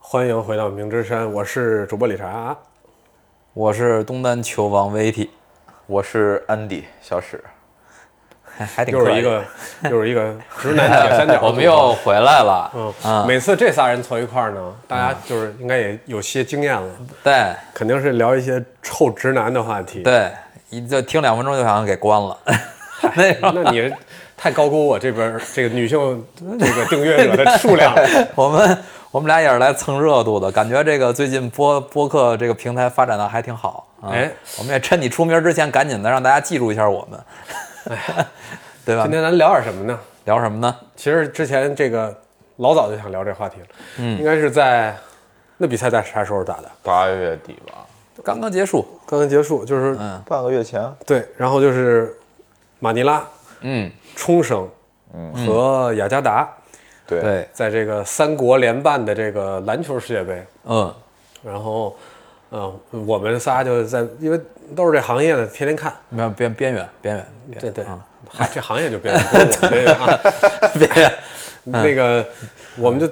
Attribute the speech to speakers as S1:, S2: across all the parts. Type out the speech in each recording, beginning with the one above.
S1: 欢迎回到明之山，我是主播理查。
S2: 我是东单球王 VT，
S3: 我是安迪小史，
S2: 还 还挺
S1: 又
S2: 快
S1: 是一个，又是一个直男铁三角。
S2: 我们又回来了。
S1: 嗯，每次这仨人凑一块儿呢，大家就是应该也有些经验了，
S2: 对
S1: 肯定是聊一些臭直男的话题。
S2: 对，一就听两分钟就想给关了。 那种
S1: 那你太高估我这边儿这个女性这个订阅者的数量了。
S2: 我们我们俩也是来蹭热度的，感觉这个最近播播客这个平台发展的还挺好。啊
S1: 哎，
S2: 我们也趁你出名之前，赶紧的让大家记住一下我们， 对吧
S1: 哎今？天咱聊点什么呢？
S2: 聊什么呢？
S1: 其实之前这个老早就想聊这话题了，嗯，应该是在那比赛在啥时候打的？
S3: 八月底吧，
S2: 刚刚结束，
S1: 刚刚结束，就是
S3: 半个月前。
S1: 对，然后就是马尼拉、
S2: 嗯，
S1: 冲绳和雅加达，
S3: 对，
S2: 对，
S1: 在这个三国联办的这个篮球世界杯，
S2: 嗯，
S1: 然后，嗯、我们仨就在，因为都是这行业的，天天看，
S2: 没有边边缘边缘边
S1: 对对，
S2: 啊
S1: 嗨这行业就变了，不是我们这个啊，
S2: 边缘，
S1: 那个我们就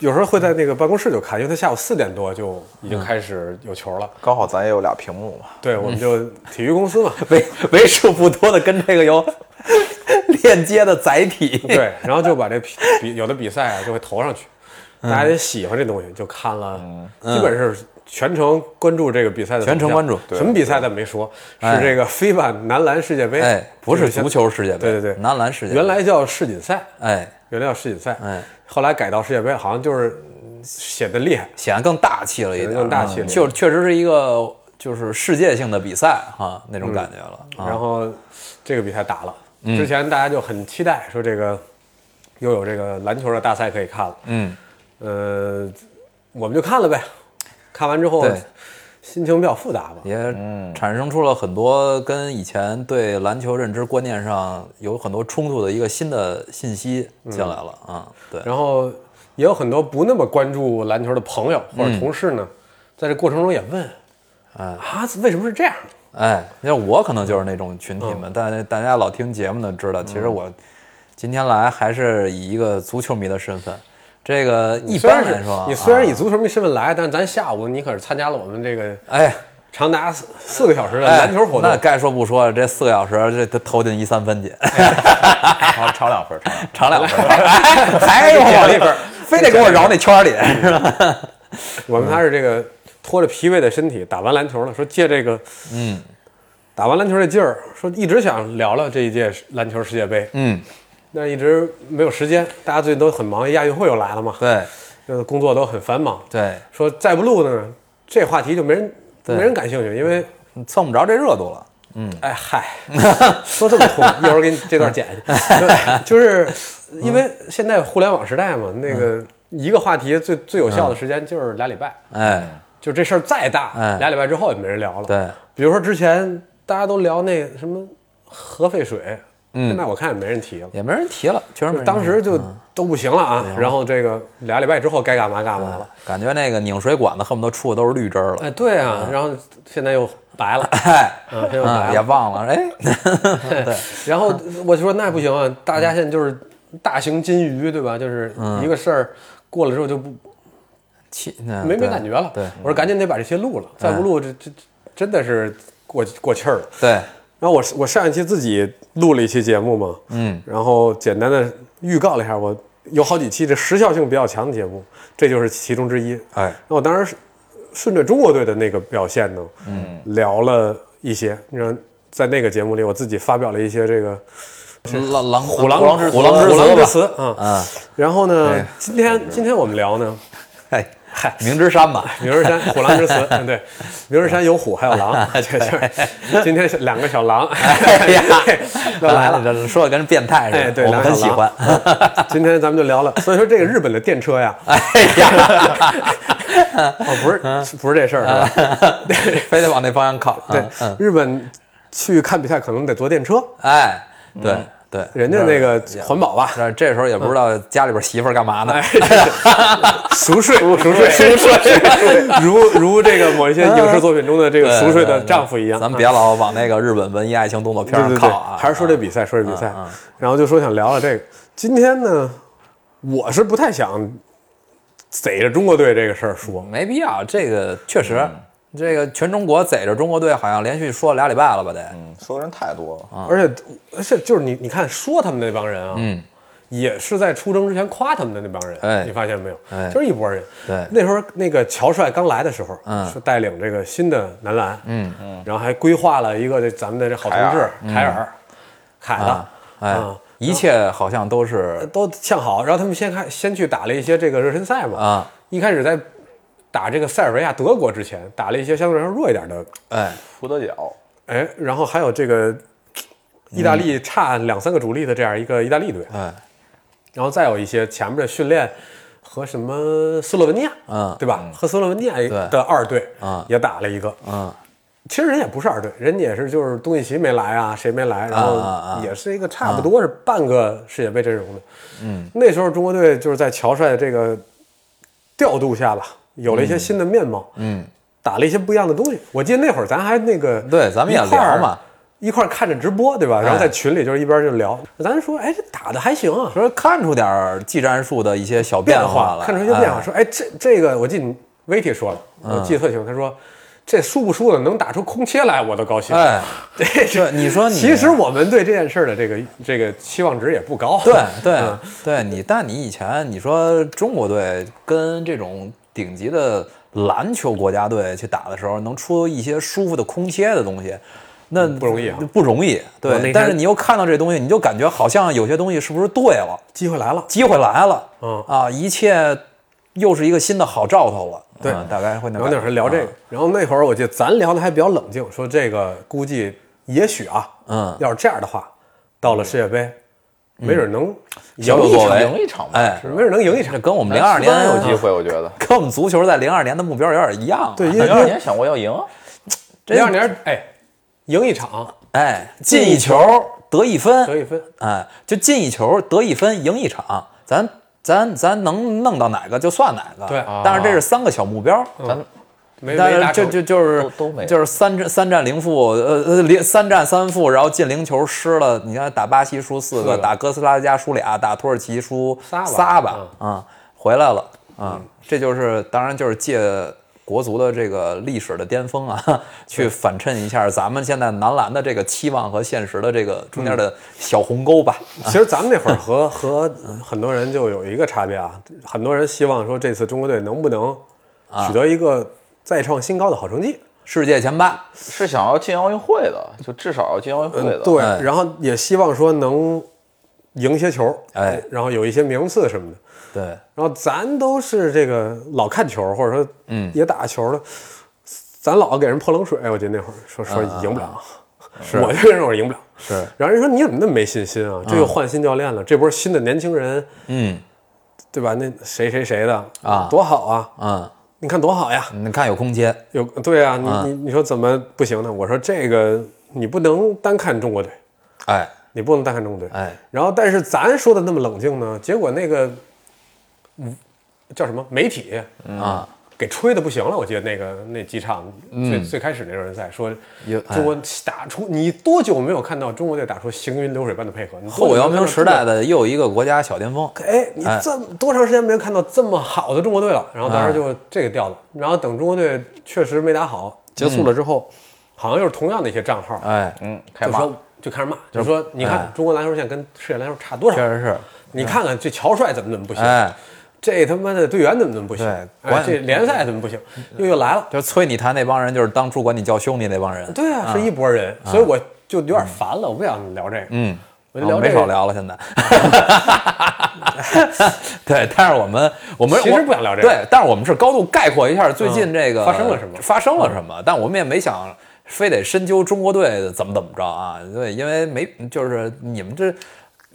S1: 有时候会在那个办公室就看，因为他下午四点多就已
S2: 嗯
S1: 经开始有球了。
S3: 刚好咱也有俩屏幕嘛。
S1: 对，我们就体育公司嘛，
S2: 为为数不多的跟这个有 链接的载体。
S1: 对，然后就把这比比有的比赛啊就会投上去，大家也喜欢这东西，就看了，嗯基本是全程关注这个比赛的，
S2: 全程关注
S1: 什么比赛咱没说，是这个非 a 男篮世界杯，
S2: 哎，不是
S1: 这个
S2: 足球世界杯，
S1: 对对对
S2: 男篮世界杯。
S1: 原来叫世锦赛，
S2: 哎，
S1: 原来叫世锦赛，
S2: 哎，
S1: 后来改到世界杯，好像就是显得厉害，
S2: 显得更大气了一点，
S1: 更大气了
S2: 嗯就确实是一个就是世界性的比赛哈，那种感觉了。啊
S1: 然后这个比赛打了，
S2: 嗯
S1: 之前大家就很期待说这个又有这个篮球的大赛可以看了，
S2: 嗯，
S1: 呃，我们就看了呗，看完之后
S2: 对
S1: 心情比较复杂吧，
S2: 也产生出了很多跟以前对篮球认知观念上有很多冲突的一个新的信息进来了啊。对，
S1: 然后也有很多不那么关注篮球的朋友
S2: 嗯
S1: 或者同事呢，在这过程中也问，啊，为什么是这样？
S2: 哎，你像我可能就是那种群体
S1: 嗯
S2: 嘛，但是大家老听节目的知道，其实我今天来还是以一个足球迷的身份。这个一
S1: 虽然
S2: 般
S1: 是
S2: 来说啊，
S1: 你虽然以足球迷身份来，但咱下午你可是参加了我们这个
S2: 哎
S1: 长达四四个小时的
S2: 哎
S1: 篮球活动
S2: 那，该说不说，这四个小时这这投进一三分去，
S3: 超超两分，超两
S2: 长两
S3: 分。
S2: 分，哎还有我这分，非得给我绕那 圈里，是吧？
S1: 我们还是这个拖着疲惫的身体打完篮球了，说借这个嗯。打完篮球这劲儿，说一直想聊聊这一届篮球世界杯，
S2: 嗯，
S1: 但一直没有时间。大家最近都很忙，亚运会又来了嘛，
S2: 对
S1: 呃，工作都很繁忙。
S2: 对，
S1: 说再不录呢，这话题就没人没人感兴趣，因为
S2: 蹭不着这热度了。
S1: 哎嗨，说这么 通，一会儿给你这段剪去。就是因为
S2: 嗯
S1: 现在互联网时代嘛，那个一个话题最最有效的
S2: 嗯
S1: 时间就是俩礼拜，
S2: 哎，
S1: 就这事儿再大，
S2: 哎
S1: 俩礼拜之后也没人聊了。，
S2: 对，
S1: 比如说之前大家都聊那什么核废水，现在我看也没人提了。
S2: 嗯也没人提了，确实没人提嗯
S1: 当时就都不行了啊，然后这个俩礼拜之后该干嘛干嘛了。
S2: 感觉那个拧水管子恨不得出的都是绿汁儿了，
S1: 哎，对啊，然后现在又 白了，
S2: 哎，
S1: 嗯，现在又白
S2: 嗯，
S1: 了
S2: 也。忘了，哎，
S1: 然后我就说那不行啊，大家现在就是大型金鱼，对吧？就是
S2: 嗯
S1: 一个事儿过了之后就不
S2: 气嗯
S1: 没没
S2: 对
S1: 感觉了。
S2: 对嗯
S1: 我说赶紧得把这些录了，再不录这这这真的是过过气儿了。
S2: 对，
S1: 然后我我上一期自己录了一期节目嘛，
S2: 嗯，
S1: 然后简单的预告了一下，我有好几期这时效性比较强的节目，这就是其中之一。
S2: 哎，
S1: 那我当时顺着中国队的那个表现呢，嗯，聊了一些，你看在那个节目里，我自己发表了一些这个
S2: 狼狼虎
S1: 狼
S2: 狼虎
S1: 虎狼
S2: 狼
S1: 虎狼之
S2: 之词
S1: 词啊。
S2: 吧，啊，
S1: 然后呢，今天今天我们聊呢，
S2: 哎，明之山 吧，
S1: 明日山虎狼之词， 嗯对，明日山有虎还有 狼，这 就是今天是两个小狼，
S2: 哎 呀
S1: 都来 了。
S2: 了，说的跟变态似
S1: 哎，
S2: 的，
S1: 对，
S2: 我们
S1: 两
S2: 很
S1: 小
S2: 喜欢
S1: 狼。嗯今天咱们就 聊了，所以说这个日本的电车呀，
S2: 哎呀，
S1: 哦，不是不是这事儿，是吧？
S2: 非得往那方向靠。
S1: 对
S2: 嗯，
S1: 日本去看比赛可能得坐电车，
S2: 哎，对对，
S1: 嗯人家那个环保吧，嗯哎
S2: 这这时候也不知道家里边媳妇儿干嘛呢。
S1: 熟睡，熟睡，熟睡， 如如这个某一些影视作品中的这个
S2: 对
S1: 熟睡的
S2: 嗯对对
S1: 丈夫一样。嗯
S2: 咱们别老往那个日本文艺爱情动作片
S1: 对
S2: 上
S1: 对
S2: 靠
S1: 对，
S2: 啊。嗯
S1: 还是说这比赛，说这比赛，然后就说想聊聊这个。今天呢，我是不太想逮着中国队这个事儿说，
S2: 没必要，这个确实，
S1: 嗯
S2: 这个全中国逮着中国队，好像连续说了俩礼拜了吧得。
S3: 嗯，说的人太多了，
S1: 而且而且就是你你看说他们那帮人啊，
S2: 啊嗯，
S1: 也是在出征之前夸他们的那帮人，
S2: 哎
S1: 你发现没有？
S2: 哎
S1: 就是一拨人。
S2: 对
S1: 那时候那个乔帅刚来的时候，
S2: 嗯
S1: 是带领这个新的男篮，嗯嗯，然后还规划了一个这咱们的这好同志凯尔，凯子，
S2: 哎
S1: 啊，
S2: 一切好像都是
S1: 都向好。然后他们先开先去打了一些这个热身赛嘛，
S2: 啊，
S1: 一开始在打这个塞尔维亚、德国之前，打了一些相对来说弱一点的，
S2: 哎，
S3: 福德角
S1: 哎，然后还有这个。意大利差两三个主力的这样一个意大利队，
S2: 嗯哎，
S1: 然后再有一些前面的训练和什么斯洛文尼亚，
S2: 嗯
S1: 对吧？和斯洛文尼亚的二队
S2: 嗯
S1: 也打了一个，
S2: 嗯，
S1: 其实人也不是二队，人家也是就是东契奇没来啊，谁没来，然
S2: 啊啊
S1: 后
S2: 啊
S1: 也是一个差不多是半个世界杯阵容的。嗯，那时候中国队就是在乔帅的这个调度下吧，有了一些新的面貌。嗯。打了一些不一样的东西，我记得那会儿咱还那个
S2: 对咱们也
S1: 一块儿
S2: 聊嘛，
S1: 一块儿看着直播对吧？然后在
S2: 哎
S1: 群里就是一边就聊，咱说哎这打的还行啊，
S2: 说看出点儿技战术的一些小
S1: 变
S2: 化了，
S1: 看出一些变化，
S2: 哎嗯
S1: 说哎，这这个我记得你威体说了，我记得特清，他说这输不输的能打出空切来，我都高兴。
S2: 哎，
S1: 这
S2: 这你说你
S1: 其实我们对这件事儿的这个这个期望值也不高。
S2: 对对
S1: 嗯
S2: 对，你但你以前你说中国队跟这种顶级的篮球国家队去打的时候，能出一些舒服的空切的东西。那
S1: 不容易啊
S2: 不容易。
S1: 那
S2: 对，
S1: 天
S2: 但是你又看到这东西，你就感觉好像有些东西是不是对了，
S1: 机会来了，
S2: 机会来了，
S1: 嗯
S2: 啊，一切又是一个新的好兆头了。
S1: 对
S2: 嗯大概会那
S1: 然后那会儿聊
S2: 啊
S1: 这个，然后那会儿我记得咱聊的还比较冷静，说这个估计也许啊，
S2: 嗯
S1: 要是这样的话，到了世界杯，没准能
S2: 小
S1: 赢一
S2: 有作
S1: 场，
S2: 为，
S3: 赢一场吧
S2: 哎，
S1: 没准能赢一场哎
S2: 这。跟我们零二年
S3: 咱西班牙有机，会，我觉得。
S2: 跟我们足球在零二年的目标有点一样。啊
S1: 对，，因为
S3: 零二年想过要赢，
S1: 零二年哎，赢一场
S2: 哎，进一球得一分，
S1: 得一分，
S2: 哎，就进一球得一分赢一场，咱咱咱能弄到哪个就算哪个。
S1: 对
S3: 啊
S2: 但是这是三个小目标，
S3: 咱
S1: 没
S2: 但
S1: 没打
S2: 是就
S1: 成
S2: 就就是
S3: 都都没有
S2: 就是三战三战零负，呃呃零三战三负，然后进零球失了。你看打巴西输四
S1: 四
S2: 个，
S1: 个
S2: 打哥斯达黎加输俩，打土耳其输
S1: 仨吧
S2: 仨吧，啊，回来了，啊，这就是当然就是借。国足的这个历史的巅峰啊， 去反衬一下咱们现在男篮的这个期望和现实的这个中间的小鸿沟吧。
S1: 其实咱们那会儿和和很多人就有一个差别啊，很多人希望说这次中国队能不能
S2: 啊
S1: 取得一个再创新高的好成绩，
S2: 世界前八，
S3: 是想要进奥运会的，就至少要进奥运会的。
S1: 嗯对，
S2: 哎
S1: 然后也希望说能赢些球，
S2: 哎，
S1: 然后有一些名次什么的。
S2: 对，
S1: 然后咱都是这个老看球，或者说嗯也打球的，咱老给人泼冷水。我觉得那会儿说说赢不了， 我就认为我赢不了。
S2: 是
S1: 然后人说你怎么那么没信心啊？这又换新教练了，这波新的年轻人，
S2: 嗯
S1: 对吧？那谁谁谁的
S2: 啊
S1: 多好啊！
S2: 嗯，
S1: 你看多好呀！
S2: 你看有空间，
S1: 有对啊，你你你说怎么不行呢？我说这个你不能单看中国队，
S2: 哎
S1: 你不能单看中国队。
S2: 哎，
S1: 然后但是咱说的那么冷静呢，结果那个嗯叫什么媒体
S2: 啊，嗯
S1: 给吹的不行了。我记得那个那几场最、最开始那热身赛说
S2: 有哎
S1: 中国打出、你多久没有看到中国队打出行云流水般的配合？你多
S2: 后
S1: 久没有
S2: 姚
S1: 看到
S2: 明时代的又一个国家小巅峰，
S1: 哎，你这么多长时间没有看到这么好的中国队了？然后当时就
S2: 哎
S1: 这个调子，然后等中国队确实没打好，结束了之后，好像又是同样的一些账号，
S2: 哎，
S3: 嗯，开
S1: 就
S3: 骂，
S1: 说就开始骂，就说你看
S2: 哎
S1: 中国篮球现在跟世界篮球差多
S2: 确
S1: 少？
S2: 实是，
S1: 你看看这乔帅怎么怎么不行，
S2: 哎，
S1: 这他妈的队员怎么怎么不行，
S2: 对
S1: 哎
S2: 管嗯
S1: 这联赛怎么不行？又又来了，
S2: 就催你谈那帮人，就是当初管你叫兄弟那帮人，
S1: 对啊，是一拨人，所以我就有点烦了，我不想聊这个，
S2: 嗯，
S1: 我就聊
S2: 啊
S1: 这
S2: 没
S1: 个
S2: 少聊了，现在。对，但是我们我们
S1: 其实
S2: 我
S1: 不想聊这个
S2: 对，但是我们是高度概括一下最近这个、
S1: 嗯发生了什么
S2: 发生了什么，但我们也没想非得深究中国队怎么怎么着啊，对，因为没就是你们这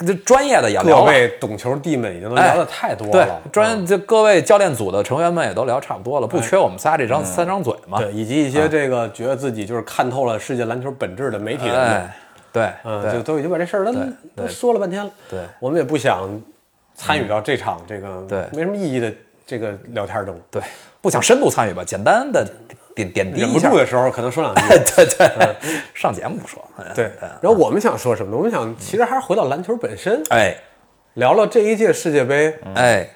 S2: 这专业的也
S1: 各
S2: 聊了。
S1: 位懂球弟们已经都
S2: 哎
S1: 聊的太多
S2: 对
S1: 了，，嗯哎
S2: 专这各位教练组的成员们也都聊差不多了，不缺我们仨这张三张嘴嘛。
S1: 嗯对，以及一
S2: 啊
S1: 些这个觉得自己就是看透了世界篮球本质的媒体人们，
S2: 哎，对，
S1: 嗯，就
S2: 对，
S1: 都已经把这事儿都
S2: 对
S1: 都
S2: 对
S1: 说了半天了，
S2: 对嗯
S1: 我们也不想参与到这场这个
S2: 对
S1: 没什么意义的这个聊天中，
S2: 对，不想深度参与吧，简单的点点滴
S1: 忍
S2: 一
S1: 不
S2: 下
S1: 住。的时候可能说两句，
S2: 对对，上节目不说。哎
S1: 对。然后我们想说什么呢？我们想其实还是回到篮球本身，
S2: 哎
S1: 嗯聊聊这一届世界杯
S2: 哎，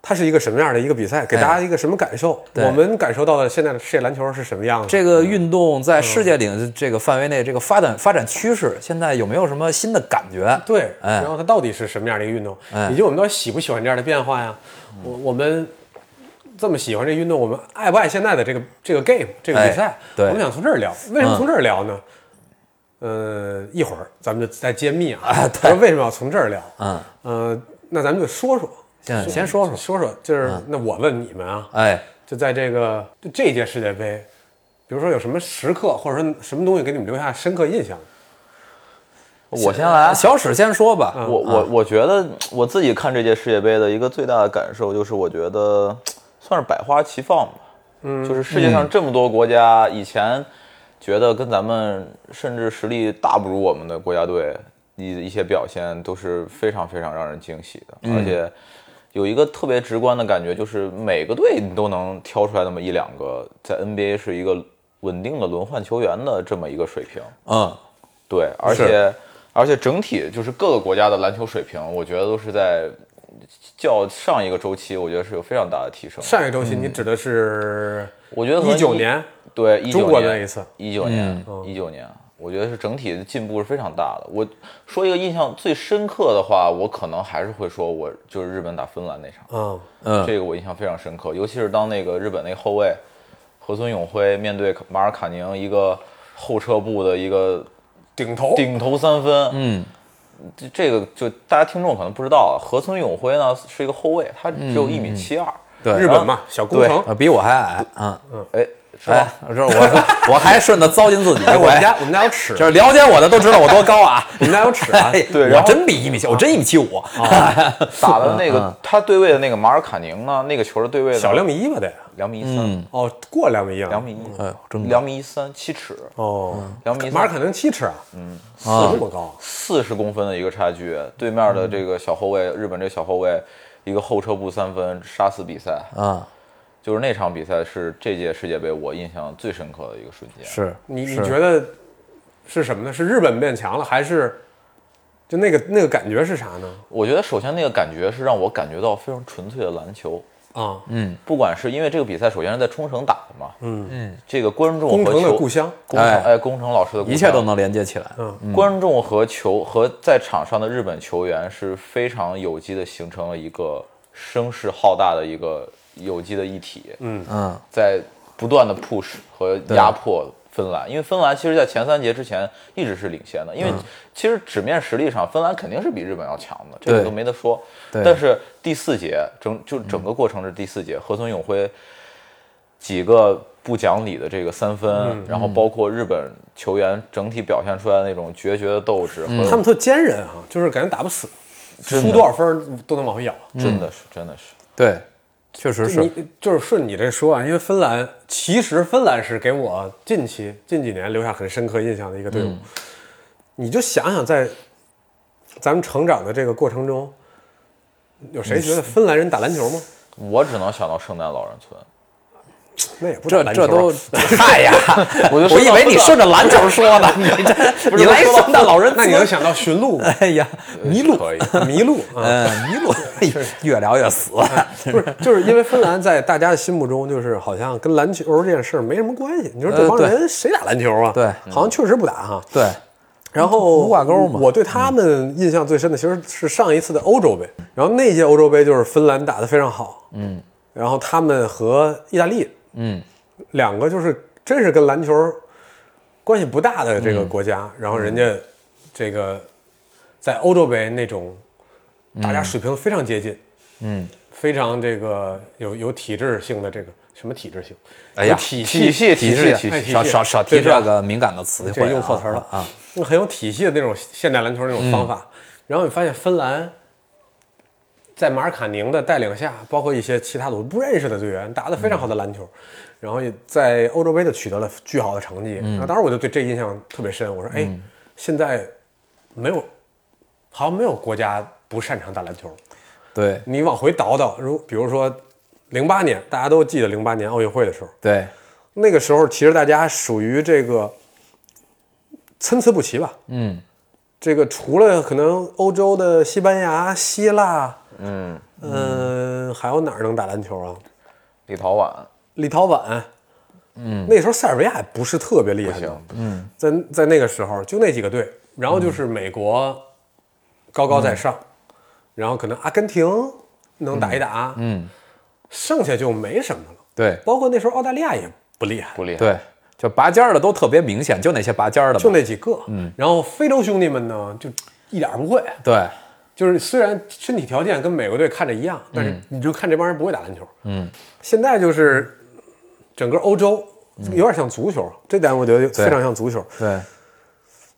S1: 它是一个什么样的一个比赛，给大家一个什么感受？
S2: 对
S1: 我们感受到的现在的世界篮球是什么样的？
S2: 这个运动在世界领这个范围内，这个发展发展趋势，现在有没有什么新的感觉？
S1: 对，
S2: 哎
S1: 然后它到底是什么样的一个运动，
S2: 哎
S1: 以及我们到底喜不喜欢这样的变化呀？我我们这么喜欢这运动，我们爱不爱现在的这个这个 game 这个比赛？
S2: 哎对嗯
S1: 我们想从这儿聊，为什么从这儿聊呢？呃，一会儿咱们就再揭秘啊，说为什么要从这儿聊？
S2: 嗯，
S1: 呃，那咱们就说说，
S2: 先先说嗯
S1: 说
S2: 说，
S1: 说，就是、那我问你们啊，
S2: 哎，
S1: 就在这个就这一届世界杯，比如说有什么时刻，或者说什么东西给你们留下深刻印象？
S3: 我先来啊，
S2: 小史先说吧。
S1: 嗯
S3: 我我我觉得我自己看这届世界杯的一个最大的感受就是，我觉得算是百花齐放吧。嗯，就是世界上这么多国家，以前觉得跟咱们甚至实力大不如我们的国家队，一一些表现都是非常非常让人惊喜的，而且有一个特别直观的感觉，就是每个队你都能挑出来那么一两个，在 NBA 是一个稳定的轮换球员的这么一个水平。
S2: 嗯，
S3: 对，而
S2: 是
S3: 且而且整体就是各个国家的篮球水平，我觉得都是在较上一个周期，我觉得是有非常大的提升。
S1: 上一个周期你指的是
S3: 我觉得可能
S1: 一九年，
S3: 对一
S1: 中
S3: 九
S1: 国那一
S3: 年
S1: 次，嗯
S3: 一九年一九年，我觉得是整体的进步是非常大的。我说一个印象最深刻的话，我可能还是会说我就是日本打芬兰那场。
S1: 嗯，
S2: 嗯，
S3: 这个我印象非常深刻，尤其是当那个日本那个后卫河村永辉面对马尔卡宁一个后撤步的一个
S1: 顶头
S3: 顶头三分，
S2: 嗯，
S3: 这这个就大家听众可能不知道，啊河村永辉呢是一个后卫，他只有一米七二、
S2: 对，
S1: 日本嘛，小工程。
S2: 啊比我还矮，嗯，
S3: 哎，是吧？
S2: 哎，这我 我还顺着糟践自己，
S1: 哎，我们
S2: 喂
S1: 家我们家有尺，
S2: 就是了解我的都知道我多高啊。
S1: 我们家有尺 啊。
S2: 哎
S3: 对
S2: 我
S3: 然后
S2: 真比一米七，我真一米七五。 哎
S3: 打的
S2: 嗯
S3: 那个他对位的那个马尔卡宁呢，那个球的对位呢
S1: 小两米一吧得，
S3: 两米一三，
S1: 哦，过两米一
S3: 两
S1: 了。
S3: 嗯米一，
S2: 嗯哎呦，真高
S3: 两米一三七尺，
S1: 哦，
S3: 两米一
S1: 马尔。
S3: 三
S1: 肯能七尺啊，嗯，四
S2: 啊
S1: 这么高啊，
S3: 四十公分的一个差距，对面的这个小后卫，日本这小后卫一个后撤步三分杀死比赛，
S2: 啊，
S3: 就是那场比赛是这届世界杯我印象最深刻的一个瞬间。
S2: 是
S1: 你你
S2: 是
S1: 觉得是什么呢？是日本变强了，还是就那个那个感觉是啥呢？
S3: 我觉得首先那个感觉是让我感觉到非常纯粹的篮球，
S1: 啊，
S3: 不管是因为这个比赛首先是在冲绳打的嘛，嗯嗯，这个观众
S1: 工
S3: 和
S1: 程的
S3: 球，
S1: 故乡，
S3: 工程
S2: 哎
S3: 哎，工程老师的故乡
S2: 一切都能连接起来。
S3: 观众和球和在场上的日本球员是非常有机的形成了一个声势浩大的一个有机的一体，嗯
S2: 嗯，
S3: 在不断的 push 和压迫芬兰，因为芬兰其实在前三节之前一直是领先的，因为其实纸面实力上芬兰肯定是比日本要强的，这个
S2: 对
S3: 都没得说。
S2: 对
S3: 但是第四节整就整个过程是第四节，河村永辉几个不讲理的这个三分，然后包括日本球员整体表现出来的那种决绝的斗志和
S1: 他们特坚韧啊，就是感觉打不死，输多少分儿都能往回咬。
S3: 真的是真的是
S2: 对，确实是。
S1: 你就是顺你这说啊，因为芬兰其实芬兰是给我近期近几年留下很深刻印象的一个队
S2: 嗯
S1: 伍。你就想想在咱们成长的这个过程中，有谁觉得芬兰人打篮球吗？
S3: 我只能想到圣诞老人村，
S1: 那也不打
S2: 这
S1: 篮球
S2: 这
S1: 啊
S2: 都 嗨呀！
S3: 我就
S2: 我
S3: 说
S2: 以
S3: 到
S2: 为
S3: 这
S2: 你
S3: 儿
S2: 顺着篮球说呢，你这你来圣诞老人，
S1: 那你能？想到驯鹿 吗
S2: 哎呀，
S1: 麋 鹿
S3: 可以？
S1: 麋鹿啊，
S2: 嗯，迷路，哎呀越聊越死。
S1: 不是，就是因为芬兰在大家的心目中就是好像跟篮球这件事儿没什么关系。你说这帮
S2: 呃对
S1: 人谁打篮球啊？
S2: 对
S1: 好像确实不打哈。
S2: 对，
S1: 然后
S2: 不挂钩嘛
S1: 我对他们印象最深的其实是上一次的欧洲杯，然后那届欧洲杯就是芬兰打得非常好，嗯，然后他们和意大利，
S2: 嗯，
S1: 两个就是真是跟篮球关系不大的这个
S2: 嗯
S1: 国家，然后人家这个在欧洲杯那种大家水平非常接近，
S2: 嗯，
S1: 非常这个有有体制性的这个什么体制性，
S2: 哎呀
S1: 有体
S3: 体系
S2: 体
S3: 系
S2: 制
S3: 体
S1: 哎体系
S2: 少少少提
S1: 对对
S2: 这个敏感的词汇
S1: 这
S2: 啊，
S1: 用错词儿了
S2: 啊！嗯
S1: 那很有体系的那种现代篮球那种方法。然后你发现芬兰在马尔卡宁的带领下，包括一些其他的我不认识的队员，打得非常
S2: 嗯
S1: 好的篮球，然后也在欧洲杯就取得了巨好的成绩。
S2: 嗯
S1: 那当时我就对这印象特别深，我说：“哎，现在没有，好像没有国家不擅长打篮球。
S2: 对
S1: 你往回倒倒，如比如说零八年，大家都记得零八年奥运会的时候，
S2: 对，
S1: 那个时候其实大家属于这个参差不齐吧。
S2: 嗯，
S1: 这个除了可能欧洲的西班牙、希腊，
S3: 嗯，
S1: 嗯，还有哪儿能打篮球啊？
S3: 立陶宛
S1: 立陶宛，嗯，那时候塞尔维亚也不是特别厉害的，嗯，在在那个时候就那几个队，然后就是美国高高在上，然后可能阿根廷能打一打，嗯，剩下就没什么了。
S2: 对
S1: 包括那时候澳大利亚也不厉害，
S3: 不厉害，
S2: 对，就拔尖儿的都特别明显，就那些拔尖儿的嘛，
S1: 就那几个，嗯，然后非洲兄弟们呢就一点儿不会，
S2: 对，
S1: 就是虽然身体条件跟美国队看着一样，但是你就看这帮人不会打篮球。嗯，现在就是整个欧洲有点像足球，这点我觉得非常像足球。
S2: 对，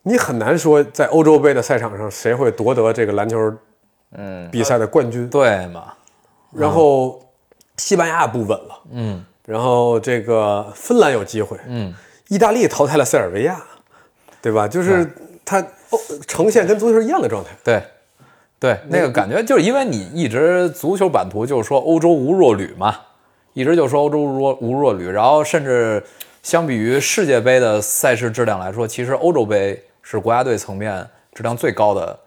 S1: 你很难说在欧洲杯的赛场上谁会夺得这个篮球嗯比赛的冠军。
S2: 对嘛，
S1: 然后西班牙也不稳了，嗯，然后这个芬兰有机会，嗯，意大利淘汰了塞尔维亚，对吧？就是它哦呈现跟足球一样的状态。
S2: 对，对，那个感觉就是因为你一直足球版图就是说欧洲无弱旅嘛，一直就说欧洲无弱无弱旅，然后甚至相比于世界杯的赛事质量来说，其实欧洲杯是国家队层面质量最高的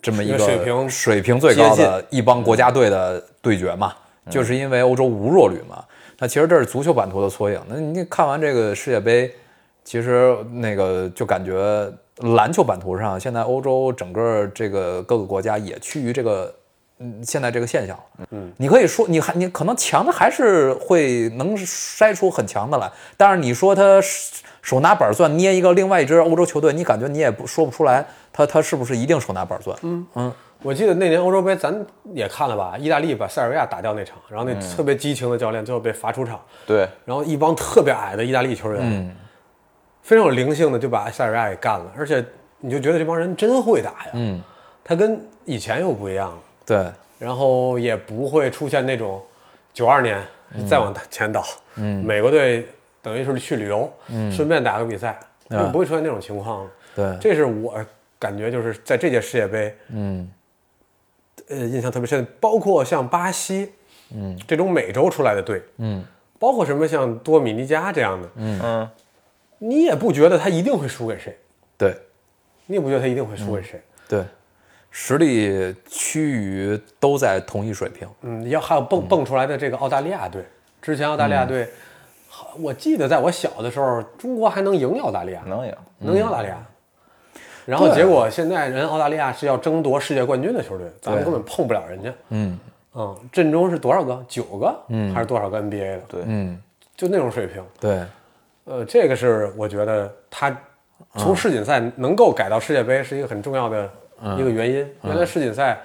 S2: 这么一个
S1: 水平
S2: 水平最高的一帮国家队的对决嘛，就是因为欧洲无弱旅嘛。那其实这是足球版图的缩影。那你看完这个世界杯，其实那个就感觉篮球版图上，现在欧洲整个这个各个国家也趋于这个。嗯，现在这个现象，嗯，你可以说，你还你可能强的还是会能筛出很强的来，但是你说他手手拿板钻捏一个另外一支欧洲球队，你感觉你也不说不出来他他是不是一定手拿板钻，嗯嗯，
S1: 我记得那年欧洲杯咱也看了吧，意大利把塞尔维亚打掉那场，然后那特别激情的教练最后被罚出场，
S3: 对，
S1: 然后一帮特别矮的意大利球员，非常有灵性的就把塞尔维亚给干了，而且你就觉得这帮人真会打呀，嗯，他跟以前又不一样了，
S2: 对，
S1: 然后也不会出现那种九二年再往前倒，嗯，美国队等于是去旅游，嗯，啊顺便打个比赛，就不会出现那种情况了，
S2: 对
S1: 这是我感觉就是在这届世界杯，嗯，呃，印象特别深，包括像巴西，嗯，这种美洲出来的队，嗯，包括什么像多米尼加这样的，嗯，
S3: 嗯，
S1: 你也不觉得他一定会输给谁，
S2: 对，
S1: 你也不觉得他一定会输给谁，
S2: 对，实力趋于都在同一水平。
S1: 嗯，要还有蹦蹦出来的这个澳大利亚队，之前澳大利亚队，好我记得在我小的时候，中国还能赢澳大利亚，
S3: 能赢，
S1: 能赢澳大利亚。然后结果现在人澳大利亚是要争夺世界冠军的球队，咱们根本碰不了人家。嗯嗯，阵中是多少个？九个？嗯，还是多少个 NBA 的？
S3: 对，
S1: 就那种水平。
S2: 对，
S1: 呃，这个是我觉得他从世锦赛能够改到世界杯是一个很重要的一个原因。原来世锦赛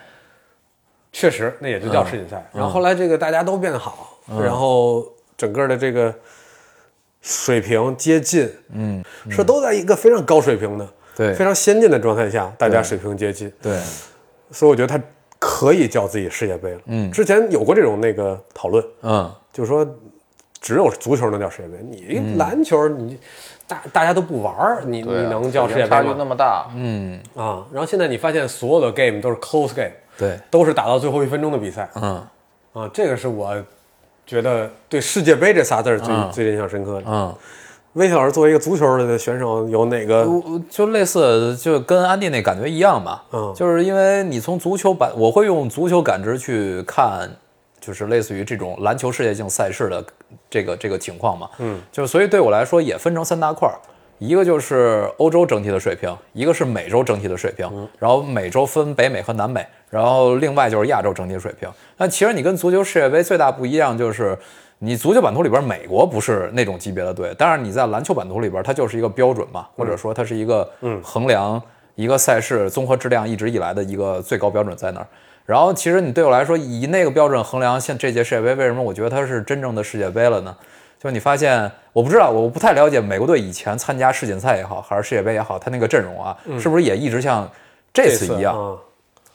S1: 确实那也就叫世锦赛，然后后来这个大家都变好，然后整个的这个水平接近，嗯，是都在一个非常高水平的、
S2: 对
S1: 非常先进的状态下，大家水平接近，
S2: 对，
S1: 所以我觉得他可以叫自己世界杯了。嗯，之前有过这种那个讨论，
S2: 嗯，
S1: 就是说只有足球能叫世界杯，你篮球你大大家都不玩儿，你你
S3: 对啊
S1: 能叫世界
S3: 差
S1: 杯
S3: 距那
S1: 吗？
S3: 么大，
S1: 啊，然后现在你发现所有的 game 都是 close game，
S2: 对，
S1: 都是打到最后一分钟的比赛
S2: 嗯
S1: 啊，这个是我觉得对世界杯这仨字儿最、最印象深刻的。
S2: 嗯，
S1: 魏老师作为一个足球的选手，有哪个？
S2: 我就类似，就跟安迪那感觉一样嘛。
S1: 嗯
S2: 就是因为你从足球感，我会用足球感知去看，就是类似于这种篮球世界性赛事的这个这个情况嘛。嗯，就是所以对我来说也分成三大块儿。一个就是欧洲整体的水平，一个是美洲整体的水平，然后美洲分北美和南美，然后另外就是亚洲整体水平。那其实你跟足球世界杯最大不一样就是，你足球版图里边美国不是那种级别的队，但是你在篮球版图里边它就是一个标准嘛，或者说它是一个衡量一个赛事综合质量一直以来的一个最高标准在那儿。然后其实你对我来说以那个标准衡量现这届世界杯，为什么我觉得它是真正的世界杯了呢？就你发现，我不知道，我不太了解美国队以前参加世锦赛也好，还是世界杯也好，他那个阵容啊，是不是也一直像这次嗯一样，
S1: 啊，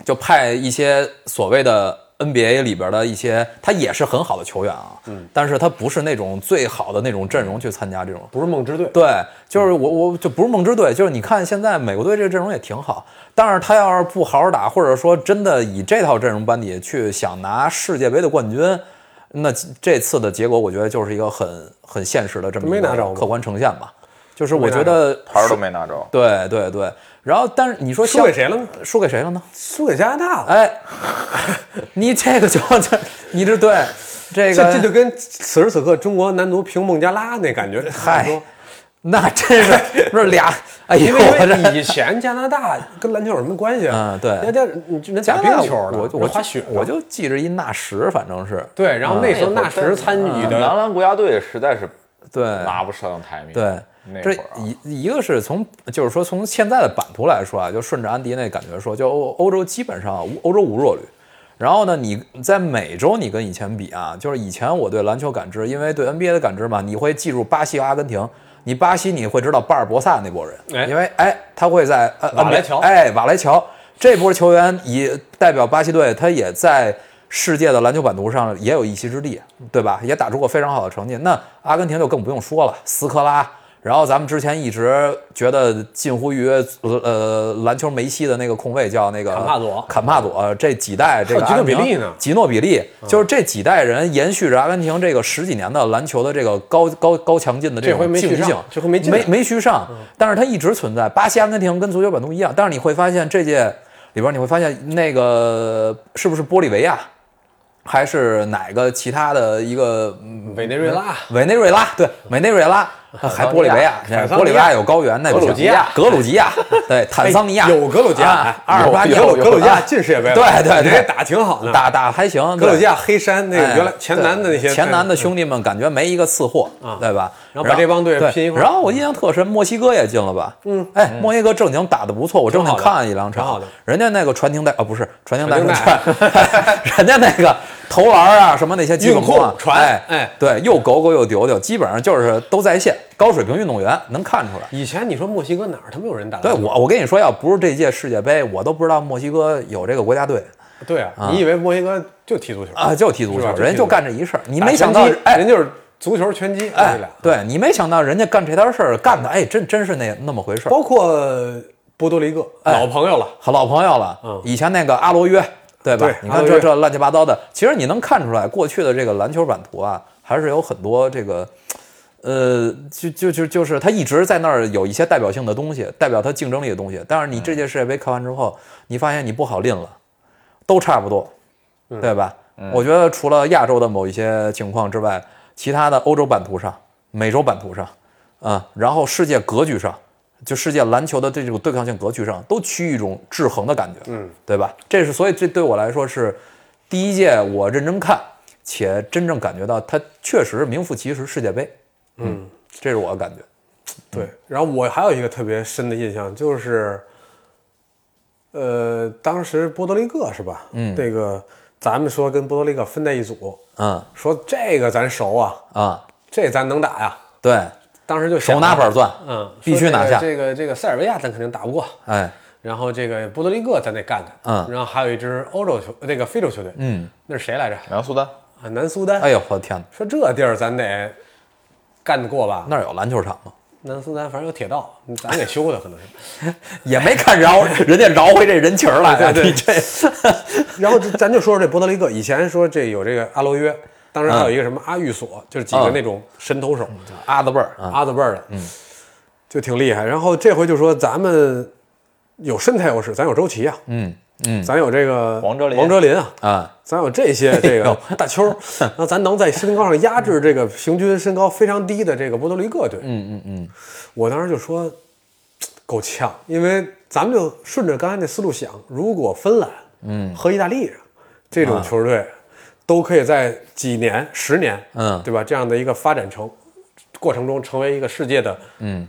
S2: 就派一些所谓的 NBA 里边的一些，他也是很好的球员啊，嗯，但是他不是那种最好的那种阵容去参加这种
S1: 不是梦之队，
S2: 对，就是我我就不是梦之队，就是你看现在美国队这个阵容也挺好，但是他要是不好好打，或者说真的以这套阵容班底去想拿世界杯的冠军，那这次的结果我觉得就是一个很很现实的这么一
S1: 没拿着
S2: 个
S1: 吗
S2: 客观呈现吧。就是我觉得
S3: 牌儿都没拿着。
S2: 对对对，然后但是你说
S1: 输给
S2: 相
S1: 谁了呢？
S2: 输给谁了呢？
S1: 输给加拿大了。
S2: 哎，你这个就这，你这对这
S1: 这
S2: 个
S1: 这就跟此时此刻中国男足平孟加拉那感觉，差不
S2: 嗨
S1: 多。，
S2: 那真是不是俩？哎
S1: 因
S2: 呦，
S1: 为
S2: 我
S1: 因为
S2: 这
S1: 以前加拿大跟篮球有什么关系啊？
S2: 嗯对
S1: 人家你人家
S2: 加
S1: 打冰
S2: 拿大
S1: 球呢，
S2: 我我
S1: 滑雪呢，
S2: 我就嗯记着一纳什，反正是
S1: 对。然后那时候纳什参与
S3: 男
S1: 的，
S3: 篮国家队实在是
S2: 对
S3: 拿不上台面。
S2: 对
S3: 啊那。
S2: 这
S3: 会儿啊
S2: 一一个是从，就是说从现在的版图来说啊，就顺着安迪那感觉说，就欧欧洲基本上无欧洲无弱旅。然后呢，你在美洲你跟以前比啊，就是以前我对篮球感知，因为对 NBA 的感知嘛，你会记住巴西、和阿根廷，你巴西你会知道巴尔博萨那波人，
S1: 哎
S2: 因为哎他会在呃
S3: 瓦莱乔
S2: 哎瓦莱乔这波球员也代表巴西队，他也在世界的篮球版图上也有一席之地，对吧？也打出过非常好的成绩。那阿根廷就更不用说了，斯科拉。然后咱们之前一直觉得近乎于呃篮球梅西的那个控卫叫那个
S1: 坎帕佐
S2: 坎帕佐这几代这个
S1: 还有 吉诺
S2: 阿根
S1: 比
S2: 廷
S1: 利呢
S2: 吉诺比利就是这几代人延续着阿根廷这个十几年的篮球的这个高高高强劲的
S1: 这回
S2: 种
S1: 没续
S2: 竞技
S1: 上
S2: 性，
S1: 这回没进
S2: 没
S1: 来嗯
S2: 没续上，但是它一直存在。巴西、阿根廷跟足球版图一样，但是你会发现这届里边你会发现那个是不是玻利维亚，还是哪个其他的一个嗯
S1: 委内瑞拉
S2: 委内瑞拉，对，委内瑞 拉，还玻利维亚，
S1: 坦桑尼亚
S2: 玻利维亚有高原，那不行
S1: 格鲁吉亚
S2: 格鲁吉 亚，对，坦桑尼亚
S1: 哎有格鲁吉亚
S2: 啊，
S1: 哎
S2: 阿尔巴尼亚，
S1: 有有有格鲁吉亚
S2: 啊
S1: 进世界杯了
S2: 对对
S1: 人家
S2: 对，
S1: 打挺好的
S2: 打打还行，
S1: 格鲁吉
S2: 亚
S1: 亚、黑山那个哎原来前南的那些
S2: 哎
S1: 哎啊
S2: 前南的兄弟们感觉没一个次货，对吧？
S1: 然后把这帮队
S2: 对
S1: 拼一块儿
S2: 然后我印象特深，墨西哥也进了吧？嗯，哎，墨西哥正经打得不错，我正经
S1: 挺好的
S2: 看了一两场，
S1: 挺好的
S2: 人家那个传停带啊，不是传停带
S1: 传
S2: 是
S1: 停
S2: 传， 人家那个投篮啊，什么那些基本功啊
S1: 运控传
S2: 哎
S1: 哎
S2: 对，又狗狗又丢丢，基本上就是都在线，高水平运动员能看出来。
S1: 以前你说墨西哥哪儿他妈有人打篮
S2: 对
S1: 球？
S2: 我，我跟你说，要不是这届世界杯，我都不知道墨西哥有这个国家队
S1: 对啊，你以为墨西哥就踢足球
S2: 啊，就踢足
S1: 是吧就
S2: 球，
S1: 踢
S2: 人家
S1: 足
S2: 就
S1: 球
S2: 干这一事儿。你
S1: 打
S2: 没想
S1: 拳
S2: 到
S1: 击，
S2: 哎，
S1: 人就是足球、拳击，
S2: 哎
S1: 这俩，
S2: 对你没想到人家干这摊事儿干的，哎，真真是那那么回事儿。
S1: 包括波多黎各
S2: 哎
S1: 老朋友了，
S2: 好老朋友了，
S1: 嗯
S2: 以前那个阿罗约，对吧？
S1: 对
S2: 你
S1: 阿
S2: 看
S1: 罗
S2: 这
S1: 约
S2: 这乱七八糟的，其实你能看出来，过去的这个篮球版图啊，还是有很多这个，呃，就就就就是他一直在那儿有一些代表性的东西，代表他竞争力的东西。但是你
S1: 嗯
S2: 这届世界杯看完之后，你发现你不好拎了，都差不多，
S1: 嗯
S2: 对吧？我觉得除了亚洲的某一些情况之外，其他的欧洲版图上、美洲版图上，啊、然后世界格局上，就世界篮球的这种对抗性格局上，都趋于一种制衡的感觉，嗯，对吧？这是所以这对我来说是第一届我认真看且真正感觉到它确实名副其实世界杯，嗯，这是我的感觉。
S1: 对。然后我还有一个特别深的印象就是，呃，当时波多黎各是吧？嗯，这个咱们说跟波多黎各分在一组，
S2: 嗯
S1: 说这个咱熟啊，
S2: 啊，
S1: 这咱能打呀。
S2: 对，
S1: 当时就想
S2: 手拿板钻，
S1: 嗯，
S2: 必须拿下
S1: 说这个这个这个塞尔维亚咱肯定打不过，
S2: 哎，
S1: 然后这个波多黎各咱得干他，
S2: 嗯
S1: 然后还有一支欧洲球那个非洲球队，嗯，那是谁来着？
S3: 然后苏丹
S1: 啊，南苏丹。
S2: 哎呦我的天哪，
S1: 说这地儿咱得干得过吧？
S2: 那儿有篮球场吗？
S1: 南苏丹反正有铁道，咱给修的可能是。
S2: 也没看饶人家饶回这人情儿来啊，
S1: 对对
S2: 你这
S1: 然后就咱就说说这波多黎各，以前说这有这个阿罗约，当时还有一个什么阿育索，就是几个那种神投手，
S2: 阿德贝儿啊，
S1: 阿子辈儿的，嗯，就挺厉害。然后这回就说咱们有身材优势，咱有周琦啊，
S2: 嗯嗯
S1: 咱有这个
S3: 王哲林
S1: 王哲林啊，
S2: 啊，
S1: 咱有这 些这个大秋 儿，然后咱能在身高上压制这个平均身高非常低的这个波多黎各队。嗯嗯嗯，我当时就说够呛，因为咱们就顺着刚才那思路想，如果芬兰，嗯，和意大利这种球队都可以在几年、十年，
S2: 嗯
S1: 对吧？这样的一个发展成过程中，成为一个世界的，嗯。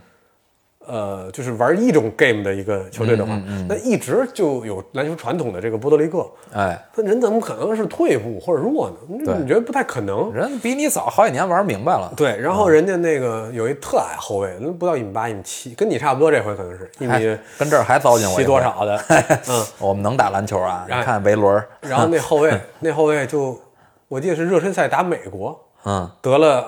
S1: 呃，就是玩一种 game 的一个球队的话，那一直就有篮球传统的这个波多黎各，
S2: 哎，
S1: 那人怎么可能是退步或者弱呢？
S2: 对
S1: 你觉得不太可能。
S2: 人嗯比你早好几年玩明白了，
S1: 对，然后人家那个有一特矮后卫，那不到一米八、一米七，跟你差不多，这回可能是一
S2: 哎
S1: 米
S2: 跟这儿还糟践我一
S1: 七
S2: 回
S1: 多少的，嗯，
S2: 我们能打篮球啊！你
S1: 哎
S2: 看维伦儿，
S1: 然后那后 卫，那后卫就我记得是热身赛打美国，
S2: 嗯，
S1: 得了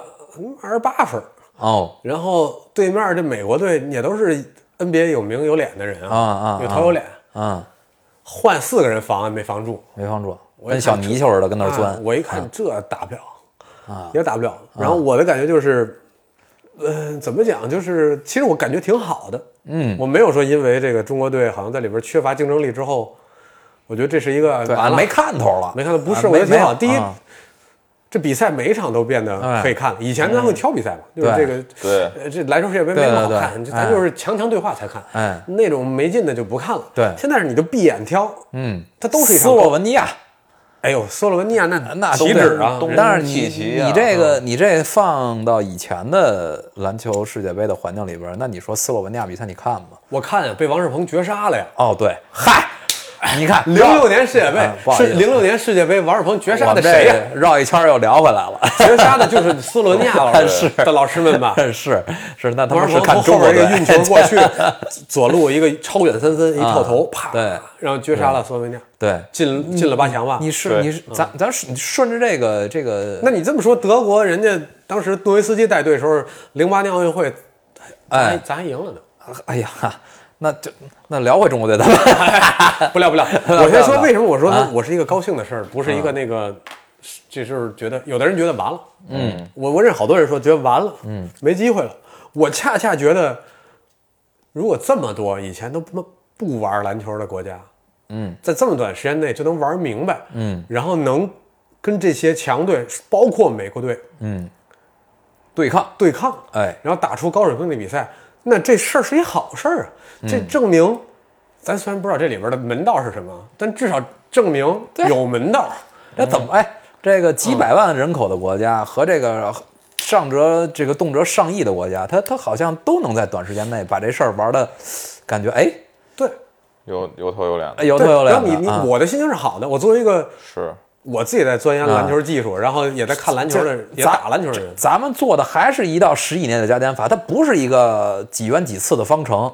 S1: 二十八分儿，
S2: 哦，
S1: 然后对面这美国队也都是 NBA 有名有脸的人
S2: 啊啊啊
S1: 有头有脸，
S2: 嗯，
S1: 换四个人防也没防住，
S2: 没防住，
S1: 我一
S2: 跟
S1: 看
S2: 小泥鳅似的跟那儿
S1: 啊
S2: 钻。啊
S1: 我一看这打不了，啊，也打不了。然后我的感觉就是，嗯、怎么讲？就是其实我感觉挺好的，嗯，我没有说因为这个中国队好像在里边缺乏竞争力之后，我觉得这是一个
S2: 对，
S1: 完了
S2: 没看头了，
S1: 没看头，不是，
S2: 啊
S1: 我觉得
S2: 没
S1: 挺好。
S2: 没
S1: 第一
S2: 啊，哎
S1: 这比赛每一场都变得可以看了，以前咱会挑比赛嘛，就是
S2: 对
S1: 这个
S3: 对
S1: 呃这篮球世界杯没
S2: 嗯对
S1: 什么好
S2: 对对
S1: 看，
S2: 哎
S1: 就咱就是强强对话才看，
S2: 哎
S1: 那种没劲的就不看了。
S2: 对
S1: 现在是你就闭眼挑，嗯，它都是一
S2: 斯
S1: 场高。
S2: 洛文尼亚，
S1: 哎呦，斯洛文尼亚那
S2: 那都
S1: 岂
S2: 得
S1: 止啊！
S3: 东
S2: 但是你
S3: 契奇啊
S2: 你这个
S1: 嗯
S2: 你这放到以前的篮球世界杯的环境里边儿，那你说斯洛文尼亚比赛你看吗？
S1: 我看啊，被王仕鹏绝杀了呀！
S2: 哦，对，嗨，你看
S1: 零六年世界杯
S2: 啊不好
S1: 是
S2: 意思
S1: 零六年世界杯，王仕鹏绝杀
S2: 我
S1: 的
S2: 们
S1: 谁呀？
S2: 这绕一圈儿又聊回来了。
S1: 绝杀的就是斯洛文尼亚老师
S2: 是
S1: 的老师们吧？
S2: 是是， 那他
S1: 王
S2: 们
S1: 仕
S2: 是
S1: 鹏
S2: 看
S1: 从
S2: 中
S1: 后
S2: 国
S1: 边一
S2: 队
S1: 个运球过去，左路一个超远三分，一跳投，
S2: 啊
S1: 啪，
S2: 对，
S1: 然后绝杀了斯洛文尼亚，
S2: 对，
S1: 进进了八强吧？
S2: 你是
S3: 对
S2: 你是咱咱是你顺着这个这个，
S1: 那你这么说，德国人家当时诺维斯基带队的时候，零八年奥运会，咱还
S2: 哎
S1: 咱还赢了呢。
S2: 哎呀， 那就那聊回中国队咱们
S1: 不聊不啊聊，我先说为什么我说
S2: 啊
S1: 我是一个高兴的事儿，不是一个那个，这就是觉得有的人觉得完了，嗯，我我认识好多人说觉得完了，嗯，没机会了。我恰恰觉得，如果这么多以前都不不玩篮球的国家，嗯，在这么短时间内就能玩明白，嗯，然后能跟这些强队，包括美国队
S2: 对抗，
S1: 对抗，
S2: 哎，
S1: 然后打出高水平的比赛，那这事儿是一好事儿啊！这
S2: 嗯
S1: 证明，咱虽然不知道这里边的门道是什么，但至少证明有门道。
S2: 那
S1: 嗯
S2: 怎么哎，这个几百万人口的国家和这个上折这个动辄上亿的国家，他他好像都能在短时间内把这事儿玩的，感觉哎
S1: 对，
S3: 有有头有脸的
S2: 哎，有头
S1: 对
S2: 有
S1: 然
S2: 脸
S1: 后你你
S2: 的啊，
S1: 我的心情是好的。我作为一个
S3: 是
S1: 我自己在钻研篮
S2: 啊
S1: 球技术，然后也在看篮球的，也打篮球的人，
S2: 咱们做的还是一道十以内的加减法，它不是一个几元几次的方程。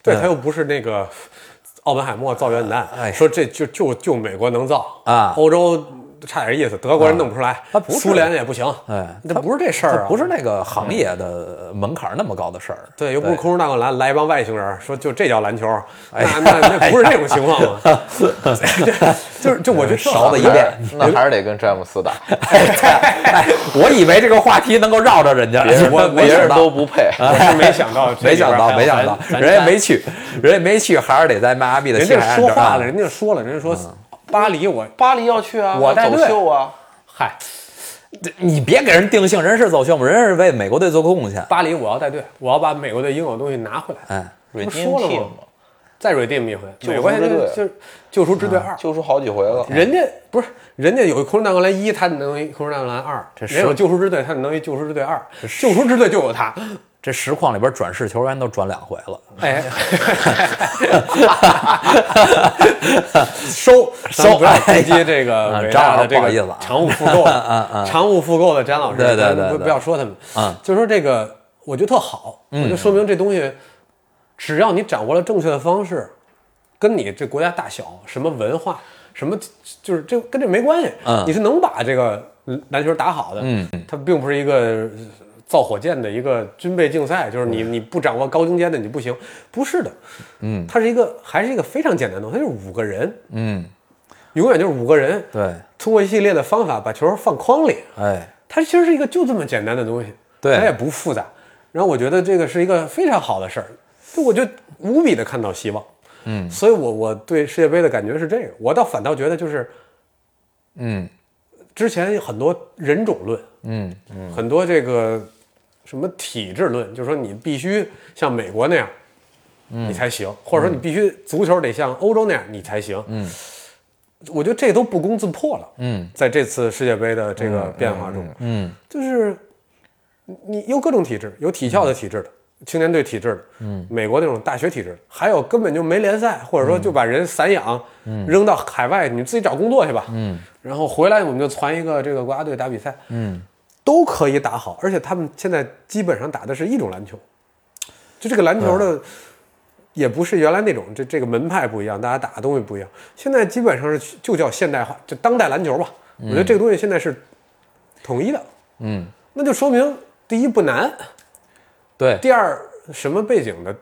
S1: 对他又不是那个奥本海默造原子弹，
S2: 嗯哎
S1: 说这就就就美国能造
S2: 啊
S1: 欧洲差点意思，德国人弄不出来，
S2: 他不是
S1: 苏联也不行，
S2: 哎
S1: 这不是这事
S2: 它
S1: 儿啊，
S2: 不是那个行业的门槛那么高的事儿。
S1: 对，哎又不是空中大灌篮，来一帮外星人，说就这叫篮球，那 那那不是这种情况吗？就是就我觉得特好
S2: 勺子一
S1: 玩儿
S2: 练，
S3: 那还是得跟詹 姆斯打，
S2: 哎， 我以为这个话题能够绕着人家，
S1: 我
S2: 没
S3: 别
S2: 想
S3: 人
S2: 到
S3: 都，不配。
S1: 我是没想到这
S2: 没
S1: 里边
S2: 想
S1: 还有
S2: 到，
S1: 咱，
S2: 没想到，
S1: 咱
S2: 人家没去，人家没去，还是得在迈阿密的
S1: 人
S2: 西
S1: 家
S2: 海岸
S1: 说
S2: 这儿
S1: 话
S2: 啊
S1: 了，人家说了，人家说巴黎我
S3: 巴黎要去啊，
S1: 我带
S3: 走
S1: 队
S3: 秀啊，
S1: 嗨，
S2: 这你别给人定性，人是走秀吗？人是为美国队做贡献。
S1: 巴黎我要带队，我要把美国队应有的东西拿回来，
S2: 哎，
S3: 瑞
S1: 不是
S3: 金
S1: 说了
S3: team
S1: 吗再 redeem 一回。
S3: 救赎
S1: 美国现在
S3: 之队
S1: 就是嗯救赎之队二，
S3: 救出好几回了。
S1: 人家不是人家有空中大灌篮一，他能一空中大灌篮二，
S2: 是
S1: 人有救赎之队，他能一救赎之队二，救赎之队就有 他。
S2: 这实况里边转世球员都转两回了，
S1: 哎， 收咱们不要
S2: 哎
S1: 攻 击这个伟大的这
S2: 张老师不好
S1: 个
S2: 意 思啊啊
S1: 常务复购，常务复购的詹老师，
S2: 对对对
S1: 咱
S2: 对
S1: 不
S2: 对
S1: 不要说他们
S2: 嗯
S1: 就说这个，我觉得特好，我就说明这东西，只要你掌握了正确的方式，跟你这国家大小、什么文化、什么，就是这跟这没关系，
S2: 嗯
S1: 你是能把这个篮球打好的，嗯，它并不是一个。造火箭的一个军备竞赛，就是
S2: 嗯
S1: 你你不掌握高精尖的你不行，不是的，嗯，它是一个还是一个非常简单的东西，它就是五个人，
S2: 嗯，
S1: 永远就是五个人，
S2: 对，
S1: 通过一系列的方法把球放筐里，
S2: 哎，
S1: 它其实是一个就这么简单的东西，
S2: 对
S1: 它也不复杂。然后我觉得这个是一个非常好的事儿，就我就无比的看到希望，嗯，所以我我对世界杯的感觉是这个，我倒反倒觉得就是，嗯，之前有很多人种论，
S2: 嗯，
S1: 很多这个什么体制论，就是说你必须像美国那样，你才行，或者说你必须足球得像欧洲那样，你才行。嗯，我觉得这都不攻自破了。嗯，在这次世界杯的这个变化中，嗯，就是你有各种体制，有体校的体制的。青年队体制的，嗯，美国那种大学体制的，还有根本就没联赛，或者说就把人散养，扔到海外，你自己找工作去吧，嗯，然后回来我们就传一个这个国家队打比赛，都可以打好，而且他们现在基本上打的是一种篮球，就这个篮球的也不是原来那种，这这个门派不一样，大家打的东西不一样。现在基本上是就叫现代化，就当代篮球吧。我觉得这个东西现在是统一的，
S2: 嗯，
S1: 那就说明第一不难，
S2: 对，
S1: 第二什么背景的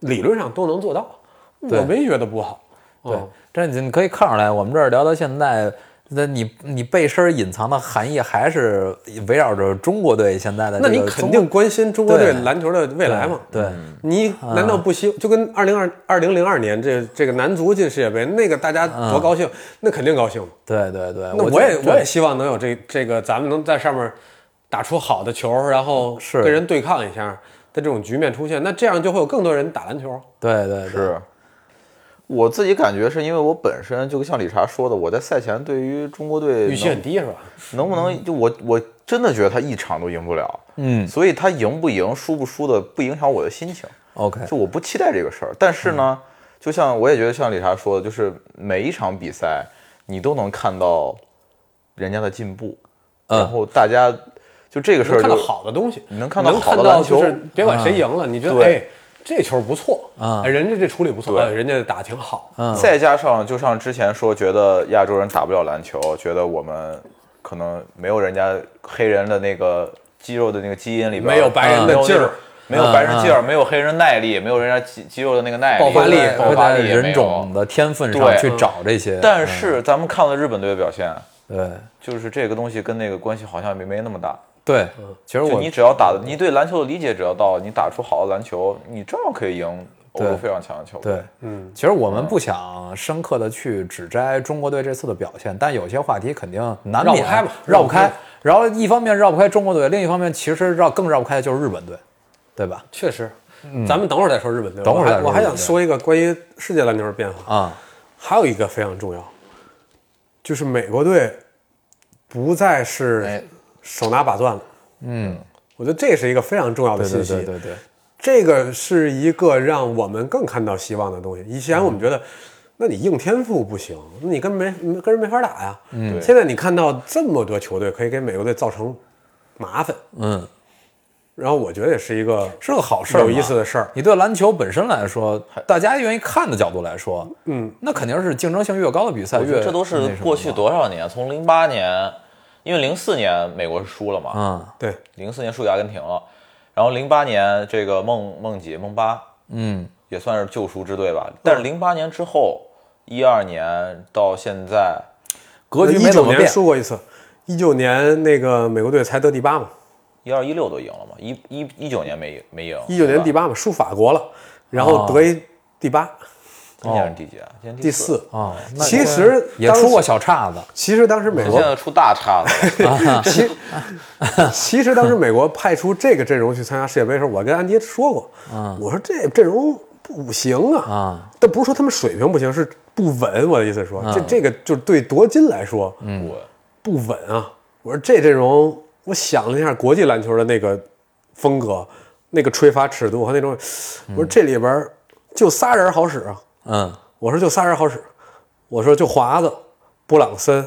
S1: 理论上都能做到，我没觉得不好。哦
S2: 对，这你可以看出来，我们这儿聊到现在，那你你背身隐藏的含义还是围绕着中国队现在的这
S1: 那
S2: 个
S1: 你
S2: 中，
S1: 肯定关心中国队
S2: 对
S1: 篮球的未来嘛？
S2: 对对嗯
S1: 你难道不希就跟二零二二零零二年这这个男足进世界杯，那个大家
S2: 嗯
S1: 多高兴，那肯定高兴。
S2: 对对对，
S1: 那
S2: 我
S1: 我也
S2: 就
S1: 我也希望能有这这个，咱们能在上面打出好的球，然后
S2: 是
S1: 跟人对抗一下的这种局面出现，那这样就会有更多人打篮球。
S2: 对对对
S3: 是。我自己感觉是因为我本身就像理查说的，我在赛前对于中国队
S1: 预期
S3: 能
S1: 很嗯低是吧？
S3: 能不能就我我真的觉得他一场都赢不了，
S2: 嗯
S3: 所以他赢不赢、输不输的不影响我的心情，
S2: ，OK，
S3: 就我不期待这个事儿。但是呢，就像我也觉得像理查说的，就是每一场比赛你都能看到人家的进步，
S2: 嗯
S3: 然后大家就这个事
S1: 能
S3: 儿
S1: 看到
S3: 就
S1: 好的东西，
S3: 你能看到
S1: 能看
S3: 好的
S1: 到
S3: 篮球
S1: 就是别管谁赢了，你觉得
S3: 对
S1: 哎这球不错
S2: 啊
S1: 哎人家这处理不错，
S3: 对
S1: 哎人家打得挺好。
S2: 嗯，
S3: 再加上，就像之前说，觉得亚洲人打不了篮球，觉得我们可能没有人家黑人的那个肌肉的那个基因里边嗯
S1: 没有白人的劲儿，
S3: 没有那种没有白人劲儿，没有黑人耐力，没有人家肌肌肉的那个耐力、
S2: 爆发力
S3: 哎对爆
S2: 会
S3: 发
S2: 在
S3: 力也没
S2: 人
S3: 有
S2: 种。的天分上
S3: 对
S2: 去找这些，
S3: 但是咱们看了日本队的表现，
S2: 对
S3: 就是这个东西跟那个关系好像也没那么大。
S2: 对，其实
S3: 就
S2: 我
S3: 你只要打，你对篮球的理解只要到，你打出好的篮球，你照样可以赢欧
S2: 对
S3: 洲非常强的球队。
S2: 对，嗯，其实我们不想深刻的去指摘中国队这次的表现，但有些话题肯定难
S1: 绕
S2: 免
S1: 不开嘛
S2: 绕不
S1: 绕
S2: 开
S1: 不开。
S2: 然后一方面绕不开中国队，另一方面其实绕更绕不开的就是日本队，对吧？
S1: 确实，咱们等会儿再说日本队。
S2: 嗯等会儿再说
S1: 我还我还
S2: 日
S1: 想
S2: 本队
S1: 说一个关于世界篮球的变化，
S2: 啊、
S1: 还有一个非常重要，就是美国队不再
S3: 哎
S1: 是手拿把攥了。嗯，我觉得这是一个非常重要的
S2: 对
S1: 信息。
S2: 对对对，
S1: 这个是一个让我们更看到希望的东西。以前我们觉得，
S2: 嗯
S1: 那你硬天赋不行，那你跟没跟人没法打呀。
S2: 嗯
S3: 对
S1: 现在你看到这么多球队可以给美国队造成麻烦，
S2: 嗯，
S1: 然后我觉得也是一个
S2: 是个好事儿嘛，
S1: 有意思的事儿。
S2: 你对篮球本身来说，大家愿意看的角度来说，嗯，那肯定是竞争性越高的比赛
S3: 我觉得
S2: 越
S3: 这都
S2: 那
S3: 是
S2: 什么
S3: 过去
S2: 嘛
S3: 多少年？从零八年，因为零四年美国是输了嘛，
S2: 嗯
S1: 对，
S3: 零四年输给阿根廷了，然后零八年这个梦梦姐梦八
S2: 嗯
S3: 也算是救赎之队吧。但是零八年之后，一二年到现在，
S2: 格局没
S1: 一
S2: 怎
S1: 九
S2: 么
S1: 年
S2: 变，
S1: 输过一次，一九年那个美国队才得第八嘛，
S3: 一二一六都赢了嘛，一一一九年没没赢，
S1: 一九年第
S3: 八，
S1: 八嘛，输法国了，然后得一第八、
S3: 今年是第几啊？今年
S1: 哦第
S3: 四。
S1: 四。
S2: 哦，那
S1: 其实
S2: 也
S1: 当时
S2: 出过小岔子，
S1: 其实当时美
S3: 现
S1: 国
S3: 在出大叉子了，
S1: 其其实当时美国派出这个阵容去参加世界杯的时候，我跟安杰说过，我说这阵容不行嗯啊，但不是说他们水平不行，是不稳。我的意思是说，这这个就是对夺金来说，
S3: 我
S1: 不稳啊。我说这阵容，我想了一下国际篮球的那个风格、那个吹罚尺度和那种，我说这里边儿就仨人好使啊。
S2: 嗯
S1: 我说就仨人好使，我说就华子、布朗森，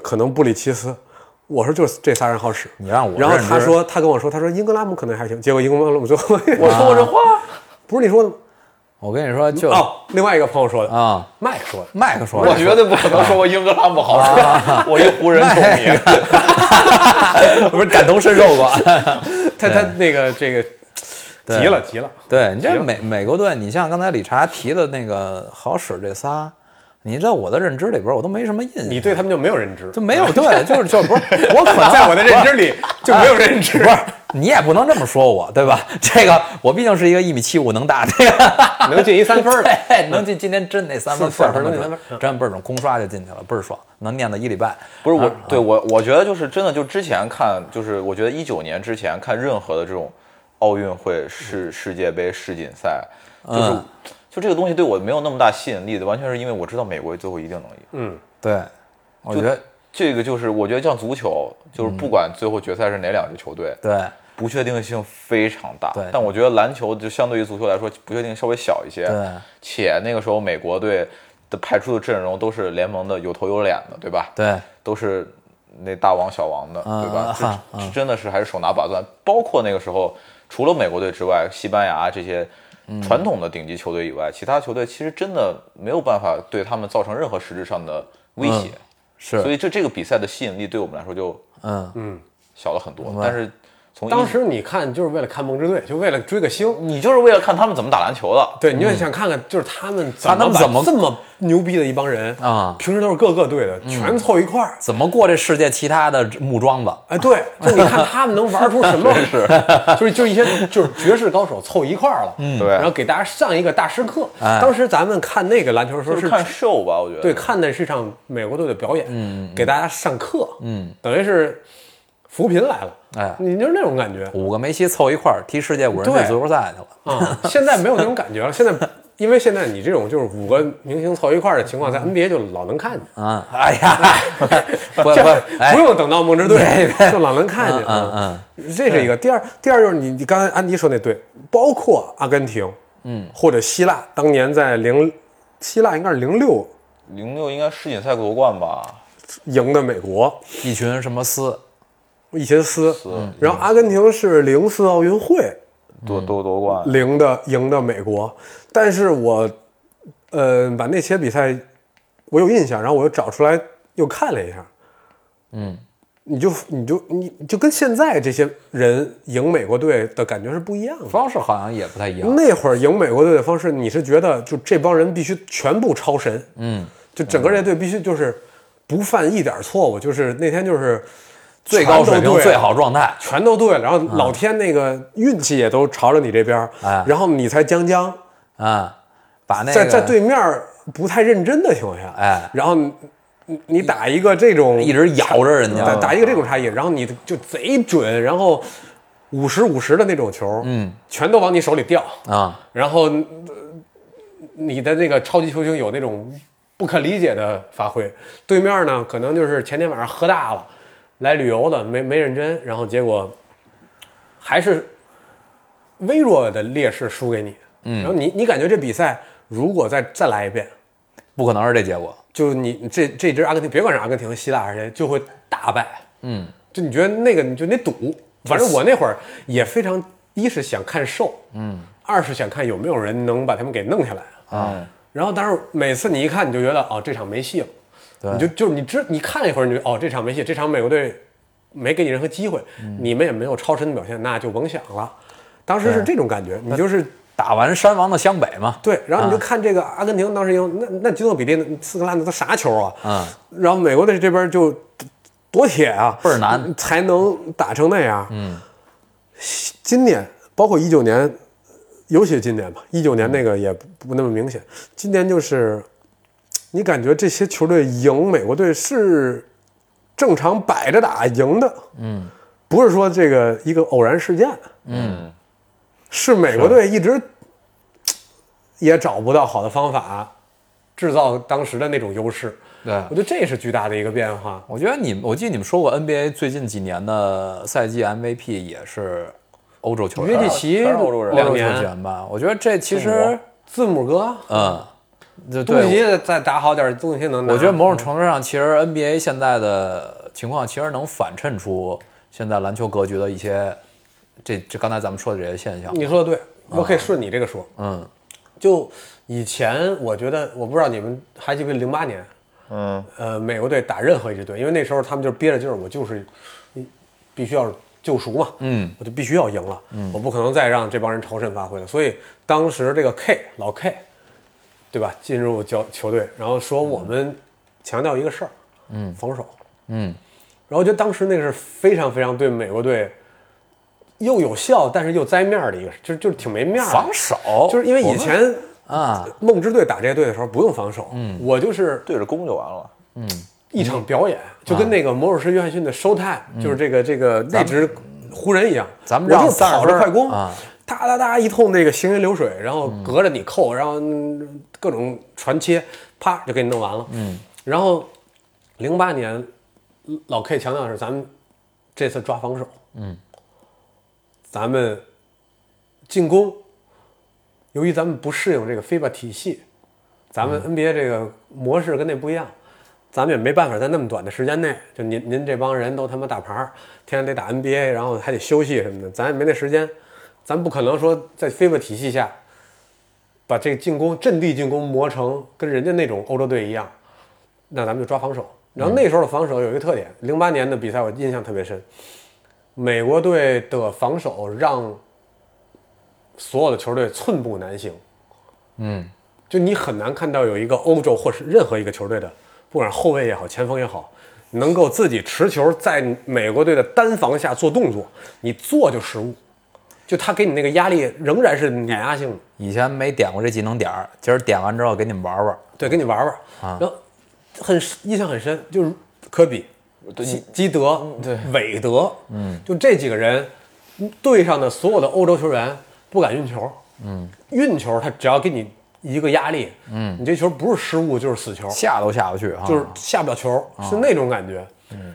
S1: 可能布里奇斯，我说就是这仨人好使。
S2: 你让我
S1: 然后
S2: 认
S1: 他
S2: 知啊
S1: 说，他跟我说，他说英格拉姆可能还行，结果英格拉姆 最后，
S3: 我说过这话，
S1: 不是你说的吗？
S2: 我跟你说就
S1: 哦，另外一个朋友说的，
S2: 啊，
S1: 麦克说的。
S2: 麦克说的，
S3: 我绝对不可能说过英格拉 姆好使，我一湖人球迷。
S2: 不是感同身受啊过。
S1: 他他那个这个急了急了，
S2: 对你这美美国队，你像刚才理查提的那个好使这仨，你在我的认知里边，我都没什么印象，
S1: 你对他们就没有认知，
S2: 就 没有对，就是就是不是我可能
S1: 在我的认知里就没有认知。不是，
S2: 你也不能这么说我，对吧？ 这个我毕竟是一个一米七五能打的，
S1: 能进一三分儿的。
S2: 对，能进今天真那三分
S1: 四
S2: 倍儿他
S1: 分
S2: 妈
S1: 能进
S2: 准
S1: 三分，
S2: 真倍儿准，空刷就进去了，倍儿爽，能念到一礼拜。
S3: 不是我，对我我觉得就是真的，就之前看，就是我觉得一九年之前看任何的这种奥运会、世世界杯、世锦赛，就是、
S2: 嗯
S3: 就这个东西对我没有那么大吸引力的，完全是因为我知道美国最后一定能赢。
S1: 嗯，
S2: 对，我觉得
S3: 这个就是我觉得像足球，就是不管最后决赛是哪两支球队，
S2: 对。
S3: 不确定性非常大
S2: 嗯对。
S3: 但我觉得篮球就相对于足球来说，不确定性稍微小一些。
S2: 对
S3: 且那个时候美国队的派出的阵容都是联盟的有头有脸的，对吧？
S2: 对，
S3: 都是那大王小王的，
S2: 嗯
S3: 对吧？
S2: 嗯
S3: 这这真的是还是手拿把攥。包括那个时候，除了美国队之外，西班牙这些传统的顶级球队以外，其他球队其实真的没有办法对他们造成任何实质上的威胁。
S2: 是
S3: 所以这这个比赛的吸引力对我们来说就
S2: 嗯，
S3: 小了很多。
S2: 白
S3: 但是从一
S1: 当时你看就是为了看梦之队，就为了追个星。
S3: 你就是为了看他们怎么打篮球的，
S1: 对，你就想看看，就是他们怎
S2: 看嗯他
S1: 么
S2: 们
S1: 把
S2: 怎么
S1: 这么牛逼的一帮人
S2: 啊嗯
S1: 平时都是各个队的，全凑一块儿。
S2: 怎么过这世界其他的木桩子？
S1: 哎，对，就你看他们能玩出什么，是， 就是就是一些就是绝世高手凑一块儿了，嗯
S3: 对
S1: 然后给大家上一个大师课。
S2: 哎
S1: 当时咱们看那个篮球的时候
S3: 就是看 show 吧，我觉得。
S1: 对，看的是一场美国队的表演，嗯，给大家上课，嗯，等于是扶贫来了，
S2: 哎
S1: 你就是那种感觉
S2: 五个梅西凑一块儿踢世界五人队
S1: 对
S2: 足球赛去了。
S1: 啊。现在没有那种感觉了，现在因为现在你这种就是五个明星凑一块儿的情况，在 NBA 就老能看见。
S2: 嗯，哎 呀，不不
S1: 这，
S2: 哎
S1: 不，用等到梦之队
S2: 别别，
S1: 就老能看见。
S2: 嗯
S1: 嗯嗯，这是一个。第二，第二就是你你刚才安迪说那对，包括阿根廷，嗯，或者希腊，当年在零，希腊应该是零六
S3: 零六应该世锦赛夺冠吧？
S1: 赢的美国，
S2: 一群什么斯，
S1: 一些斯，然后阿根廷是零四奥运会嗯
S3: 夺夺夺冠，
S1: 零的赢的美国，但是我，呃，把那些比赛我有印象，然后我又找出来又看了一下，嗯，你就你就你就跟现在这些人赢美国队的感觉是不一样的。
S2: 方式好像也不太一样。
S1: 那会儿赢美国队的方式，你是觉得就这帮人必须全部超神，嗯，就整个这队必须就是不犯一点错误，就是那天就是
S2: 最高水
S1: 全都
S2: 平、
S1: 对啊
S2: 最好状态，
S1: 全都对了，然后老天那个运气也都朝着你这边儿，
S2: 啊哎
S1: 然后你才将将
S2: 啊，把那
S1: 在
S2: 个
S1: 在对面儿不太认真的情况下，
S2: 哎
S1: 然后你你你打一个这种
S2: 一直咬着人啊
S1: 打
S2: 家，
S1: 打一个这种差异，然后你就贼准，然后五十五十的那种球，嗯，全都往你手里掉，
S2: 啊，
S1: 然后呃你的那个超级球星有那种不可理解的发挥，对面呢可能就是前天晚上喝大了，来旅游的没没认真，然后结果还是微弱的劣势输给你，嗯，然后你你感觉这比赛如果再再来一遍，
S2: 不可能是这结果。
S1: 就你你这这支阿根廷，别管是阿根廷、希腊还是谁，就会大败。嗯，就你觉得那个你就得赌。反正我那会儿也非常，一是想看瘦，嗯，二是想看有没有人能把他们给弄下来啊。然后，但是每次你一看，你就觉得哦，这场没戏了。对，你就就是你知你看了一会儿，你就哦，这场没戏，这场美国队没给你任何机会，你们也没有超神的表现，那就甭想了。当时是这种感觉，你就是
S2: 打完山王的湘北嘛，
S1: 对，然后你就看这个阿根廷当时赢，那那吉诺比利、那斯科拉那都啥球啊？
S2: 嗯，
S1: 然后美国队这边就多铁啊，
S2: 倍儿难
S1: 才能打成那样。嗯，今年包括一九年，尤其今年吧，一九年那个也不不那么明显，今年就是你感觉这些球队赢美国队是正常摆着打赢的，嗯，不是说这个一个偶然事件，
S3: 嗯，
S1: 是美国队一直嘖也找不到好的方法制造当时的那种优势。
S2: 对
S1: 我觉得这是巨大的一个变化。
S2: 我觉得你们，我记得你们说过 NBA 最近几年的赛季 MVP 也是欧洲球
S1: 约
S2: 员，
S1: 基奇
S3: 全是欧洲人
S2: 欧
S1: 两
S2: 洲球
S1: 年，
S2: 员吧。我觉得这其
S3: 中
S2: 实，
S1: 字母哥，
S2: 嗯，就
S1: 东啊
S2: 对，
S1: 契再打好点，东契能拿。
S2: 我觉得某种程度上，其实 NBA 现在的情况其实能反衬出现在篮球格局的一些，这这刚才咱们说的这些现象。
S1: 你说的对，我可以顺你这个说。
S2: 啊嗯，
S1: 就以前我觉得，我不知道你们还记不记得零八年，
S3: 嗯，
S1: 呃，美国队打任何一支队，因为那时候他们就憋着劲儿，我就是嗯必须要救赎嘛，嗯，我就必须要赢了，嗯，我不可能再让这帮人超神发挥了。所以当时这个 K 老 K，对吧，进入球球队，然后说我们强调一个事儿，嗯，防守，
S2: 嗯，
S1: 然后我觉得当时那个是非常非常对美国队又有效，但是又栽面儿的一个，就就挺没面儿的，
S2: 防守
S1: 就是因为以前。
S2: 啊，
S1: 梦之队打这些队的时候不用防守，嗯，我就是
S3: 对着攻就完了。
S1: 一场表演，就
S2: 啊
S1: 跟那个魔术师约翰逊的 show time，、就是这个这个那支湖人一样，
S2: 嗯咱们
S1: 我
S2: 让
S1: 就是跑着快攻
S2: 32啊，
S1: 哒哒哒一通那个行云流水，然后隔着你扣，然后嗯各种传切，啪就给你弄完了，嗯，然后零八年老 K 强调的是咱们这次抓防守，嗯，咱们进攻，由于咱们不适应这个 FIBA 体系，咱们
S2: 嗯
S1: NBA 这个模式跟那不一样，咱们也没办法在那么短的时间内，就您您这帮人都他妈打牌儿，天天得打 NBA，然后还得休息什么的，咱也没那时间，咱不可能说在 FIBA 体系下，把这个进攻阵地进攻磨成跟人家那种欧洲队一样，那咱们就抓防守。然后那时候的防守有一个特点，零八年的比赛我印象特别深，美国队的防守让所有的球队寸步难行。
S2: 嗯，
S1: 就你很难看到有一个欧洲或是任何一个球队的，不管是后卫也好，前锋也好，能够自己持球在美国队的单防下做动作，你做就失误，就他给你那个压力仍然是碾压性的，
S2: 以前没点过这技能点儿，今儿点完之后给你们玩玩。
S1: 对，跟你玩玩。然后很印象很深，就是科比、基基德、对韦德，嗯，就这几个人，队上的所有的欧洲球员不敢运球，嗯，运球他只要给你一个压力，嗯，你这球不是失误就是死球，
S2: 下都下不去啊！
S1: 就是下不了球，是那种感觉。啊嗯，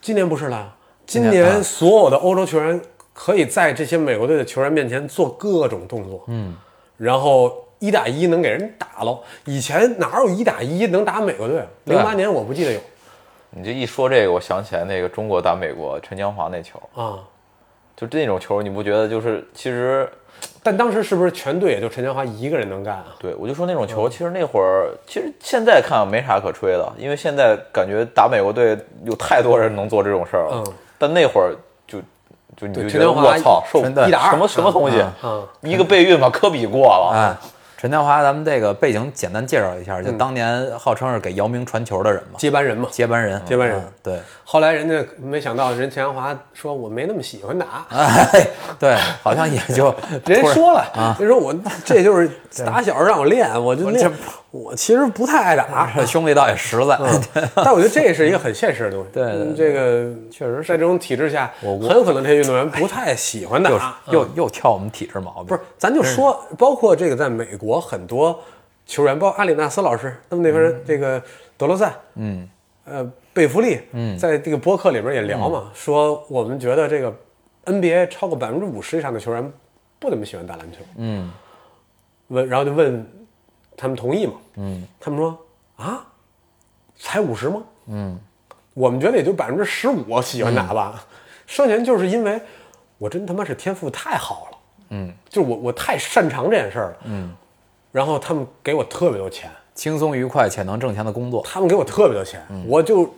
S1: 今年不是了，今
S2: 年
S1: 年啊所有的欧洲球员可以在这些美国队的球员面前做各种动作，嗯，然后一打一能给人打了。以前哪有一打一能打美国队啊？零八年我不记得有
S3: 你这一说这个，我想起来那个中国打美国陈江华那球，
S1: 啊，
S3: 就这种球，你不觉得就是其实
S1: 但当时是不是全队也就陈江华一个人能干啊？
S3: 对我就说那种球，其实那会儿其实现在看没啥可吹的，因为现在感觉打美国队有太多人能做这种事儿了。
S1: 嗯
S3: 但那会儿就就你就觉
S1: 陈
S3: 得
S1: 江华
S3: 我操，受
S1: 一一打二
S3: 什么什么东西，
S1: 啊，
S3: 一个备孕把科比过了，
S2: 哎，陈建华，咱们这个背景简单介绍一下，就当年号称是给姚明传球的人嘛，
S1: 嗯接班人嘛。
S2: 接班人，
S1: 接班人
S2: 嗯对，
S1: 后来人家没想到，人陈江华说我没那么喜欢打，
S2: 哎，对，好像也就
S1: 人
S2: 突然
S1: 说了，人说我这 就是打小让我练，我就练，我其实不太爱 打，
S2: 兄弟倒也实在，
S1: 嗯 但我觉得这是一个很现实的东西。
S2: 对对
S1: 嗯这个确实在这种体制下，很有可能这些运动员不太喜欢
S2: 又
S1: 打。
S2: 又又挑我们体制毛病，
S1: 不是，咱就说，包括这个在美国很多球员，包括阿里纳斯老师，他们那边人这个德罗赞，嗯，呃，贝弗利，嗯，在这个播客里边也聊嘛，说我们觉得这个 NBA 超过百分之五十以上的球员不怎么喜欢打篮球，嗯，问，然后就问他们同意嘛，嗯，他们说啊，才五十吗？嗯我们觉得也就百分之十五喜欢打吧，剩下人就是因为我真他妈是天赋太好了，嗯，就是我我太擅长这件事儿了，嗯，然后他们给我特别多钱，
S2: 轻松愉快且能挣钱的工作，
S1: 他们给我特别多钱，
S2: 嗯
S1: 我就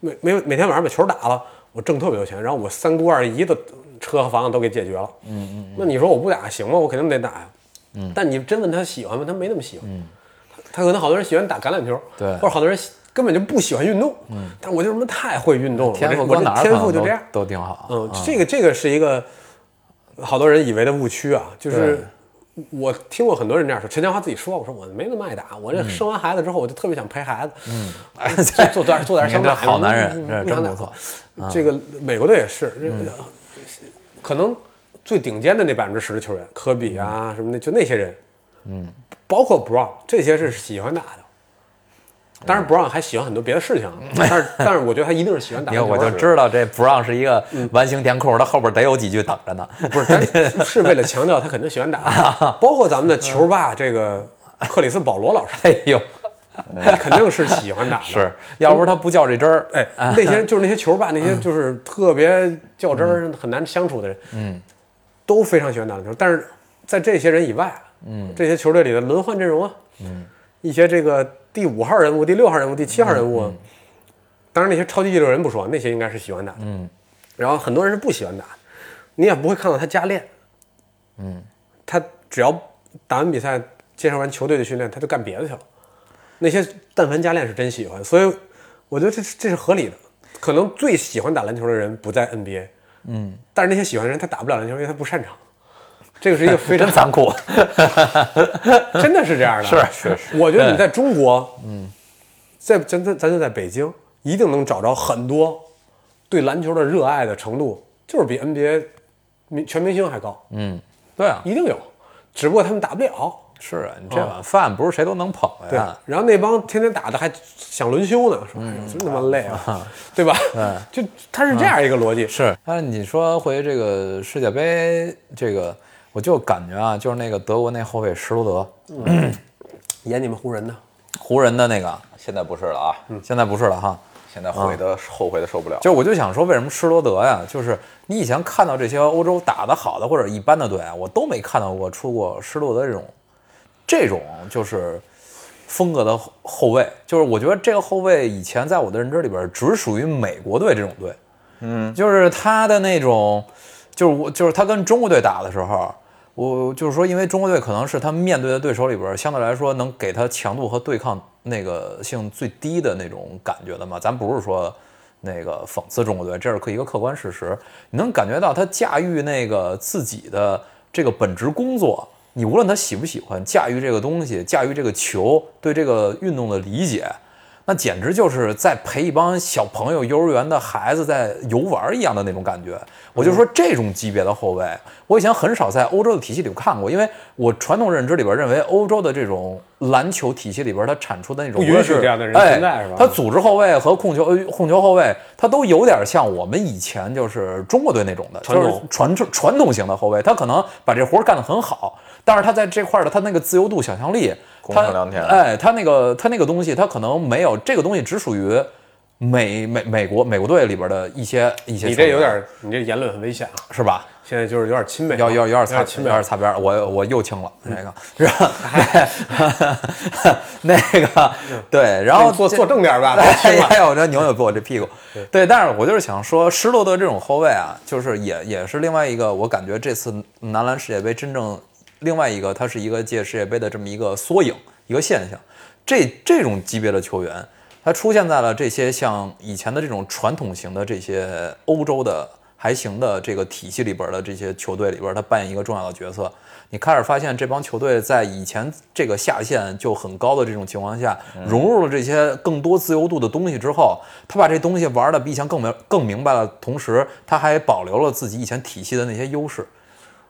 S1: 每每每天晚上把球打了，我挣特别多钱，然后我三姑二姨的车和房子都给解决了，嗯嗯，那你说我不打行吗？我肯定得打呀，嗯，但你真问他喜欢吗？他没那么喜欢，他他可能好多人喜欢打橄榄球，
S2: 嗯对
S1: 或者好多人喜根本就不喜欢运动，嗯，但我就他妈太会运动了，
S2: 天
S1: 我这我
S2: 赋搁
S1: 这
S2: 哪儿
S1: 天
S2: 可
S1: 赋
S2: 能
S1: 就
S2: 都
S1: 这样，
S2: 都挺好，
S1: 嗯，这个这个是一个好多人以为的误区啊，就是我听过很多人这样说，陈江华自己说，我说我没那么爱打，我这
S2: 嗯
S1: 生完孩子之后我就特别想陪孩子，嗯，做做点做点
S2: 你
S1: 生
S2: 这
S1: 意，
S2: 好男人
S1: 嗯
S2: 这
S1: 不想
S2: 真
S1: 打
S2: 不错啊嗯
S1: 这个美国队也是，这个可能最顶尖的那百分之十的球员，科比啊什么的，就那些人，嗯，包括 Brown 这些是喜欢打的。当
S2: 嗯
S1: 然，Brown 还喜欢很多别的事情啊，但是但是我觉得他一定是喜欢打
S2: 你
S1: 篮球
S2: 看，
S1: 的。
S2: 哎我就知道这 Brown 是一个
S1: 嗯
S2: 完形填空，他后边得有几句等着呢。
S1: 不是，咱是为了强调他肯定喜欢打，包括咱们的球霸这个克里斯保罗老师，
S2: 哎呦，
S1: 他肯定是喜欢打的。
S2: 是，要不是他不较这真儿，
S1: 哎，那些就是那些球霸，那些就是特别较真儿、很难相处的人，嗯，都非常喜欢打篮球。但是在这些人以外，嗯，这些球队里的轮换阵容啊，嗯，一些这个第五号人物、第六号人物、第七号人物啊，当然那些超级第六人不说，那些应该是喜欢打的，嗯。然后很多人是不喜欢打的，你也不会看到他加练，嗯，他只要打完比赛，接受完球队的训练，他就干别的去了。那些但凡加练是真喜欢，所以我觉得这是这是合理的。可能最喜欢打篮球的人不在 NBA，嗯，但是那些喜欢的人他打不了篮球，因为他不擅长。这个是一个非常
S2: 真残酷。
S1: 真的是这样的，
S2: 是
S1: 是。我觉得你在中国，嗯，在咱咱咱就在北京，一定能找着很多对篮球的热爱的程度，就是比 NBA 明全明星还高，
S2: 对啊，
S1: 一定有。只不过他们打不了，
S2: 是啊，你这碗饭不是谁都能捧的
S1: 对
S2: 呀。，
S1: 然后那帮天天打的还想轮休呢，
S2: 嗯
S1: 说哎呦真他妈累啊，对吧？就他是这样一个逻辑，
S2: 是，但是你说回这个世界杯，这个我就感觉啊，就是那个德国那后卫施罗德，
S1: 演你们湖人呢，
S2: 湖人的那个，
S3: 现在不是了啊，
S2: 现在不是了哈。
S3: 现在
S1: 嗯
S3: 悔的后悔的受不了。
S2: 就我就想说，为什么施罗德呀？就是你以前看到这些欧洲打得好的或者一般的队啊，我都没看到过出过施罗德这种这种就是风格的后后卫。就是我觉得这个后卫以前在我的认知里边只属于美国队这种队，嗯，就是他的那种，就是我就是他跟中国队打的时候，我就是说，因为中国队可能是他面对的对手里边儿相对来说能给他强度和对抗那个性最低的那种感觉的嘛，咱不是说。那个讽刺中国队，这是一个客观事实。你能感觉到他驾驭那个自己的这个本职工作，你无论他喜不喜欢，驾驭这个东西，驾驭这个球，对这个运动的理解，那简直就是在陪一帮小朋友、幼儿园的孩子在游玩一样的那种感觉。我就说这种级别的后卫，我以前很少在欧洲的体系里看过，因为我传统认知里边认为欧洲的这种篮球体系里边，它产出的那种
S1: 不允
S2: 无论
S1: 许
S2: 是
S1: 这样的人
S2: 哎
S1: 存在是吧
S2: 它组织后卫和控球呃控球后卫，他都有点像我们以前就是中国队那种的，
S1: 传统
S2: 就是传传传统型的后卫，他可能把这活儿干得很好，但是他在这块儿的他那个自由度、想象力，
S3: 攻
S2: 他
S3: 上良田
S2: 哎，他那个他那个东西，他可能没有这个东西，只属于美美美国美国队里边的一些一些球
S1: 你
S2: 员，
S1: 这有点儿，你这言论很危险啊！
S2: 是吧？
S1: 现在就是有点儿亲美啊，嗯
S2: 要要有点
S1: 有
S2: 擦
S1: 点亲美
S2: 有点擦边儿，我我又轻了那个，是吧？ 那那个 对，然后
S1: 嗯坐
S2: 这
S1: 坐正点儿吧，别亲
S2: 哎
S1: 了
S2: 呀，我这扭扭我这屁股。对，但是我就是想说，施罗德这种后卫啊，就是也也是另外一个，我感觉这次男篮世界杯真正另外一个，他是一个届世界杯的这么一个缩影，一个现象。这这种级别的球员，他出现在了这些像以前的这种传统型的这些欧洲的还行的这个体系里边的这些球队里边，他扮演一个重要的角色。你开始发现这帮球队在以前这个下限就很高的这种情况下，融入了这些更多自由度的东西之后，他把这东西玩的比以前更明更明白了，同时他还保留了自己以前体系的那些优势。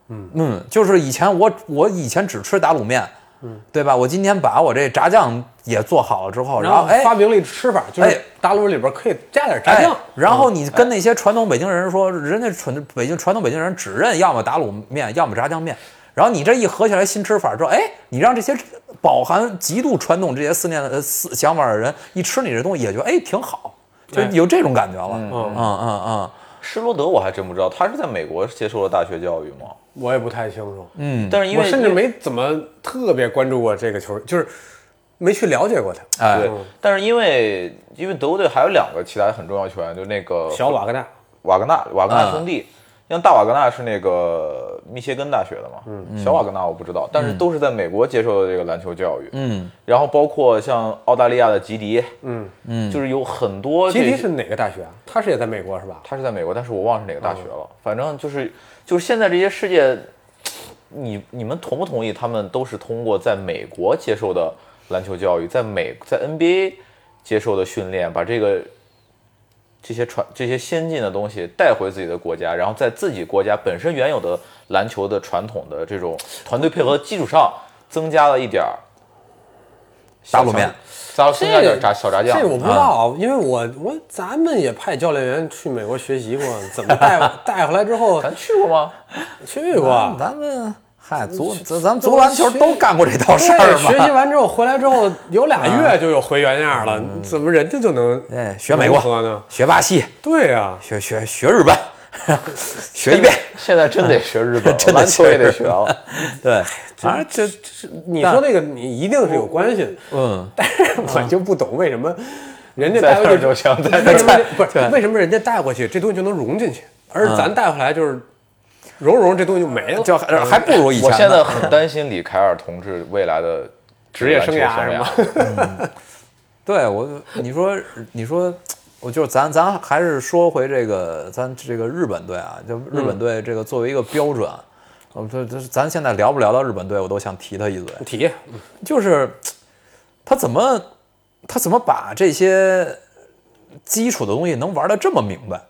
S2: 嗯就是以前我我以前只吃打卤面，嗯，对吧？我今天把我这炸酱也做好了之后，
S1: 然
S2: 然
S1: 后
S2: 后哎，
S1: 发明了一吃法，就
S2: 哎
S1: 是打卤里边可以加点炸
S2: 哎
S1: 酱，
S2: 然后你跟那些传统北京人说，人家传北京传统北京人只认要么打卤面，要么炸酱面。然后你这一合起来新吃法之后，哎，你让这些饱含极度传统这些思念的呃思想法的人一吃你这东西，也觉得哎挺好，就
S1: 哎
S2: 有这种感觉了。嗯
S1: 嗯
S2: 嗯嗯
S3: 施罗德我还真不知道，他是在美国接受了大学教育吗？
S1: 我也不太清楚，
S3: 嗯，但是因
S1: 我
S3: 为
S1: 甚至没怎么特别关注过这个球，就是没去了解过他。嗯
S2: 哎
S3: 对，但是因为因为德国队还有两个其他很重要球员，就那个
S1: 小瓦格纳，
S3: 瓦格纳瓦格
S2: 嗯
S3: 纳兄弟，像大瓦格纳是那个密歇根大学的嘛，
S1: 嗯
S3: 小瓦格纳我不知道，但是都是在美国接受的这个篮球教育，
S2: 嗯，
S3: 然后包括像澳大利亚的吉迪，
S1: 嗯，
S3: 嗯，就是有很多
S1: 吉
S3: 这
S1: 迪
S3: 些
S1: 是哪个大学啊？他是也在美国是吧？
S3: 他是在美国，但是我忘了是哪个大学
S1: 嗯
S3: 了。反正就是就是现在这些世界，你你们同不同意？他们都是通过在美国接受的篮球教育，在美在 NBA 接受的训练，把这个这些传这些先进的东西带回自己的国家，然后在自己国家本身原有的篮球的传统的这种团队配合的基础上，增加了一点儿
S2: 打卤面，
S3: 小增加一点儿炸小炸酱。啊
S1: 这个我不知道，因为我我咱们也派教练员去美国学习过，怎么带 带回来之后
S3: 咱去过吗？
S1: 去过。
S2: 咱们嗨足咱咱们足篮球都干过这套事
S1: 对
S2: 儿
S1: 学习
S2: 嘛。
S1: 完之后回来之后有俩
S3: 啊
S1: 月就有回原样了，
S3: 嗯
S1: 怎么人家就能
S2: 哎，学美国
S1: 能喝呢？
S2: 学巴西，
S1: 对啊，
S2: 学学学日本， 学一遍。
S3: 现在真得学日本了，
S2: 真的
S3: 篮球也得
S2: 学
S3: 学了。
S2: 对，
S1: 反正这这是你说那个你一定是有关系的，
S2: 嗯，
S1: 但是我就不懂为什么人家
S3: 在
S1: 带
S3: 这
S1: 回
S3: 儿
S1: 去
S3: 就行，在嗯这
S1: 为什么
S3: 儿。
S1: 不是为什么人家带过去这东西就能融进去，而咱带回来就是融融这东西就没了，嗯
S2: 就还还 不如以前
S3: 我
S2: 呢。
S3: 现在很担心李凯尔同志未来的
S1: 职业生涯是
S3: 生
S1: 吗？
S3: 涯。
S2: 对我，你说，你说，我就是咱咱还是说回这个咱这个日本队啊，就日本队这个作为一个标准，呃这这咱现在聊不聊到日本队，我都想提他一嘴，
S1: 体
S2: 就是他怎么他怎么把这些基础的东西能玩得这么明白？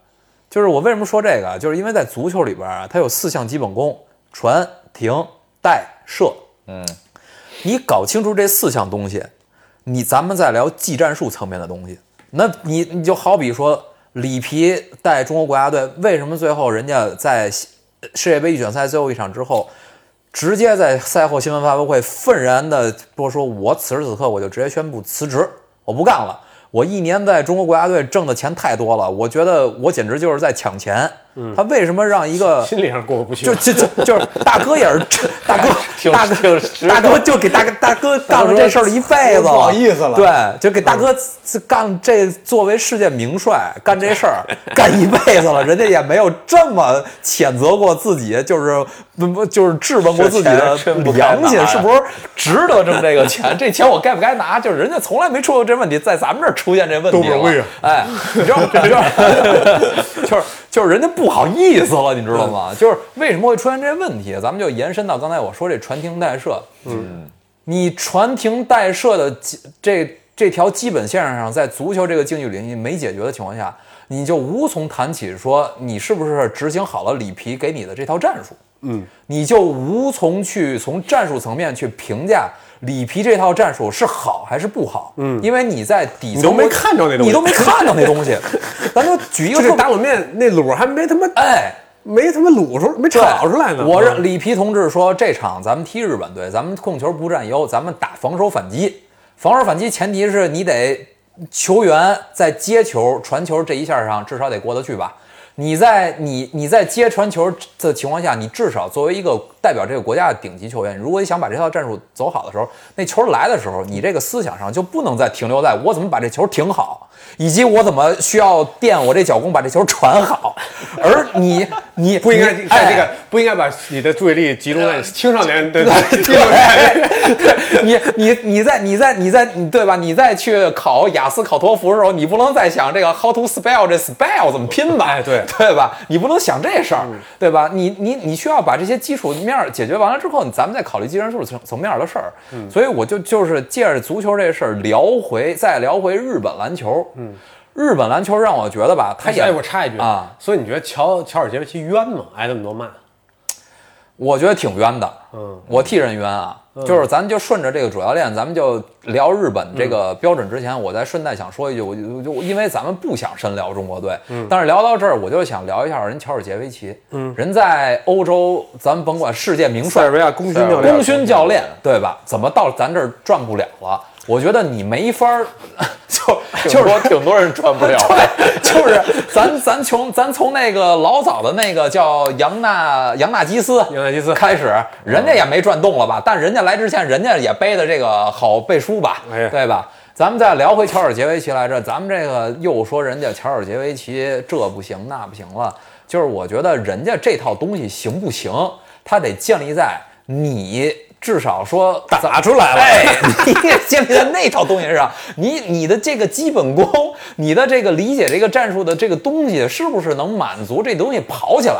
S2: 就是我为什么说这个啊，就是因为在足球里边啊，它有四项基本功：传、停、带、射。
S3: 嗯，
S2: 你搞清楚这四项东西，你咱们再聊技战术层面的东西。那你你就好比说里皮带中国国家队，为什么最后人家在世世界杯预选赛最后一场之后，直接在赛后新闻发布会愤然的说：“说我此时此刻我就直接宣布辞职，我不干了。我一年在中国国家队挣的钱太多了，我觉得我简直就是在抢钱。他为什么让一个
S1: 心理上过不去
S2: 就。就就就是大哥也是大哥
S3: 挺
S2: 大哥
S3: 挺实
S2: 大哥就给大哥大哥干了这事儿一辈子，
S1: 不好意思了
S2: 对，就给大哥这干这作为世界名帅干这事儿干一辈子了，人家也没有这么谴责过自己，就是不不就是质问过自己的
S3: 这钱真不该拿呀
S2: 良心是不是值得这么这个钱？这钱我该不该拿？就是人家从来没出过这问题，在咱们这儿出现这问题
S1: 都
S2: 了
S1: 不容易啊
S2: 哎，你知道， 你知道，就是就是人家不好意思了，你知道
S1: 嗯
S2: 吗？就是为什么会出现这问题？咱们就延伸到刚才我说这传庭带社，嗯，你传庭带社的基这这条基本线上，在足球这个竞技领域没解决的情况下，你就无从谈起说你是不是执行好了里皮给你的这套战术，嗯，你就无从去从战术层面去评价。里皮这套战术是好还是不好？嗯，因为你在底层
S1: 你都没看着那东西
S2: 你都没看到那东西。咱就举一个
S1: 就
S2: 特
S1: 这
S2: 别
S1: 打卤面呃那卤还没他妈
S2: 哎，
S1: 没他妈卤出没
S2: 对
S1: 炒出来嗯呢。
S2: 我是里皮同志说，这场咱们踢日本队，咱们控球不占优，咱们打防守反击。防守反击前提是你得球员在接球、传球这一下上至少得过得去吧。你在你你在接传球的情况下，你至少作为一个代表这个国家的顶级球员，如果你想把这套战术走好的时候，那球来的时候，你这个思想上就不能再停留在我怎么把这球停好，以及我怎么需要垫我这脚弓把这球传好，而你你
S1: 不应该
S2: 你
S1: 在这
S2: 哎
S1: 个，不应该把你的注意力集中在青少 年的青少年。
S2: 对， 你你你在你在你在你对吧？你再去考雅思、考托福的时候，你不能再想这个 how to spell 这 spell 怎么拼吧？
S1: 哎对嗯
S2: 对吧？你不能想这事儿，对吧？你你你需要把这些基础面儿解决完了之后，咱们再考虑技战术层层面儿的事儿。
S1: 嗯
S2: 所以我就就是借着足球这事儿聊回再聊回日本篮球。嗯，日本篮球让我觉得吧，他也
S1: 哎，我插一句
S2: 啊，
S1: 所以你觉得乔乔尔杰维奇冤吗？挨那么多骂，
S2: 我觉得挺冤的，嗯，我替人冤啊。就是咱就顺着这个主教练，咱们就聊日本这个标准之前，我再顺带想说一句，我就我就因为咱们不想深聊中国队，但是聊到这儿，我就想聊一下人乔尔杰维奇，嗯，人在欧洲，咱们甭管世界名
S1: 塞
S2: 帅
S1: 尔维亚功勋教练
S2: 功勋教练对吧？怎么到咱这儿转不了了？我觉得你没法儿， 就就是
S3: 挺多挺多人赚不了。
S2: 对，就是咱咱从咱从那个老早的那个叫杨纳杨纳基斯
S1: 杨纳基斯
S2: 开始，人家也没转动了吧？但人家来之前，人家也背的这个好背书吧
S1: 哎呀，
S2: 对吧？咱们再聊回乔尔杰维奇来着，咱们这个又说人家乔尔杰维奇这不行那不行了，就是我觉得人家这套东西行不行，它得建立在你至少说
S1: 打出 来了
S2: 哎，你也建立在那套东西上，你你的这个基本功，你的这个理解这个战术的这个东西，是不是能满足这东西跑起来？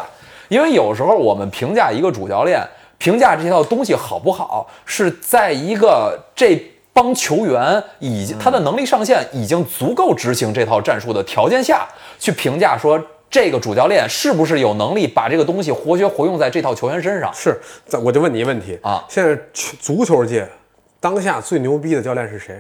S2: 因为有时候我们评价一个主教练，评价这套东西好不好，是在一个这帮球员已经他的能力上限已经足够执行这套战术的条件下去评价说。这个主教练是不是有能力把这个东西活学活用在这套球员身上？
S1: 是，咱我就问你一个问题
S2: 啊
S1: 现在球足球界当下最牛逼的教练是谁？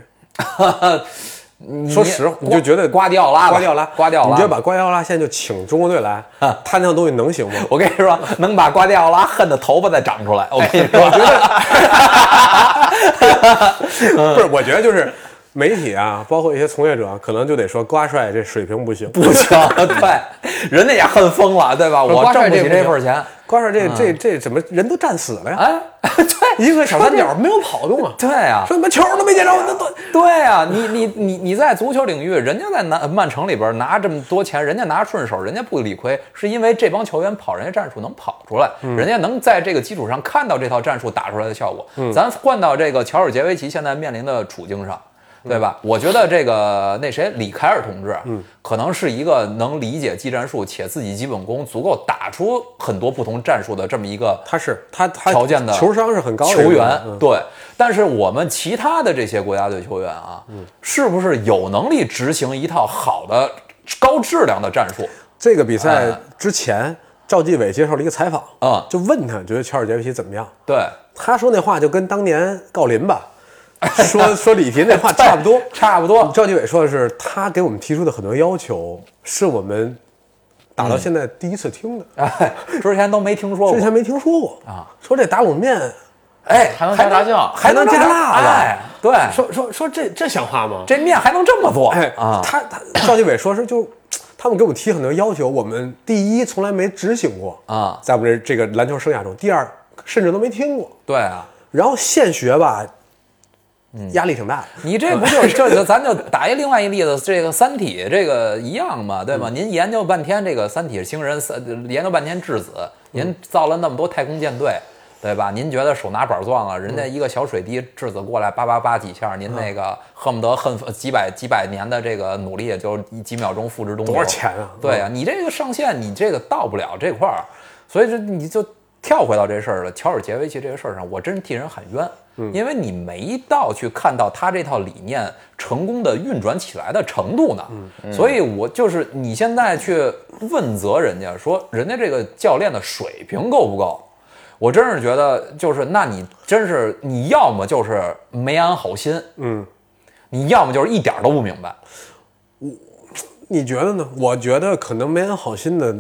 S2: 你
S1: 说实话，你就觉得
S2: 瓜迪奥拉吧，
S1: 瓜迪奥拉，
S2: 瓜迪奥拉，
S1: 你就把瓜迪奥拉现在就请中国队来，他那样东西能行吗？
S2: 我跟你说，能把瓜迪奥拉恨的头发再长出来，我跟你
S1: 哎
S2: 说，
S1: 不是，我觉得就是媒体啊，包括一些从业者啊，可能就得说瓜帅这水平不行，
S2: 不行，对，人家也恨疯了，对吧？我
S1: 瓜帅
S2: 挣不
S1: 这
S2: 起
S1: 不
S2: 这
S1: 行
S2: 份钱，
S1: 瓜帅这这这怎么人都战死了呀？
S2: 哎， 对，
S1: 一个小三角
S2: 说
S1: 没有跑动啊，
S2: 这，对啊，
S1: 说他妈球都没见着，那都
S2: 对啊，你你你你在足球领域，人家在拿曼城里边拿这么多钱，人家拿顺手，人家不理亏，是因为这帮球员跑人家战术能跑出来，人家能在这个基础上看到这套战术打出来的效果。咱换到这个乔尔杰维奇现在面临的处境上。对吧？我觉得这个那谁李凯尔同志，嗯，可能是一个能理解技战术且自己基本功足够打出很多不同战术的这么一个
S1: 他是他他
S2: 条件的
S1: 球商是很高的
S2: 球员
S1: 嗯，
S2: 对。但是我们其他的这些国家队球员啊，
S1: 嗯
S2: 是不是有能力执行一套好的高质量的战术？
S1: 这个比赛
S2: 嗯
S1: 之前，赵继伟接受了一个采访
S2: 啊
S1: 就问他觉得乔尔杰维奇怎么样，
S2: 对，
S1: 他说那话就跟当年郜林 吧，说说李婷那话差不多。
S2: 差不多。
S1: 哦 赵继伟说的是，他给我们提出的很多要求，是我们打到现在第一次听的，
S2: 嗯哎，之前都没听说
S1: 之
S2: 过。
S1: 前没听说过啊。说这打卤面，
S2: 哎，
S3: 还能加辣酱
S2: 还
S1: 还能
S2: 能
S1: 加
S2: 辣
S1: 辣的
S2: 哎，对，
S1: 说说说这这像话吗？
S2: 这面还能这么做
S1: 哎
S2: 啊？
S1: 他他赵继伟说是就。他他们给我们提很多要求，我们第一从来没执行过
S2: 啊
S1: 在我们这这个篮球生涯中，第二甚至都没听过。
S2: 对啊，
S1: 然后现学吧，
S2: 嗯
S1: 压力挺大的。
S2: 你这不就这就咱就打一另外一例子，这个《三体》这个一样嘛，对
S1: 嗯
S2: 吗？您研究半天这个《三体》星人，三研究半天质子，您
S1: 嗯
S2: 造了那么多太空舰队，对吧？您觉得手拿板撞啊了，人
S1: 嗯
S2: 家一个小水滴质子过来叭叭叭几下，您那个恨不得恨几百几百年的这个努力，也就一几秒钟付之东流。
S1: 多少钱啊
S2: 对啊，你这个上限你这个到不了这块儿，所以这你就跳回到这事儿了。乔尔杰维奇这个事儿上，我真是替人喊冤，因为你没到去看到他这套理念成功的运转起来的程度呢。所以我就是你现在去问责人家说，人家这个教练的水平够不够？我真是觉得，就是那你真是你要么就是没安好心，
S1: 嗯，
S2: 你要么就是一点儿都不明白。
S1: 你觉得呢？我觉得可能没安好心的，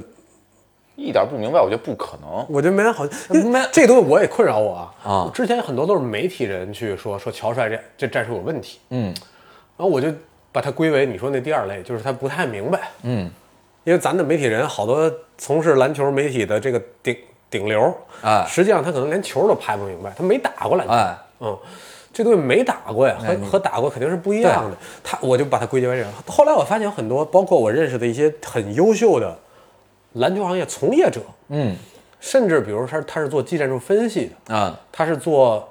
S3: 一点不明白，我觉得不可能。
S1: 我觉得没安好心，因
S2: 没
S1: 为这东西我也困扰我啊。
S2: 啊
S1: 之前很多都是媒体人去说说乔帅这这战术有问题，
S2: 嗯，
S1: 然后我就把它归为你说那第二类，就是他不太明白。
S2: 嗯，
S1: 因为咱的媒体人好多从事篮球媒体的这个顶顶流
S2: 哎
S1: 实际上他可能连球都拍不明白，他没打过篮球。
S2: 哎，
S1: 嗯，这东西没打过呀，和和打过肯定是不一样的。他我就把它归结为这样。后来我发现很多，包括我认识的一些很优秀的篮球行业从业者，
S2: 嗯
S1: 甚至比如说他他是做技战术分析的，
S2: 啊
S1: 他是做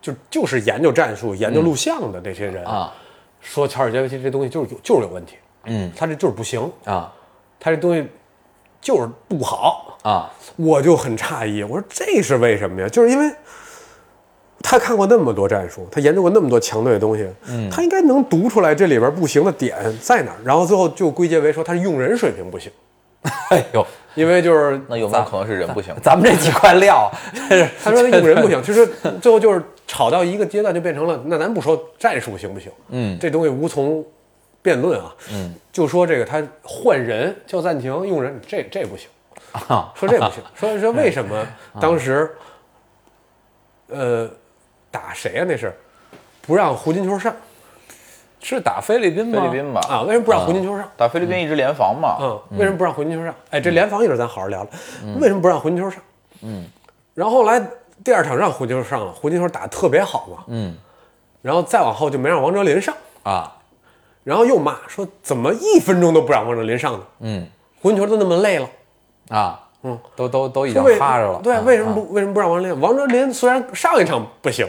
S1: 就就是研究战术、研究录像的这些人，
S2: 嗯啊
S1: 说乔尔杰维奇这东西就是有就是有问题，
S2: 嗯
S1: 他这就是不行，
S2: 啊
S1: 他这东西就是不好。
S2: 啊
S1: 我就很诧异，我说这是为什么呀？就是因为他看过那么多战术，他研究过那么多强队的东西，他应该能读出来这里边不行的点在哪儿，然后最后就归结为说他是用人水平不行，
S2: 哎呦，
S1: 因为就是
S3: 那有没有可能是人不行？
S2: 咱们这几块 料，这是
S1: 他说他用人不 行，就是最后就是吵到一个阶段就变成了，那咱不说战术行不行，
S2: 嗯，
S1: 这东西无从辩论啊，嗯，就说这个他换人叫暂停用人，这这不行，
S2: 啊嗯
S1: 说这不行，说说为什 么当时，呃，打谁啊呀、那是不让胡金秋上
S2: 是打菲律宾吗？
S3: 菲律宾吧，
S1: 啊？为什么不让胡金秋上？
S3: 打菲律宾一直联防嘛。
S1: 嗯，为什么不让胡金秋上？
S2: 嗯
S1: 哎，这联防一会儿咱好好聊聊，为什么不让胡金秋上？嗯，然后后来第二场让胡金秋上了，胡金秋打得特别好嘛，
S2: 嗯
S1: 然后再往后就没让王哲林上，
S2: 啊
S1: 然后又骂说怎么一分钟都不让王哲林上呢？
S2: 嗯
S1: 胡金秋都那么累了。
S2: 啊嗯，都都都已
S1: 就
S2: 经
S1: 为
S2: 趴着了。
S1: 对，啊
S2: 嗯
S1: 为什么
S2: 嗯
S1: 不、为什么不让王哲林？王哲林虽然上一场不行，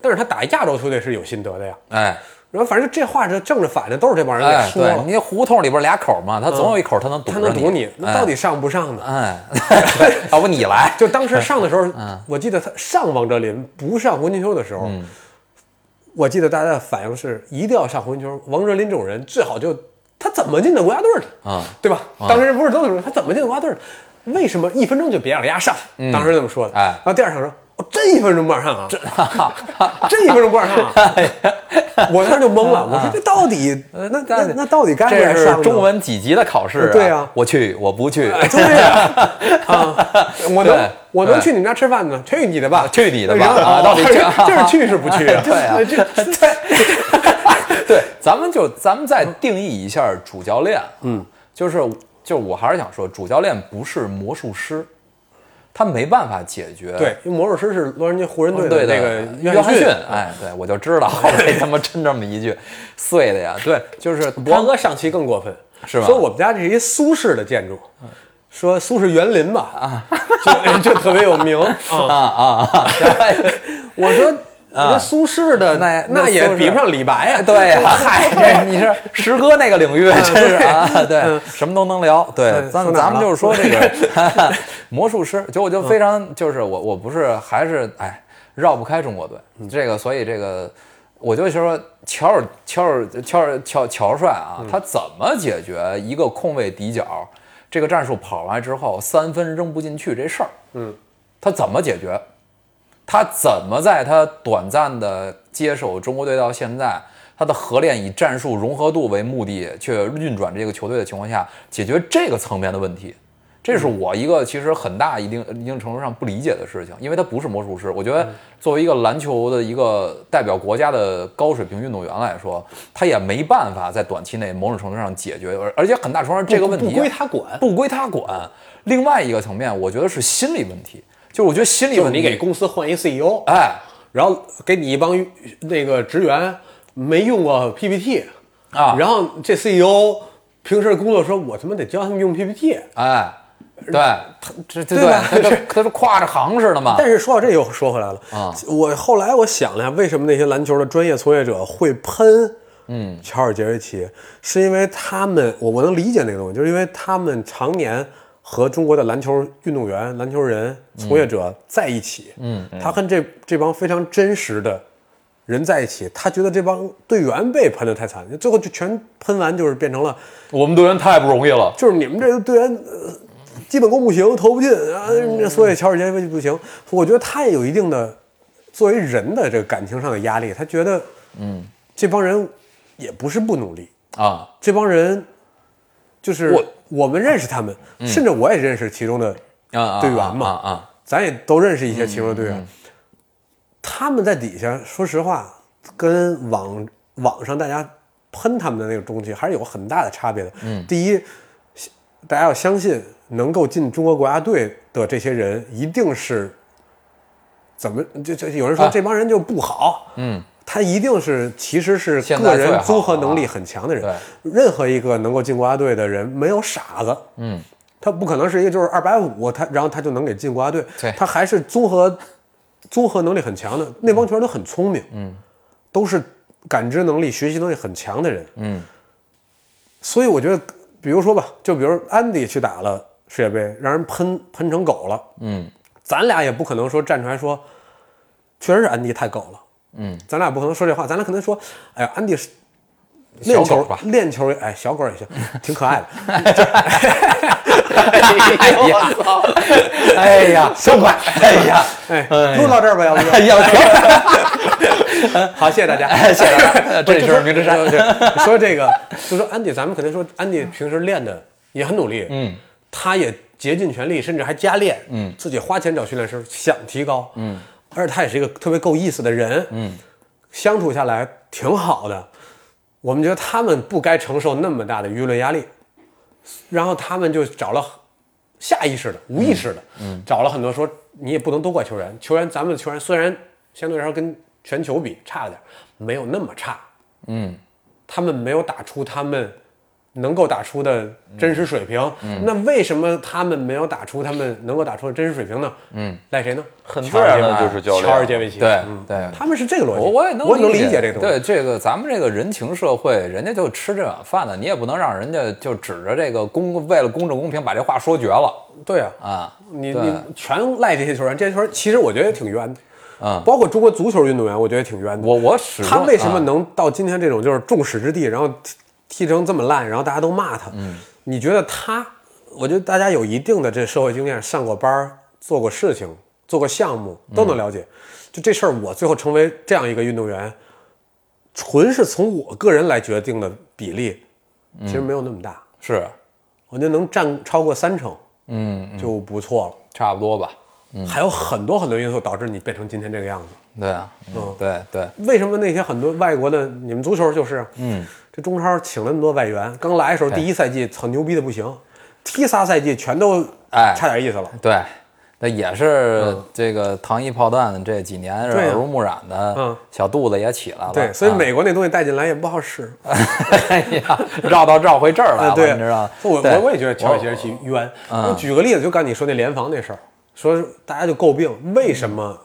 S1: 但是他打亚洲球队是有心得的呀。
S2: 哎
S1: 然后反正这话这正着反着都是这帮人
S2: 哎
S1: 给，说
S2: 对
S1: 了，
S2: 你胡同里边俩口嘛，他总有一口他能堵
S1: 他
S2: 着
S1: 能堵你，那到
S2: 哎
S1: 底上不上呢？
S2: 哎， 要不你来
S1: 就当时上的时 候，
S2: 嗯
S1: 我记得他上王哲林不上胡金秋的时候，我记得大家的反应是一定要上胡金秋。王哲林这种人最好就他怎么进的国家队的
S2: 啊
S1: 对吧？当时不是都是说他怎么进的国家队的？为什么一分钟就别让人家上？当时这么说的。
S2: 哎
S1: 然后第二场说，哦，真一分钟不让上啊， 真一分钟不让上啊！我当时就懵了，我
S2: 啊
S1: 说这到底
S2: 呃
S1: 那那那到底该不该
S2: 这
S1: 上呢？
S2: 是中文几级的考试、啊？
S1: 对啊哎
S2: 我去，我不去，
S1: 对呀，啊， 我能
S2: 嗯对
S1: 我能
S2: 对
S1: 去你们家吃饭呢？去你的吧，
S2: 去你的吧
S1: 然后
S2: 啊到底去
S1: 这这是去是不去啊？
S2: 对 啊
S1: 这
S2: 对，咱们就咱们再定义一下主教练，嗯，就是就我还是想说，主教练不是魔术师，他没办法解决
S1: 对，因为魔术师是洛杉矶湖人队
S2: 对
S1: 的那个
S2: 约
S1: 翰
S2: 翰逊，哎，对我就 知道后来他妈真这么一句碎的呀，对，就是
S1: 博
S2: 博
S1: 哥上期更过分，
S2: 是吧嗯
S1: 说我们家这是一苏式的建筑，说苏式园林吧，啊， 就就特别有名
S2: 啊
S1: 啊。
S2: 啊，啊
S1: 我说。那苏式的
S2: 嗯那
S1: 那
S2: 那
S1: 也
S2: 苏式
S1: 比不上李白 呀，哎嗯
S2: 对呀，嗨，你是师哥那个领域，真是啊， 对，什么都能聊。对，咱
S1: 说哪儿
S2: 咱
S1: 了
S2: 们就是说这 个 魔术师，就我就非
S1: 嗯
S2: 常就是我我不是还是哎绕不开中国队
S1: 嗯
S2: 这个，所以这个我就说乔尔乔尔乔尔乔乔帅啊，
S1: 嗯
S2: 他怎么解决一个空位底角这个战术跑完之后三分扔不进去这事儿？
S1: 嗯，
S2: 他怎么解决？他怎么在他短暂的接手中国队到现在，他的合练以战术融合度为目的去运转这个球队的情况下，解决这个层面的问题？这是我一个其实很大一定一定程度上不理解的事情，因为他不是魔术师。我觉得作为一个篮球的一个代表国家的高水平运动员来说，他也没办法在短期内某种程度上解决，而而且很大程度上这个问题啊
S1: 不归他管，
S2: 不归他管。另外一个层面，我觉得是心理问题，就是我觉得心理
S1: 就是
S2: 问题，
S1: 你给公司换一 CEO，
S2: 哎
S1: 然后给你一帮那个职员没用过 PPT
S2: 啊
S1: 然后这 CEO 平时工作说，我他妈得教他们用 PPT。
S2: 哎，对，他这这对
S1: 吧
S2: 他这他是跨着行似的嘛，
S1: 但是说到这又说回来了
S2: 啊，
S1: 我后来我想了一下，为什么那些篮球的专业从业者会喷，嗯，乔尔杰维奇，是因为他们，我我能理解那个东西，就是因为他们常年和中国的篮球运动员、篮球人从业者在一起，嗯，他跟这这帮非常真实的人在一起，他觉得这帮队员被喷的太惨，最后就全喷完，就是变成了。
S2: 我们队员太不容易了。
S1: 就是你们这个队员、呃、基本功不行，投不进啊，所以乔尔杰维奇不行。我觉得他也有一定的作为人的这个感情上的压力，他觉得，嗯，这帮人也不是不努力，
S2: 啊，
S1: 这帮人就是
S2: 我
S1: 我们认识他们，甚至我也认识其中的
S2: 啊啊
S1: 队员嘛
S2: 啊啊，
S1: 咱也都认识一些其中的队员，他们在底下，说实话，跟网网上大家喷他们的那个东西还是有很大的差别的。嗯，第一，大家要相信能够进中国国家队的这些人一定是怎么就就有人说
S2: 啊
S1: 这帮人就不好，
S2: 嗯，
S1: 他一定是其实是
S2: 现
S1: 个
S2: 在最
S1: 人
S2: 好
S1: 综合能力
S2: 啊
S1: 很强的人。任何一个能够进国家队的人，没有傻子，
S2: 嗯，
S1: 他不可能是一个就是二百五，他然后他就能给进国家队，
S2: 对
S1: 他还是综合综合能力很强的。那帮球员都很聪明，嗯，都是感知能力、学习能力很强的人，
S2: 嗯，
S1: 所以我觉得，比如说吧，就比如安迪去打了世界杯，让人喷喷成狗了，
S2: 嗯
S1: 咱俩也不可能说站出来说，确实是安迪太狗了。
S2: 嗯，
S1: 咱俩不可能说这话，咱俩可能说，哎呀，安迪是练
S2: 小狗
S1: 球
S2: 吧
S1: 练球，哎，小狗也行，挺可 爱的。
S3: 哎呀，我操！
S2: 哎呀，
S3: 真快！哎呀，
S1: 哎，录到这儿吧，要不就
S3: 要说
S1: 哎 好，谢谢大家，
S2: 哎谢谢大 家，这里
S1: 就是
S2: 明之山。
S1: 对 说这个，就说安迪，咱们肯定说安迪平时练的也很努力，嗯，他也竭尽全力，甚至还加练，嗯，自己花钱找训练师，想提高，嗯，而且他也是一个特别够意思的人，嗯，相处下来挺好的。我们觉得他们不该承受那么大的舆论压力，然后他们就找了下意识的、无意识的，找了很多说你也不能都怪球员，球员咱们的球员虽然相对来说跟全球比差了点儿，没有那么差，他们没有打出他们能够打出的真实水平。
S2: 嗯
S1: 那为什么他们没有打出他们能够打出的真实水平呢？嗯，赖谁呢？
S3: 很自然的就是教
S1: 乔尔杰
S3: 练，
S1: 维奇。
S2: 对
S1: 嗯
S2: 对
S1: 他们是这个逻辑。
S2: 我我也能
S1: 我能
S2: 理
S1: 解这个东西。
S2: 对这个咱们这个人情社会，人家就吃这碗饭的，你也不能让人家就指着这个公为了公正公平把这话说绝了
S1: 对啊，
S2: 啊！
S1: 你
S2: 对
S1: 你全赖这些球员，这些球员其实我觉得也挺冤的。
S2: 嗯
S1: 包括中国足球运动员，我觉得也挺冤的。
S2: 我我始终
S1: 他为什么
S2: 啊
S1: 能到今天这种就是众矢之的，然后踢踢成这么烂，然后大家都骂他？嗯，你觉得他？我觉得大家有一定的这社会经验，上过班儿，做过事情，做过项目，都能了解。就这事儿，我最后成为这样一个运动员，纯是从我个人来决定的比例，其实没有那么大。
S2: 是
S1: 我觉得能占超过三成，嗯，就不错了。
S2: 差不多吧？
S1: 还有很多很多因素导致你变成今天这个样子。
S2: 对啊，嗯，对对，
S1: 为什么那些很多外国的，你们足球就是，嗯，这中超请了那么多外援，刚来的时候第一赛季操牛逼的不行，踢仨赛季全都
S2: 哎
S1: 差点意思了。
S2: 对，那也是这个糖衣炮弹这几年
S1: 嗯
S2: 是
S1: 对啊
S2: 耳濡目染的
S1: 嗯，
S2: 小肚子也起来了。
S1: 对，所以
S2: 啊
S1: 美国那东西带进来也不好使。
S2: 哎呀，绕到绕回这儿
S1: 啊，
S2: 来了，
S1: 对，
S2: 你知道吗？
S1: 所以我
S2: 对嗯
S1: 我我也觉得乔尔杰维奇冤。我举个例子，就刚你说那联防那事儿，说大家就诟病为什么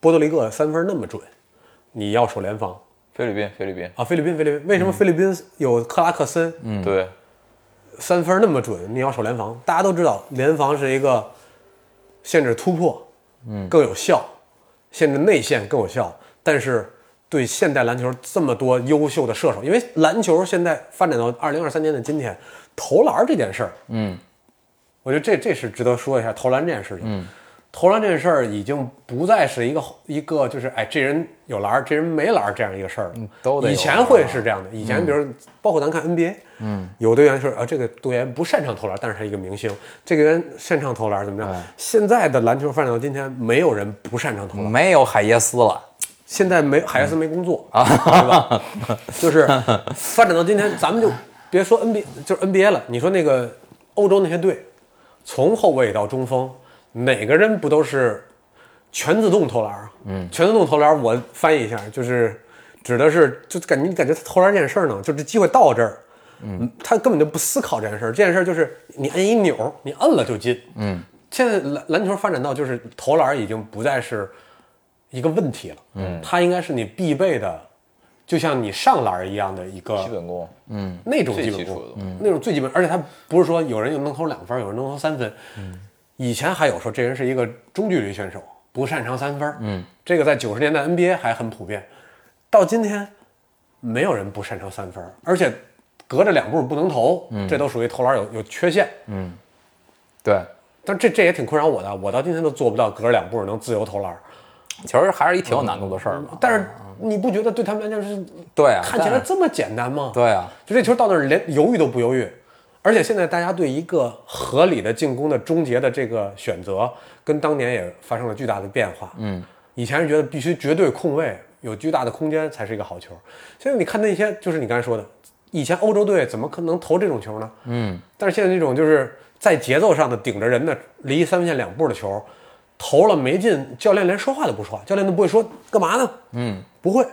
S1: 波多黎各三分那么准，你要守联防
S3: 菲律宾，菲律宾，
S1: 啊？菲律宾，菲律宾为什么
S2: 嗯
S1: 菲律宾有克拉克森？嗯。
S3: 对，
S1: 三分那么准，你要守联防，大家都知道联防是一个限制突破，嗯，更有效，限制内线更有效。但是对现代篮球这么多优秀的射手，因为篮球现在发展到二零二三年的今天，投篮这件事儿，嗯，我觉得这这是值得说一下投篮这件事情。嗯，投篮这事儿已经不再是一个一个就是哎，这人有篮儿，这人没篮儿这样一个事儿了。
S2: 都得有
S1: 以前会是这样的，以前比如包括咱看 NBA，嗯，有队员是啊，这个队员不擅长投篮，但是他一个明星，这个人擅长投篮怎么样？现在的篮球发展到今天，没有人不擅长投篮。
S2: 没有海耶斯了，
S1: 现在没海耶斯没工作啊，对吧？ 就是发展到今天，咱们就别说 NBA，就是 NBA 了。你说那个欧洲那些队，从后卫到中锋，哪个人不都是全自动投篮啊？嗯，全自动投篮，我翻译一下，就是指的是，就感觉你感觉他投篮这件事儿呢，就这机会到这儿，嗯，他根本就不思考这件事儿。这件事儿就是你按一钮，你摁了就进。嗯，现在篮篮球发展到就是投篮已经不再是一个问题了，嗯，它应该是你必备的，就像你上篮儿一样的一个
S3: 基本功，嗯，
S1: 那种
S3: 最
S1: 基本
S3: 基础
S1: 功
S3: 的东西，
S1: 那种最基本，而且他不是说有人能投两分，有人能投三分。
S3: 嗯
S1: 以前还有说这人是一个中距离选手，不擅长三分。嗯，这个在九十年代 NBA 还很普遍，到今天没有人不擅长三分，而且隔着两步不能投，
S3: 嗯
S1: 这都属于投篮有有缺陷。
S2: 对，
S1: 但这这也挺困扰我的，我到今天都做不到隔着两步能自由投篮。
S2: 其实还是一挺有难度的事儿
S3: 啊
S2: 嘛。
S1: 但是你不觉得对他们来讲是
S2: 对啊，
S1: 看起来
S2: 但是
S1: 这么简单吗？
S2: 对啊，
S1: 就这球到那儿连犹豫都不犹豫，而且现在大家对一个合理的进攻的终结的这个选择，跟当年也发生了巨大的变化。嗯，以前是觉得必须绝对空位，有巨大的空间才是一个好球。现在你看那些，就是你刚才说的，以前欧洲队怎么可能投这种球呢？嗯，但是现在这种就是在节奏上的顶着人的离三分线两步的球，投了没进，教练连说话都不说话，教练都不会说干嘛呢？嗯，不会。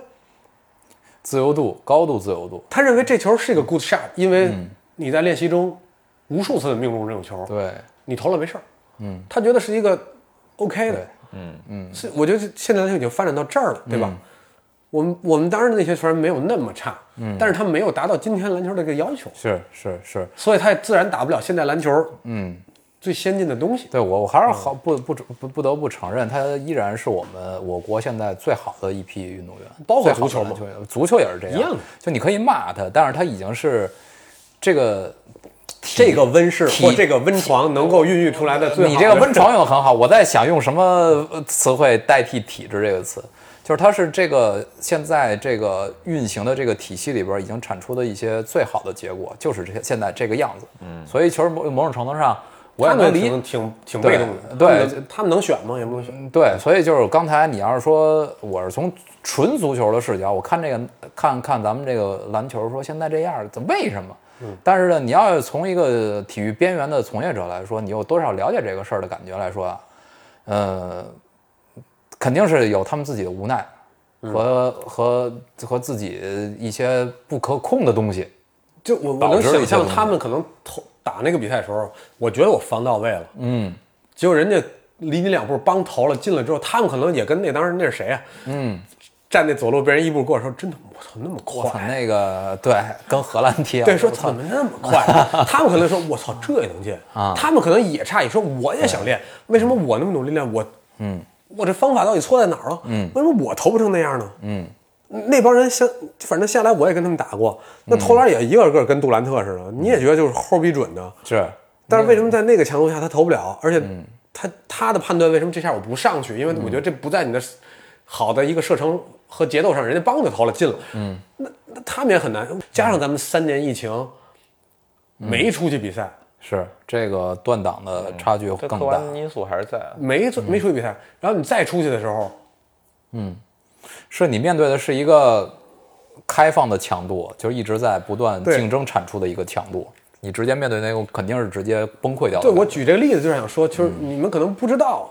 S2: 自由度、高度自由度，
S1: 他认为这球是一个 good shot，因为你在练习中无数次的命中这种球，
S2: 嗯对，
S1: 你投了没事儿。嗯，他觉得是一个 OK 的。嗯嗯，是我觉得现在就已经发展到这儿
S2: 嗯
S1: 了，对吧？我们我们当时那些球员没有那么差，嗯，但是他没有达到今天篮球的这个要求，
S2: 是是是，
S1: 所以他也自然打不了现在篮球嗯最先进的东西。
S2: 对我
S1: 嗯
S2: 我还是好不不不不得不承认，他依然是我们我国现在最好的一批运动员，
S1: 包括
S2: 最好的
S1: 足球嘛
S2: 篮员足球也是这样，
S1: 一样的
S2: 就你可以骂他，但是他已经是这个
S1: 这个温室
S2: 体
S1: 或这个温床能够孕育出来的最好的
S2: 你这个温床又很好，我在想用什么呃词汇代替“体制”这个词，就是它是这个现在这个运行的这个体系里边已经产出的一些最好的结果，就是这现在这个样子。嗯，所以其实某某种程度上，我也
S1: 他们
S2: 能理
S1: 挺挺挺被动的，
S2: 对
S1: 他们能他们能选吗？也不能选。
S2: 对，所以就是刚才你要是说我是从纯足球的视角，我看这个看看咱们这个篮球，说现在这样，怎为什么？
S1: 嗯
S2: 但是呢，你要是从一个体育边缘的从业者来说，你有多少了解这个事儿的感觉来说啊，呃，肯定是有他们自己的无奈
S1: 嗯
S2: 和、和和自己一些不可控的东西。
S1: 就我我
S2: 导
S1: 能
S2: 致了
S1: 想
S2: 一些
S1: 象
S2: 东
S1: 他们可能投打那个比赛的时候，我觉得我防到位了，嗯，结果人家离你两步，帮投了进了之后，他们可能也跟那当时那是谁啊，嗯，站那左路被人一步过的时候，真的我操那么
S2: 我操
S1: 快，
S2: 那个对，跟荷兰踢啊，
S1: 对，说
S2: 我操
S1: 怎么那么 快啊、他们可能说我操这也能进
S2: 啊
S1: 他们可能也诧异说我也想练，为什么我那么努力练我，嗯，我这方法到底错在哪儿了？嗯，为什么我投不成那样呢？嗯。那帮人像，反正下来我也跟他们打过，那投篮也一个个跟杜兰特似的，你也觉得就是齁逼准的，
S2: 是
S1: 但是为什么在那个强度下他投不了？而且他他的判断为什么这下我不上去？因为我觉得这不在你的好的一个射程和节奏上，人家帮着投了进了。嗯，那那他们也很难。加上咱们三年疫情没出去比赛，
S2: 是，这个断档
S1: 嗯
S2: 的差距
S3: 这
S2: 更
S3: 客
S2: 大。
S3: 观因素还是在。
S1: 没做没出去比赛，然后你再出去的时候，
S2: 是你面对的是一个开放的强度，就是一直在不断
S1: 对
S2: 竞争产出的一个强度。你直接面对那个肯定是直接崩溃掉的。
S1: 对我举这个例子就是想说，就是你们可能不知道，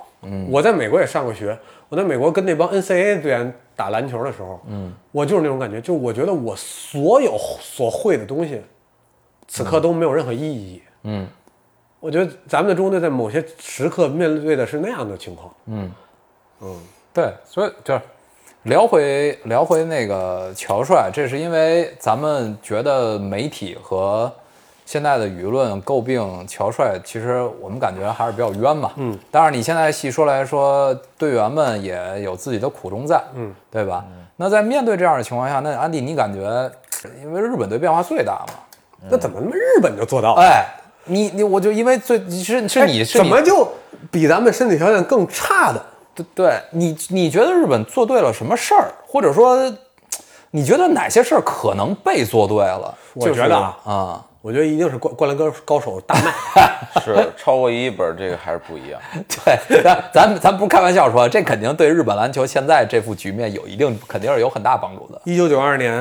S1: 我在美国也上过学，我在美国跟那帮 NCAA 队员打篮球的时候，嗯，我就是那种感觉，就是我觉得我所有所会的东西，此刻都没有任何意义，嗯，我觉得咱们的中国队在某些时刻面对的是那样的情况，
S2: 对，所以就是聊回聊回那个乔帅，这是因为咱们觉得媒体和现在的舆论诟病乔帅，其实我们感觉还是比较冤嘛。嗯，但是你现在细说来说，队员们也有自己的苦衷在，嗯，对吧？那在面对这样的情况下，那安迪，你感觉，因为日本队变化最大嘛？
S1: 那怎么日本就做到了？
S2: 哎，你你我就因为最是是你是
S1: 哦哎
S2: 你是
S1: 怎
S2: 你
S1: 么就比咱们身体条件更差的，
S2: 对对，你你觉得日本做对了什么事儿，或者说，你觉得哪些事儿可能被做对了？
S1: 我
S2: 就是
S1: 觉得啊
S2: 啊，
S1: 我觉得一定是灌《灌篮高高手》大卖。
S3: 是超过一亿本，这个还是不一样。
S2: 对，咱咱咱不是开玩笑说，这肯定对日本篮球现在这副局面有一定，肯定是有很大帮助的。
S1: 一九九二年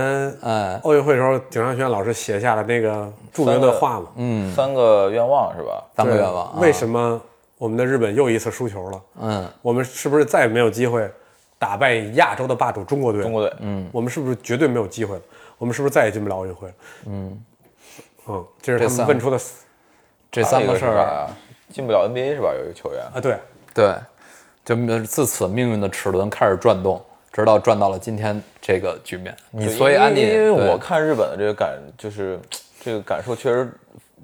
S2: 嗯，
S1: 奥运会的时候，井上学院老师写下了那个著名的话嘛，
S3: 嗯，三个愿望是吧？
S2: 三
S1: 对
S2: 个愿望啊，
S1: 为什么我们的日本又一次输球了？
S2: 嗯，
S1: 我们是不是再也没有机会打败亚洲的霸主中国队？
S3: 中国队，嗯，
S1: 我们是不是绝对没有机会了？我们是不是再也进不了奥运会了？嗯，嗯，这是
S2: 这
S1: 他
S2: 三
S1: 们问出的四
S2: 这三个事
S3: 还有一啊
S2: 儿，
S3: 是啥呀进不了 NBA 是吧？有一个球员，
S1: 啊，对，
S2: 对，就呃自此命运的齿轮开始转动，直到转到了今天这个局面。你
S3: 对
S2: 所以
S3: 因为
S2: 安迪，
S3: 因为
S2: 对
S3: 我看日本的这个感，就是这个感受确实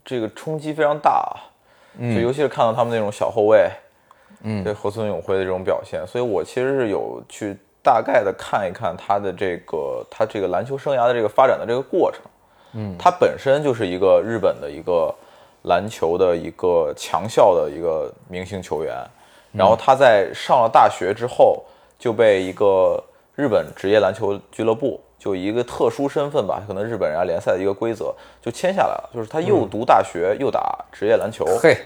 S3: 这个冲击非常大，啊
S2: 嗯
S3: 就尤其是看到他们那种小后卫，嗯，对河村永辉的这种表现，所以我其实是有去大概的看一看他的这个他这个篮球生涯的这个发展的这个过程，嗯，他本身就是一个日本的一个篮球的一个强校的一个明星球员，然后他在上了大学之后就被一个日本职业篮球俱乐部就以一个特殊身份吧，可能日本人家联赛的一个规则就签下来了，就是他又读大学又打职业篮球。
S2: 嘿，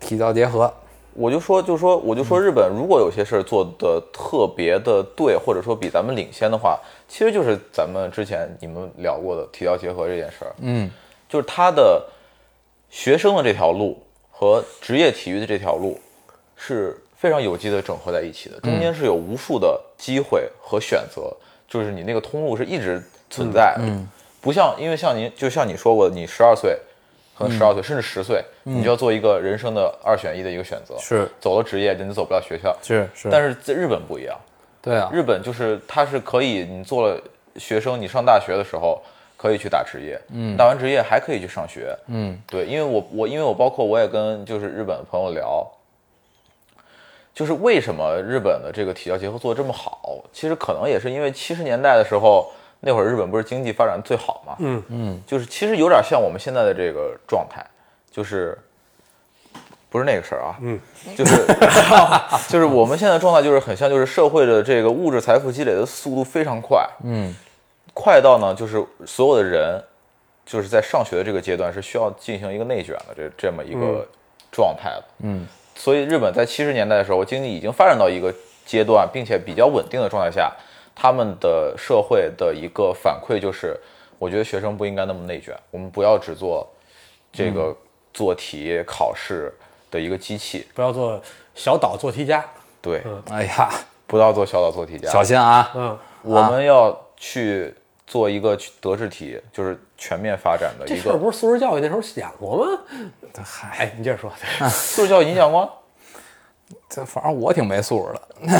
S2: 体教结合，
S3: 我就说，就说，我就说，日本如果有些事儿做的特别的对，或者说比咱们领先的话，其实就是咱们之前你们聊过的体教结合这件事儿。
S2: 嗯，
S3: 就是他的学生的这条路和职业体育的这条路是非常有机的整合在一起
S2: 嗯
S3: 的，中间是有无数的机会和选择，就是你那个通路是一直存在的，
S2: 嗯
S3: 不像因为像您就像你说过，你十二岁。
S2: 嗯
S3: 可能十二岁、甚至十岁，你就要做一个人生的二选一的一个选择。
S2: 是
S3: 走了职业，你走不了学校。
S2: 是是
S3: 但是在日本不一样，
S2: 对啊，
S3: 日本就是它是可以，你做了学生，你上大学的时候可以去打职业，嗯，打完职业还可以去上学，
S2: 嗯，
S3: 对，因为我我因为我包括我也跟就是日本朋友聊，就是为什么日本的这个体教结合做的这么好，其实可能也是因为七十年代的时候那会儿日本不是经济发展最好嘛，
S1: 嗯
S3: 嗯，就是其实有点像我们现在的这个状态，就是。不是那个事儿啊，嗯，就是 就是我们现在状态就是很像，就是社会的这个物质财富积累的速度非常快，
S2: 嗯，
S3: 快到呢，就是所有的人就是在上学的这个阶段是需要进行一个内卷的这这么一个状态的，
S2: 嗯，
S3: 所以日本在七十年代的时候，经济已经发展到一个阶段，并且比较稳定的状态下，他们的社会的一个反馈就是，我觉得学生不应该那么内卷，我们不要只做这个
S2: 嗯
S3: 做题考试的一个机器，
S1: 不要做小岛做题家，
S3: 对，
S2: 哎呀，
S3: 不要做小岛做题家，
S2: 小心啊，
S1: 嗯，
S3: 我们要去做一个德智体，就是全面发展的
S1: 这
S3: 一
S1: 事儿
S3: 个
S1: 不是素质教育那时候想过吗？哎，你接 着说，
S3: 素质教育影响观。
S2: 这反正我挺没素质的，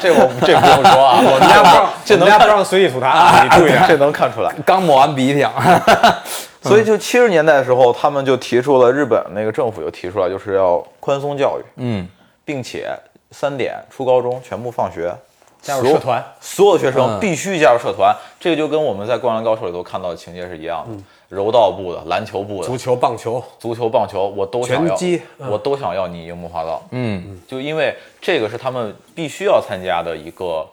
S3: 这我这不用说啊，我们家不这能
S1: 人家不
S3: 看，
S1: 让随地吐啊痰，你
S2: 啊
S1: 注意点。
S3: 这能看出来。
S2: 刚抹完鼻涕，啊
S3: 所以就七十年代的时候，他们就提出了日本那个政府就提出来，就是要宽松教育，
S2: 嗯，
S3: 并且三点初高中全部放学，
S1: 加入社团，
S3: 所有学
S2: 嗯
S3: 生必须加入社团。这个就跟我们在《灌篮高手》里头看到的情节是一样
S2: 嗯
S3: 的，柔道部的、篮球部的
S1: 足、球、棒球，
S3: 足球、棒球，我都想要
S1: 拳击，嗯
S3: 我都想要你樱木花道。
S2: 嗯，
S3: 就因为这个是他们必须要参加的一个、
S1: 嗯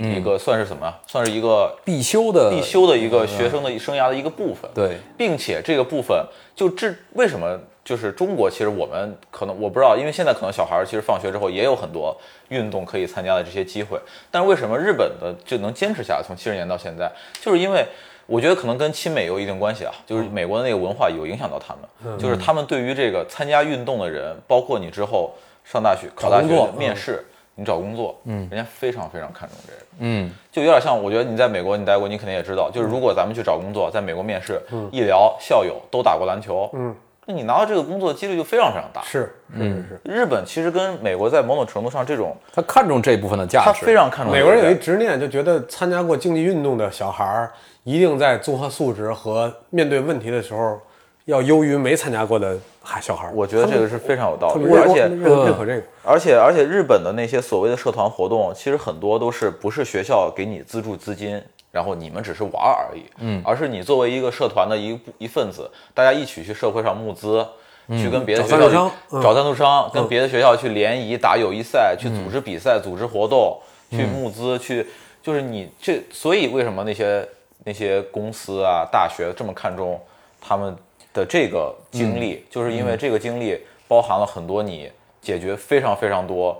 S3: 一个算是什么呀？算是一个
S2: 必修
S1: 呃
S2: 的
S3: 必，修的一
S1: 嗯
S3: 个学生的生涯的一个部分。，
S2: 对，
S3: 并且这个部分就这为什么就是中国其实我们可能我不知道，因为现在可能小孩儿其实放学之后也有很多运动可以参加的这些机会，但是为什么日本的就能坚持下来，从七十年到现在，就是因为。我觉得可能跟亲美有一定关系啊，就是美国的那个文化有影响到他们，就是他们对于这个参加运动的人，包括你之后上大学、考大
S1: 工作
S3: 学、面试、你找工作，嗯，人家非常非常看重这个。
S2: 嗯，
S3: 就有点像，我觉得你在美国你待过，你肯定也知道，就是如果咱们去找工作，在美国面试，一聊校友都打过篮球，
S1: 嗯，
S3: 那你拿到这个工作的几率就非常非常大。
S1: 是是是是。
S3: 日本其实跟美国在某种程度上，这种
S2: 他看重这部分的价
S3: 他
S2: 值，
S3: 非常看重
S1: 美国人
S3: 这
S1: 有
S3: 个
S1: 一执念，就觉得参加过竞技运动的小孩儿，一定在综合素质和面对问题的时候，要优于没参加过的孩小孩儿。
S3: 我觉得这个是非常有道
S1: 他
S3: 理
S1: 们
S3: 的，
S1: 认
S3: 而且嗯
S1: 认认可这个，
S3: 而且而且日本的那些所谓的社团活动，其实很多都是不是学校给你资助资金，然后你们只是玩儿而已，嗯，而是你作为一个社团的一部一份子，大家一起去社会上募资，去跟别的
S1: 找
S3: 学
S1: 赞
S3: 校
S1: 助商
S3: 去找赞助商，跟别的学校去联谊、打友谊赛，去组织比赛、组织活动、去募资、去，就是你这，所以为什么那些那些公司啊、大学这么看重他们的这个经历，就是因为这个经历包含了很多你解决非常非常多，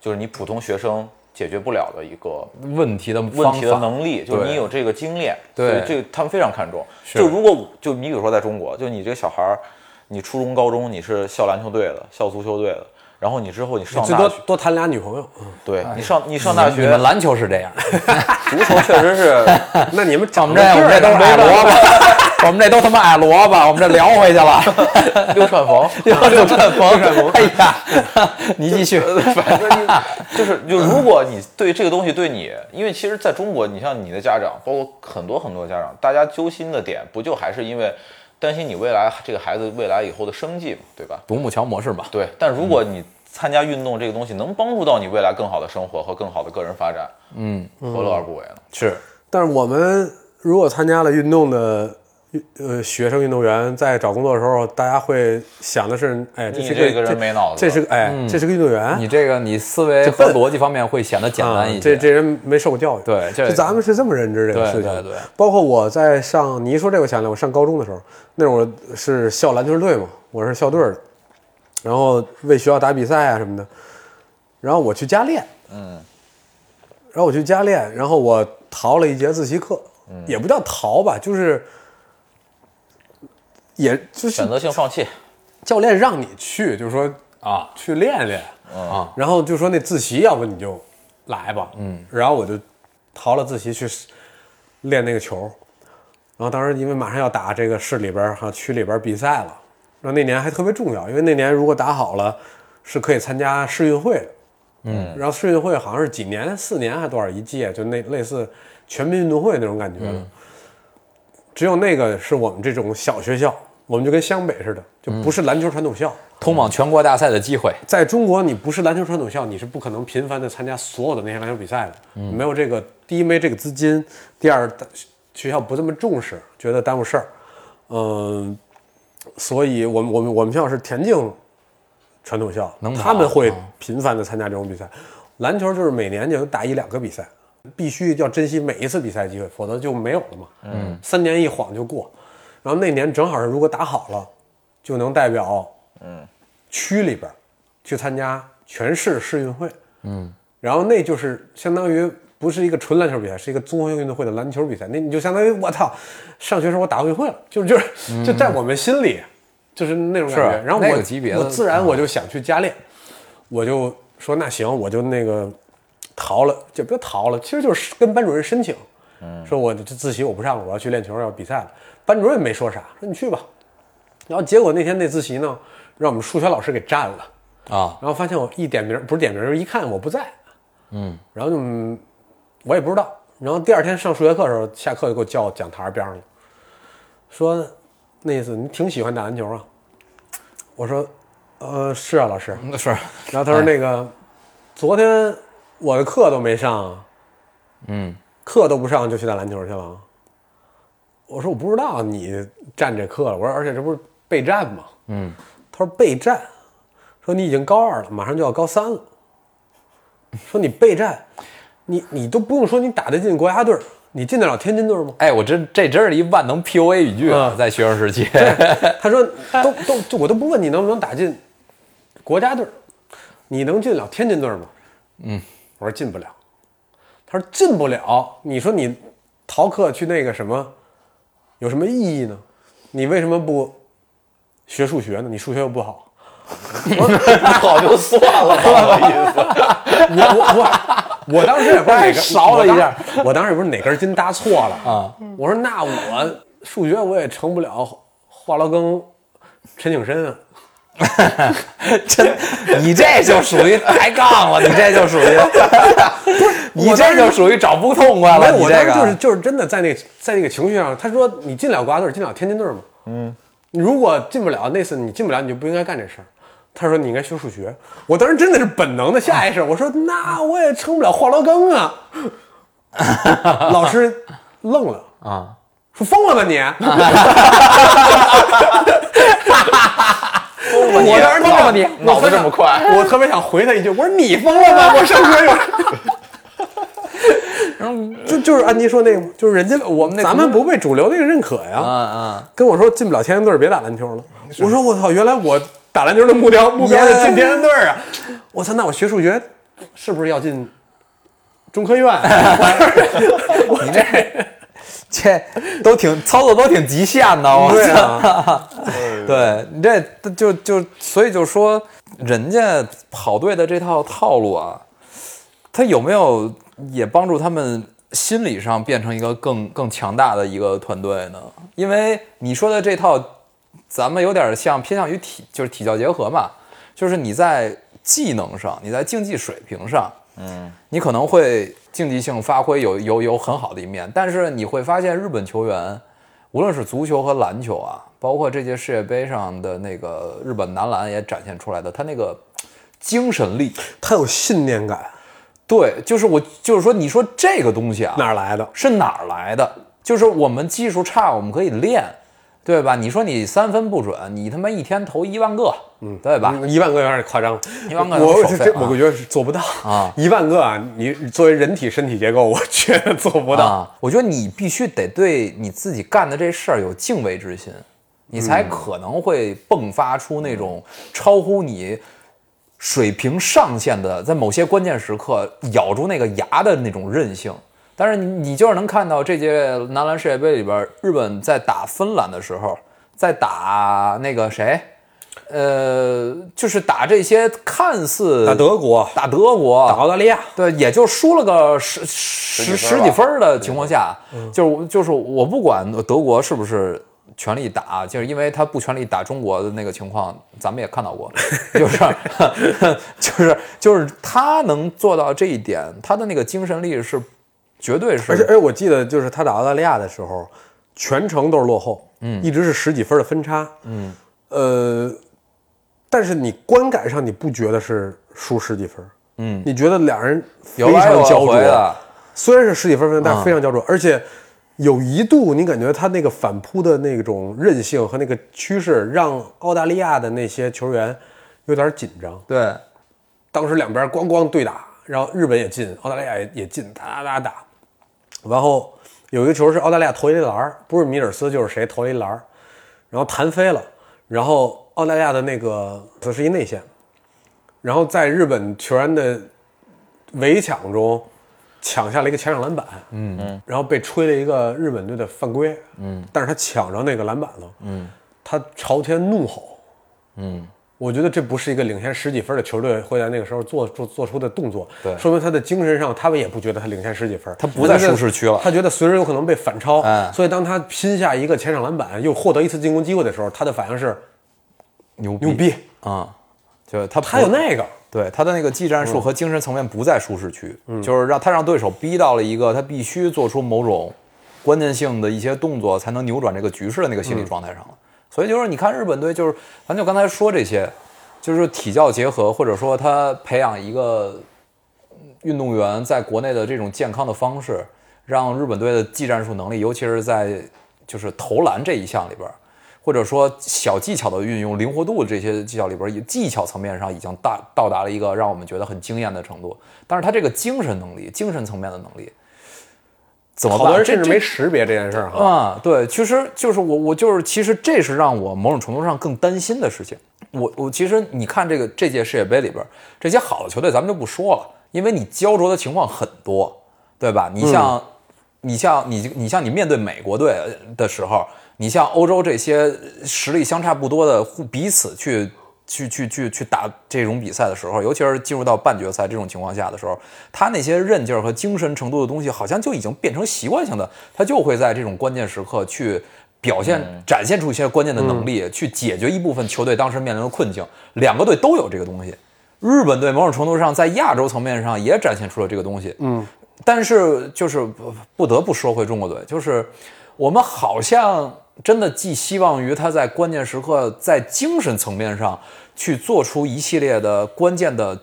S3: 就是你普通学生解决不了的一个
S2: 问题的
S3: 问
S2: 方
S3: 题的
S2: 法，
S3: 能力，就是
S2: 对
S3: 你有这个经验，
S2: 对
S3: 所以这个他们非常看重。就如果我就你比如说在中国，就你这个小孩儿，你初中、高中你是校篮球队的，校足球队的，然后你之后你上
S1: 最
S3: 大
S1: 多
S3: 学，
S1: 多谈俩女朋友，嗯
S3: 对你上你上大
S2: 哎你
S3: 学
S2: 们，篮球是这样，
S3: 足球确 实是
S1: 那你们
S2: 我
S1: 长
S2: 们
S1: 这
S2: 这我们这都是矮萝卜， 我们这都他妈矮萝卜，我们这聊回去了，
S3: 六串房，
S2: 六阵风， 哎呀， 你继续，
S3: 反正你就是就如果你对这个东西对你，因为其实在中国，你像你的家长，包括很多很多家长，大家揪心的点不就还是因为担心你未来这个孩子未来以后的生计嘛，对吧？
S2: 独木桥模式嘛，
S3: 对，但如果你参加运动这个东西能帮助到你未来更好的生活和更好的个人发展，
S2: 嗯，
S3: 何乐而不为呢？
S2: 是
S1: 但是我们如果参加了运动的，呃，学生运动员在找工作的时候，大家会想的是，哎，这
S3: 你
S1: 是
S3: 这个人没嗯脑子
S1: 这是个哎，这是个运动员，
S2: 你这个你思维和逻辑方面会显得简单一
S1: 啊、这
S2: 些，
S1: 这人没受过教育。
S2: 对这
S1: 就咱们是这么认知这个
S2: 对
S1: 事情。
S2: 对对
S1: 包括我在上，你一说这个我想起来，我上高中的时候，那会儿我是校篮球队嘛，我是校队的，然后为学校打比赛啊什么的，然后我去加练，嗯，然后我去加练，然后我逃了一节自习课，
S2: 嗯
S1: 也不叫逃吧，就是。也就是
S3: 选择性放弃，
S1: 教练让你去，就是说
S2: 啊
S1: 去练练，
S2: 啊，
S1: 然后就说那自习，要不你就来吧，嗯，然后我就逃了自习去练那个球，然后当时因为马上要打这个市里边儿哈区里边儿比赛了，然后那年还特别重要，因为那年如果打好了是可以参加世运会的，嗯，然后世运会好像是几年四年还多少一届，就那类似全民运动会那种感觉的，只有那个是我们这种小学校，我们就跟湘北似的，就不是篮球传统校。
S2: 通往全国大赛的机会，
S1: 在中国，你不是篮球传统校，你是不可能频繁的参加所有的那些篮球比赛的。没有这个，第一没这个资金，第二大学校不这么重视，觉得耽误事儿。嗯、所以我们我们我们学校是田径传统校
S2: 能，跑
S1: 他们会频繁的参加这种比赛。篮球就是每年就打一两个比赛，必须要珍惜每一次比赛机会，否则就没有了嘛。嗯，三年一晃就过，然后那年正好是如果打好了，就能代表
S2: 嗯
S1: 区里边儿去参加全市世运会，嗯，然后那就是相当于不是一个纯篮球比赛，是一个综合性运动会的篮球比赛，那你就相当于我操，上学时候我打奥运会了，就是就是就在我们心里就是那种感觉。
S2: 嗯是啊
S1: 然后
S2: 那
S1: 我
S2: 个级别的嗯
S1: 我自然我就想去加练，我就说那行，我就那个逃了，就别逃了，其实就是跟班主任申请，
S2: 嗯
S1: 说我这自习我不上了，我要去练球，要比赛了。班主任没说啥，说你去吧。然后结果那天那自习呢，让我们数学老师给占了。
S2: 啊，
S1: 然后发现我一点名儿，不是点名儿，就是一看我不在，嗯，然后就嗯我也不知道。然后第二天上数学课的时候，下课就给我叫讲台边上了，说那意思你挺喜欢打篮球啊？我说，呃，是啊，老师。
S2: 那是
S1: 然后他说那个，昨天我的课都没上，嗯，课都不上就去打篮球去了。我说我不知道你占这课了，我说而且这不是备战吗？嗯，他说备战，说你已经高二了，马上就要高三了，说你备战，你你都不用说你打得进国家队儿，你进得了天津队儿吗？
S2: 哎，我真这真是一万能 PUA 语句啊，
S1: 嗯
S2: 在学生时期，
S1: 他说都都就我都不问你能不能打进国家队儿，你能进了天津队儿吗？嗯，我说进不了。他说进不了，你说你逃课去那个什么，有什么意义呢？你为什么不学数学呢？你数学又不 好。
S3: 好就算 了吧，我的意思。
S1: 我我我我当时也不知道哪根
S2: 勺了一下，
S1: 我当我当时也不是哪根筋搭错了啊。我说那我数学我也成不了华罗庚、陈景深啊。
S2: 真，你这就属于抬杠了，你这就属于， 你这就属于找不痛快了，
S1: 没有，
S2: 啊你
S1: 我当时
S2: 这
S1: 就是
S2: 个
S1: 就是真的在那在那个情绪上，他说你进了国家队，进了天津队嘛，嗯，如果进不了，那次你进不了，你就不应该干这事儿。他说你应该学数学，我当时真的是本能的下意识，我说那我也成不了华罗庚啊。老师愣了，
S2: 啊，
S1: 说疯了吧你？
S3: 疯了你，
S1: 我要是
S2: 忘了你
S3: 脑子这么 快，
S1: 我特别想回他一句，我说你疯了吗？我上学有。 就就是安迪说那个，就是人家我咱们不被主流那个认可呀。
S2: 嗯
S1: 跟我说进不了天安队儿别打篮球了。我说我操，原来我打篮球的目标目标是进天安队儿啊！我操，那我学数学是不是要进中科院啊？
S2: 嗯，你这这都挺操作都挺极限的， 我
S1: 对
S2: 操。
S1: 啊，
S2: 对你这就就所以就说人家跑队的这套套路啊，他有没有也帮助他们心理上变成一个更更强大的一个团队呢？因为你说的这套，咱们有点像偏向于体就是体教结合嘛，就是你在技能上，你在竞技水平上，嗯，你可能会竞技性发挥有有有很好的一面，但是你会发现日本球员。无论是足球和篮球啊，包括这届世界杯上的那个日本男篮也展现出来的，他那个精神力，
S1: 他有信念感，
S2: 对，就是我就是说，你说这个东西啊，
S1: 哪儿来的？
S2: 是哪儿来的？就是我们技术差，我们可以练，对吧？你说你三分不准，你他妈一天投一万个，嗯，对吧？
S1: 一万个有点夸张了，
S2: 一万个
S1: 我
S2: 手
S1: 这
S2: 废
S1: 这
S2: 啊
S1: 我觉得是做不到
S2: 啊
S1: 一万个啊，你作为人体身体结构，我觉得做不到。
S2: 啊，我觉得你必须得对你自己干的这事儿有敬畏之心，你才可能会迸发出那种超乎你水平上限的，在某些关键时刻咬住那个牙的那种韧性。但是你你就是能看到这届男篮世界杯里边，日本在打芬兰的时候，在打那个谁，呃，就是打这些看似
S1: 打德国，
S2: 打德国、
S1: 打澳大利亚，
S2: 对，也就输了个十十
S3: 十
S2: 十
S3: 几分儿吧
S2: 几分儿的情况下，
S1: 嗯
S2: 就是我就是我不管德国是不是全力打，就是因为他不全力打中国的那个情况，咱们也看到过，就是 就是就是他能做到这一点，他的那个精神力是绝对
S1: 而且而
S2: 是
S1: 且我记得就是他打澳大利亚的时候，全程都是落后，嗯，一直是十几分的分差，嗯，呃，但是你观感上你不觉得是输十几分，嗯，你觉得两人非
S2: 有来
S1: 常
S2: 有
S1: 焦灼
S2: 回，的。嗯
S1: 虽然是十几分分，但是非常焦灼，而且有一度你感觉他那个反扑的那种韧性和那个趋势，让澳大利亚的那些球员有点紧张。
S2: 对，
S1: 当时两边咣咣对打，然后日本也进，澳大利亚也也进，打打打打，然后有一个球是澳大利亚投一篮儿，不是米尔斯就是谁投一篮儿，然后弹飞了，然后澳大利亚的那个这是一内线，然后在日本球员的围抢中抢下了一个前场篮板，嗯嗯，然后被吹了一个日本队的犯规，嗯，但是他抢着那个篮板了，嗯，他朝天怒吼，
S2: 嗯
S1: 我觉得这不是一个领先十几分的球队会在那个时候做做做出的动作，
S2: 对
S1: 说明他的精神上，他们也不觉得他领先十几分，
S2: 他不在
S1: 觉得
S2: 舒适区了
S1: 他觉得随时有可能被反超，
S2: 哎
S1: 所以当他拼下一个前场篮板，又获得一次进攻机会的时候，他的反应是
S2: 牛逼
S1: 牛逼，
S2: 啊、就是他
S1: 他有
S2: 不
S1: 那个，
S2: 对他的那个技战术和精神层面不在舒适区，就是让他让对手逼到了一个他必须做出某种关键性的一些动作才能扭转这个局势的那个心理状态上了。所以就是你看日本队，就是咱就刚才说这些，就是体教结合，或者说他培养一个运动员在国内的这种健康的方式，让日本队的技战术能力，尤其是在就是投篮这一项里边儿，或者说小技巧的运用、灵活度这些技巧里边儿，也技巧层面上已经大到达了一个让我们觉得很惊艳的程度。但是他这个精神能力、精神层面的能力，怎么办？
S1: 好多人
S2: 这
S1: 甚至
S2: 这
S1: 没识别这件事儿哈。
S2: 啊，对，其实就是我，我就是，其实这是让我某种程度上更担心的事情。我我其实你看这个这届世界杯里边，这些好的球队咱们就不说了，因为你焦灼的情况很多，对吧？
S1: 嗯
S2: 你像、你像你你像你面对美国队的时候，你像欧洲这些实力相差不多的互彼此去去去去去打这种比赛的时候，尤其是进入到半决赛这种情况下的时候，他那些韧劲儿和精神程度的东西，好像就已经变成习惯性的，他就会在这种关键时刻去。表现展现出一些关键的能力，去解决一部分球队当时面临的困境。两个队都有这个东西，日本队某种程度上在亚洲层面上也展现出了这个东西。嗯，但是就是不不得不说回中国队，就是我们好像真的寄希望于他在关键时刻在精神层面上去做出一系列的关键的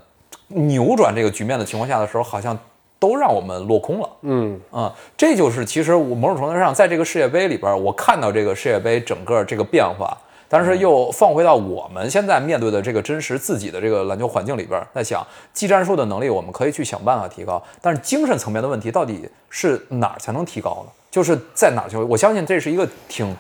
S2: 扭转这个局面的情况下的时候，好像都让我们落空了。
S1: 嗯，
S2: 啊、这就是其实我某种程度上在这个世界杯里边儿，我看到这个世界杯整个这个变化，但是又放回到我们现在面对的这个真实自己的这个篮球环境里边儿，在想技战术的能力，我们可以去想办法提高，但是精神层面的问题到底是哪儿才能提高呢？就是在哪儿去？我相信这是一个挺。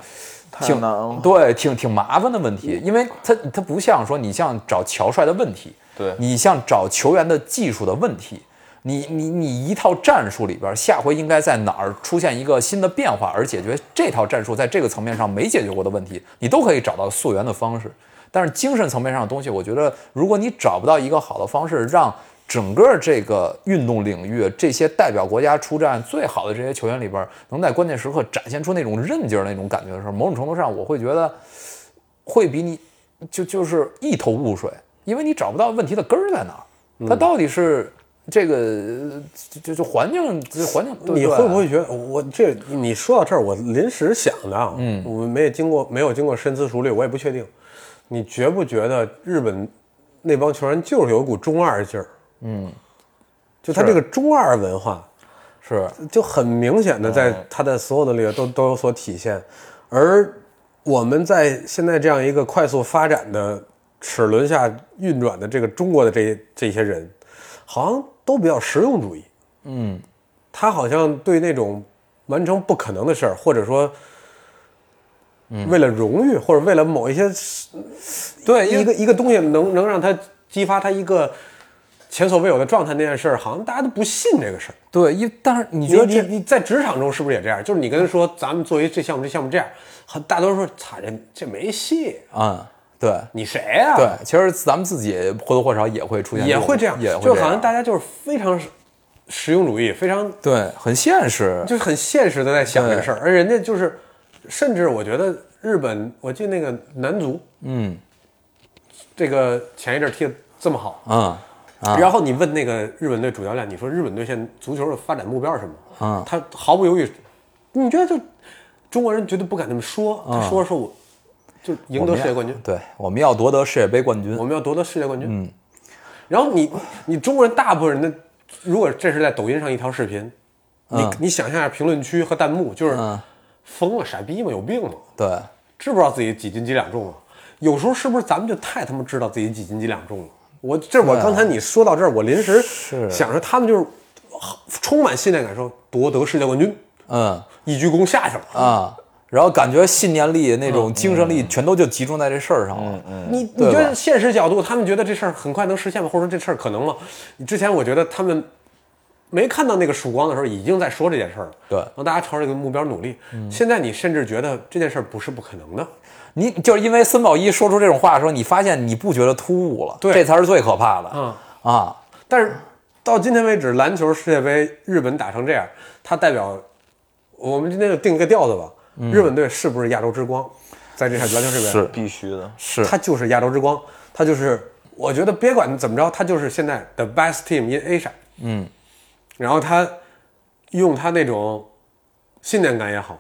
S2: 挺
S3: 难了
S2: 对，挺挺麻烦的问题，因为它它不像说你像找乔帅的问题，
S3: 对
S2: 你像找球员的技术的问题，你你你一套战术里边，下回应该在哪儿出现一个新的变化，而解决这套战术在这个层面上没解决过的问题，你都可以找到溯源的方式。但是精神层面上的东西，我觉得如果你找不到一个好的方式，让整个这个运动领域这些代表国家出战最好的这些球员里边，能在关键时刻展现出那种韧劲儿、那种感觉的时候，某种程度上我会觉得会比你就就是一头雾水，因为你找不到问题的根儿在哪儿，
S1: 嗯
S2: 它到底是这个呃就就就环境就环境，对
S1: 你
S2: 对
S1: 会不会觉得我这你说到这儿，我临时想的啊，嗯，我没经过没有经过深思熟虑，我也不确定。你觉不觉得日本那帮球员就是有股中二劲儿？嗯，就他这个中二文化，
S2: 是
S1: 就很明显的在
S2: 嗯
S1: 他的所有的里头都都有所体现，而我们在现在这样一个快速发展的齿轮下运转的这个中国的这这些人，好像都比较实用主义。嗯，他好像对那种完成不可能的事儿，或者说。
S2: 嗯
S1: 为了荣誉，或者为了某一些
S2: 对，因
S1: 一
S2: 为
S1: 个一个东西能能让他激发他一个前所未有的状态那件事儿，好像大家都不信这个事儿。
S2: 对，因为但是你
S1: 你
S2: 觉得
S1: 你
S2: 这
S1: 你在职场中是不是也这样？就是你跟他说咱们做一这项目这项目这样，很大多数人说操这这没戏，
S2: 啊、对。
S1: 你谁呀、
S2: 对，其实咱们自己或多或少也会出现，
S1: 也会这样，
S2: 也会
S1: 就是好像
S2: 大
S1: 大家就是非常实实用主义，非常
S2: 对很现实，
S1: 就是很现实的在想这个事儿，而人家就是，甚至我觉得日本，我记得那个男足，嗯，这个前一阵儿踢的这么好，
S2: 嗯
S1: 然后你问那个日本队主教练，你说日本队现在足球的发展目标是什么？
S2: 嗯
S1: 他毫不犹豫，你觉得就中国人绝对不敢这么说，他说说我就赢
S2: 我
S1: 得
S2: 们
S1: 世界冠军
S2: 要，对，我们要夺得世界杯冠军
S1: 我。们要夺得世界冠军。嗯，然后你你中国人大部分人的，如果这是在抖音上一条视频，你你想象一下评论区和弹幕就是疯了，傻逼吗？有病吗？
S2: 对，
S1: 知不知道自己几斤几两重啊？有时候是不是咱们就太他妈知道自己几斤几两重了？我这
S2: 啊
S1: 我刚才你说到这儿，我临时想着他们就是充满信念感受，夺得世界冠军，
S2: 嗯
S1: 一鞠躬下去了。
S2: 啊，然后感觉信念力那
S1: 嗯
S2: 种精神力全都就集中在这事儿上了。嗯，
S1: 你你觉得现实角度，他们觉得这事儿很快能实现吗？或者说这事儿可能吗？你之前我觉得他们没看到那个曙光的时候，已经在说这件事儿了。
S2: 对嗯
S1: 让大家朝这个目标努力。现在你甚至觉得这件事儿不是不可能的。
S2: 你就是因为森宝一说出这种话的时候，你发现你不觉得突兀了，
S1: 对
S2: 这才是最可怕的。
S1: 嗯
S2: 啊，
S1: 但是到今天为止，篮球世界杯日本打成这样，它代表我们今天就定一个调子吧，日本队是不是亚洲之光？在这场篮球世界杯，
S2: 是
S3: 必须的。
S2: 是
S1: 它就是亚洲之光，它就是我觉得别管怎么着，它就是现在 the best team in Asia。嗯，然后他用他那种信念感也好。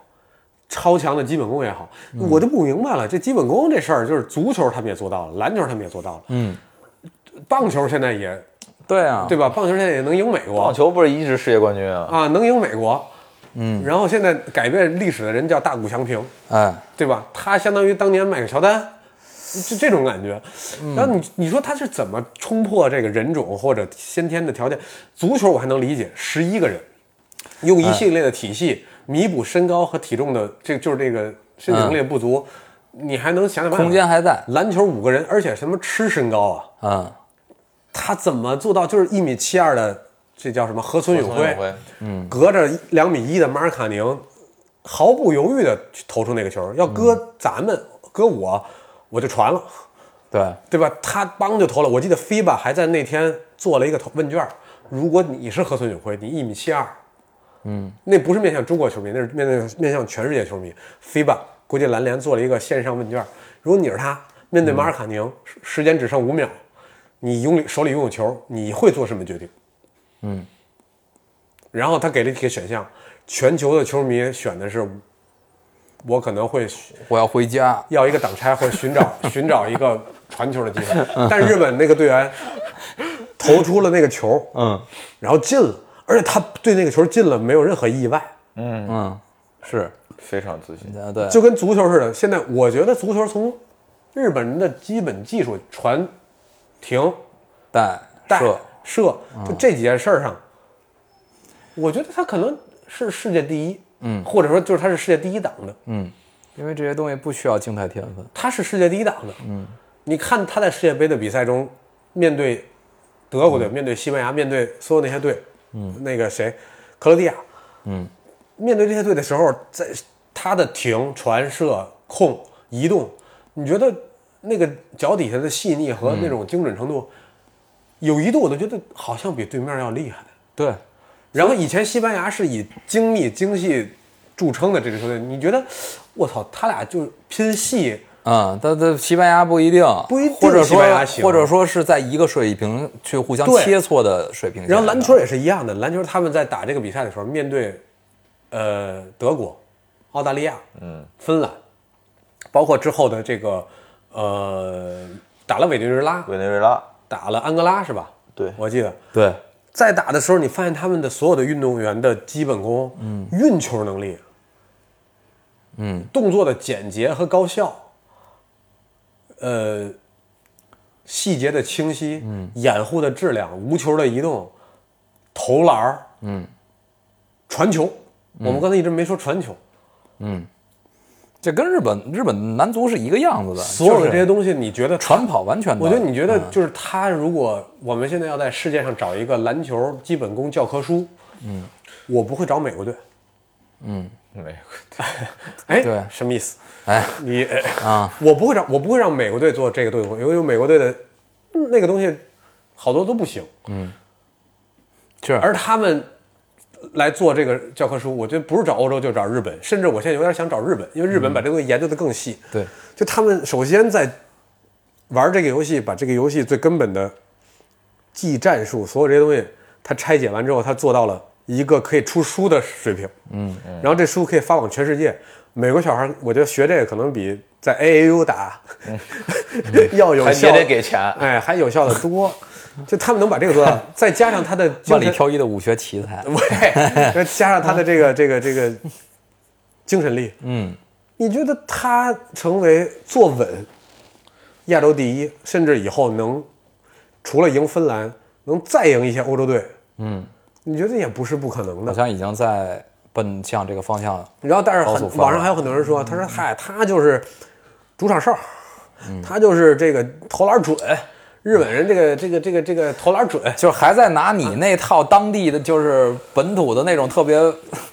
S1: 超强的基本功也好，我就不明白了。这基本功这事儿，就是足球他们也做到了，篮球他们也做到了，嗯，棒球现在也
S2: 对啊，
S1: 对吧？棒球现在也能赢美国，
S3: 棒球不是一直世界冠军啊？
S1: 啊，能赢美国，嗯，然后现在改变历史的人叫大谷翔平，
S2: 哎，
S1: 对吧？他相当于当年迈克乔丹，就这种感觉。然后你你说他是怎么冲破这个人种或者先天的条件？足球我还能理解，十一个人用一系列的体系弥补身高和体重的，这就是这个身体能力的不足，你还能想想办法。
S2: 空间还在。
S1: 篮球五个人，而且什么吃身高啊？
S2: 嗯，
S1: 他怎么做到？就是一米七二的，这叫什么？河村
S3: 有
S1: 永辉，嗯
S3: 回，
S1: 隔着两米一的马尔卡宁，毫不犹豫的投出那个球。要搁咱们，搁我，我就传了，
S2: 对，
S1: 对吧？他帮就投了。我记得 FIBA 还在那天做了一个投问卷，如果你是河村永辉，你一米七二，嗯，那不是面向中国球迷，那是面向面向全世界球迷。FIBA 国际篮联做了一个线上问卷，如果你是他，面对马尔卡宁，时时间只剩五秒，你拥里手里拥有球，你会做什么决定？然后他给了几个选项，全球的球迷选的是，我可能会寻
S2: 我要回家。
S1: 要一个挡拆或寻找 寻找一个传球的机会，但日本那个队员投出了那个球，嗯，然后进了，而且他对那个球进了没有任何意外，
S2: 嗯，是，
S3: 非常自信。
S2: 呃对，
S1: 就跟足球似的。现在我觉得足球从日本人的基本技术传、停、
S2: 带
S1: 带
S2: 射，
S1: 射，嗯就这几件事儿上，我觉得他可能是世界第一，嗯，或者说就是他是世界第一档的，
S2: 因为这些东西不需要静态天分。
S1: 他是世界第一档的。嗯，你看他在世界杯的比赛中，面对德国队、面对西班牙、面对所有那些队，嗯，那个谁，克罗地亚，嗯，面对这些队的时候，在他的停、传、射、控、移动，你觉得那个脚底下的细腻和那种精准程度，有一度我都觉得好像比对面要厉害。
S2: 对，
S1: 然后以前西班牙是以精密精细著称的这支球队，你觉得，我操，他俩就是拼细，
S2: 嗯，但但西班牙不一定，
S1: 不一定
S2: 或者
S1: 西班牙
S2: 说
S1: 行
S2: 或者说是在一个水平去互相
S1: 对
S2: 切磋的水平下。
S1: 然后篮球也是一样的，篮球他们在打这个比赛的时候，面对呃德国、澳大利亚、嗯、芬兰，包括之后的这个呃打了委内瑞拉，
S3: 委内瑞拉，
S1: 打了安哥拉是吧？
S3: 对
S1: 我记得
S2: 对，
S1: 在打的时候，你发现他们的所有的运动员的基本功，嗯，运球能力，嗯，动作的简洁和高效，呃，细节的清晰，嗯，掩护的质量，无球的移动，投篮嗯，传球，我们刚才一直没说传球，
S2: 这跟日本日本男足是一个样子的，
S1: 所有的
S2: 就
S1: 这
S2: 是嗯
S1: 些东西，你觉得
S2: 传跑完全的。
S1: 我觉得你觉得就是他，如果我们现在要在世界上找一个篮球基本功教科书，嗯，我不会找美国队。
S3: 没有，
S1: 哎，
S2: 对
S1: 什么意思？
S2: 哎
S1: 你啊，我不会让，我不会让美国队做这个队伍，因为美国队的嗯那个东西好多都不行，
S2: 嗯是
S1: 而他们来做这个教科书，我觉得不是找欧洲就找日本，甚至我现在有点想找日本，因为日本
S2: 嗯
S1: 把这东西研究的更细。
S2: 对，
S1: 就他们首先在玩这个游戏，把这个游戏最根本的技艺战术，所有这些东西，他拆解完之后，他做到了一个可以出书的水平。嗯，然后这书可以发往全世界。美国小孩，我觉得学这个可能比在 AAU 打、 要有
S3: 还
S1: 效，
S3: 也得给钱。
S1: 哎，还有效的多。就他们能把这个做到，再加上他的精
S2: 万里
S1: 神
S2: 挑一的武学奇才。
S1: 对，再加上他的这个这个这个精神力，嗯，你觉得他成为坐稳亚洲第一，甚至以后能除了赢芬兰，能再赢一些欧洲队，嗯，你觉得也不是不可能
S2: 好
S1: 的。
S2: 像已经在奔向这个方向。
S1: 然后，但是
S2: 高速
S1: 很
S2: 发展
S1: 网上还有很多人说，他
S2: 嗯
S1: 说嗨，他就是主场哨，他就是这个投篮准，日本人这个这个这个这个投篮准
S2: 就是还在拿你那套当地的，就是本土的那种特别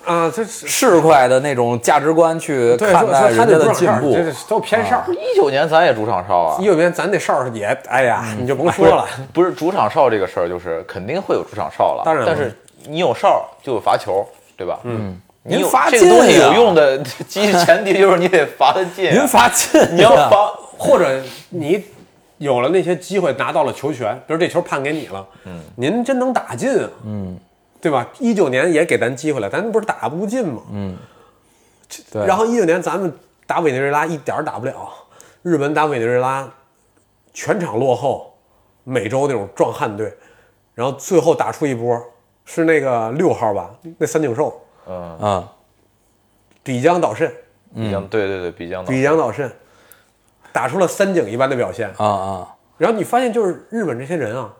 S1: 啊，这是
S2: 市侩的那种价值观去
S1: 对，
S2: 看
S1: 说
S2: 待
S1: 说
S2: 人
S1: 他
S2: 家
S1: 得主
S2: 的
S1: 场
S2: 进
S1: 哨
S2: 步
S1: 这。是都偏哨。
S3: 一九年咱也主场哨 啊
S1: 一，九年咱那哨儿也，哎呀，你就甭说了，
S3: 不是主场哨这个事儿，就是肯定会有主场哨了。
S1: 当然了
S3: 但是你有哨就有罚球，对吧？嗯，你有
S2: 您罚
S3: 这个东西
S2: 进啊
S3: 有用的 基前提就是你得罚得进啊。
S2: 您 发啊进，
S3: 你要罚，
S1: 或者你有了那些机会拿到了球权，比如这球判给你了，嗯，您真能打进啊，嗯，对吧？一九年也给咱机会了，咱不是打不进吗？嗯，
S2: 对
S1: 然后一九年咱们打委内瑞拉一点儿打不了，日本打委内瑞拉全场落后，美洲那种壮汉队，然后最后打出一波，是那个六号吧，那三井寿
S2: 嗯，
S1: 底江岛慎。
S3: 比江对对对，比江的
S1: 比江岛慎打出了三井一般的表现。
S2: 啊啊，
S1: 然后你发现，就是日本这些人啊，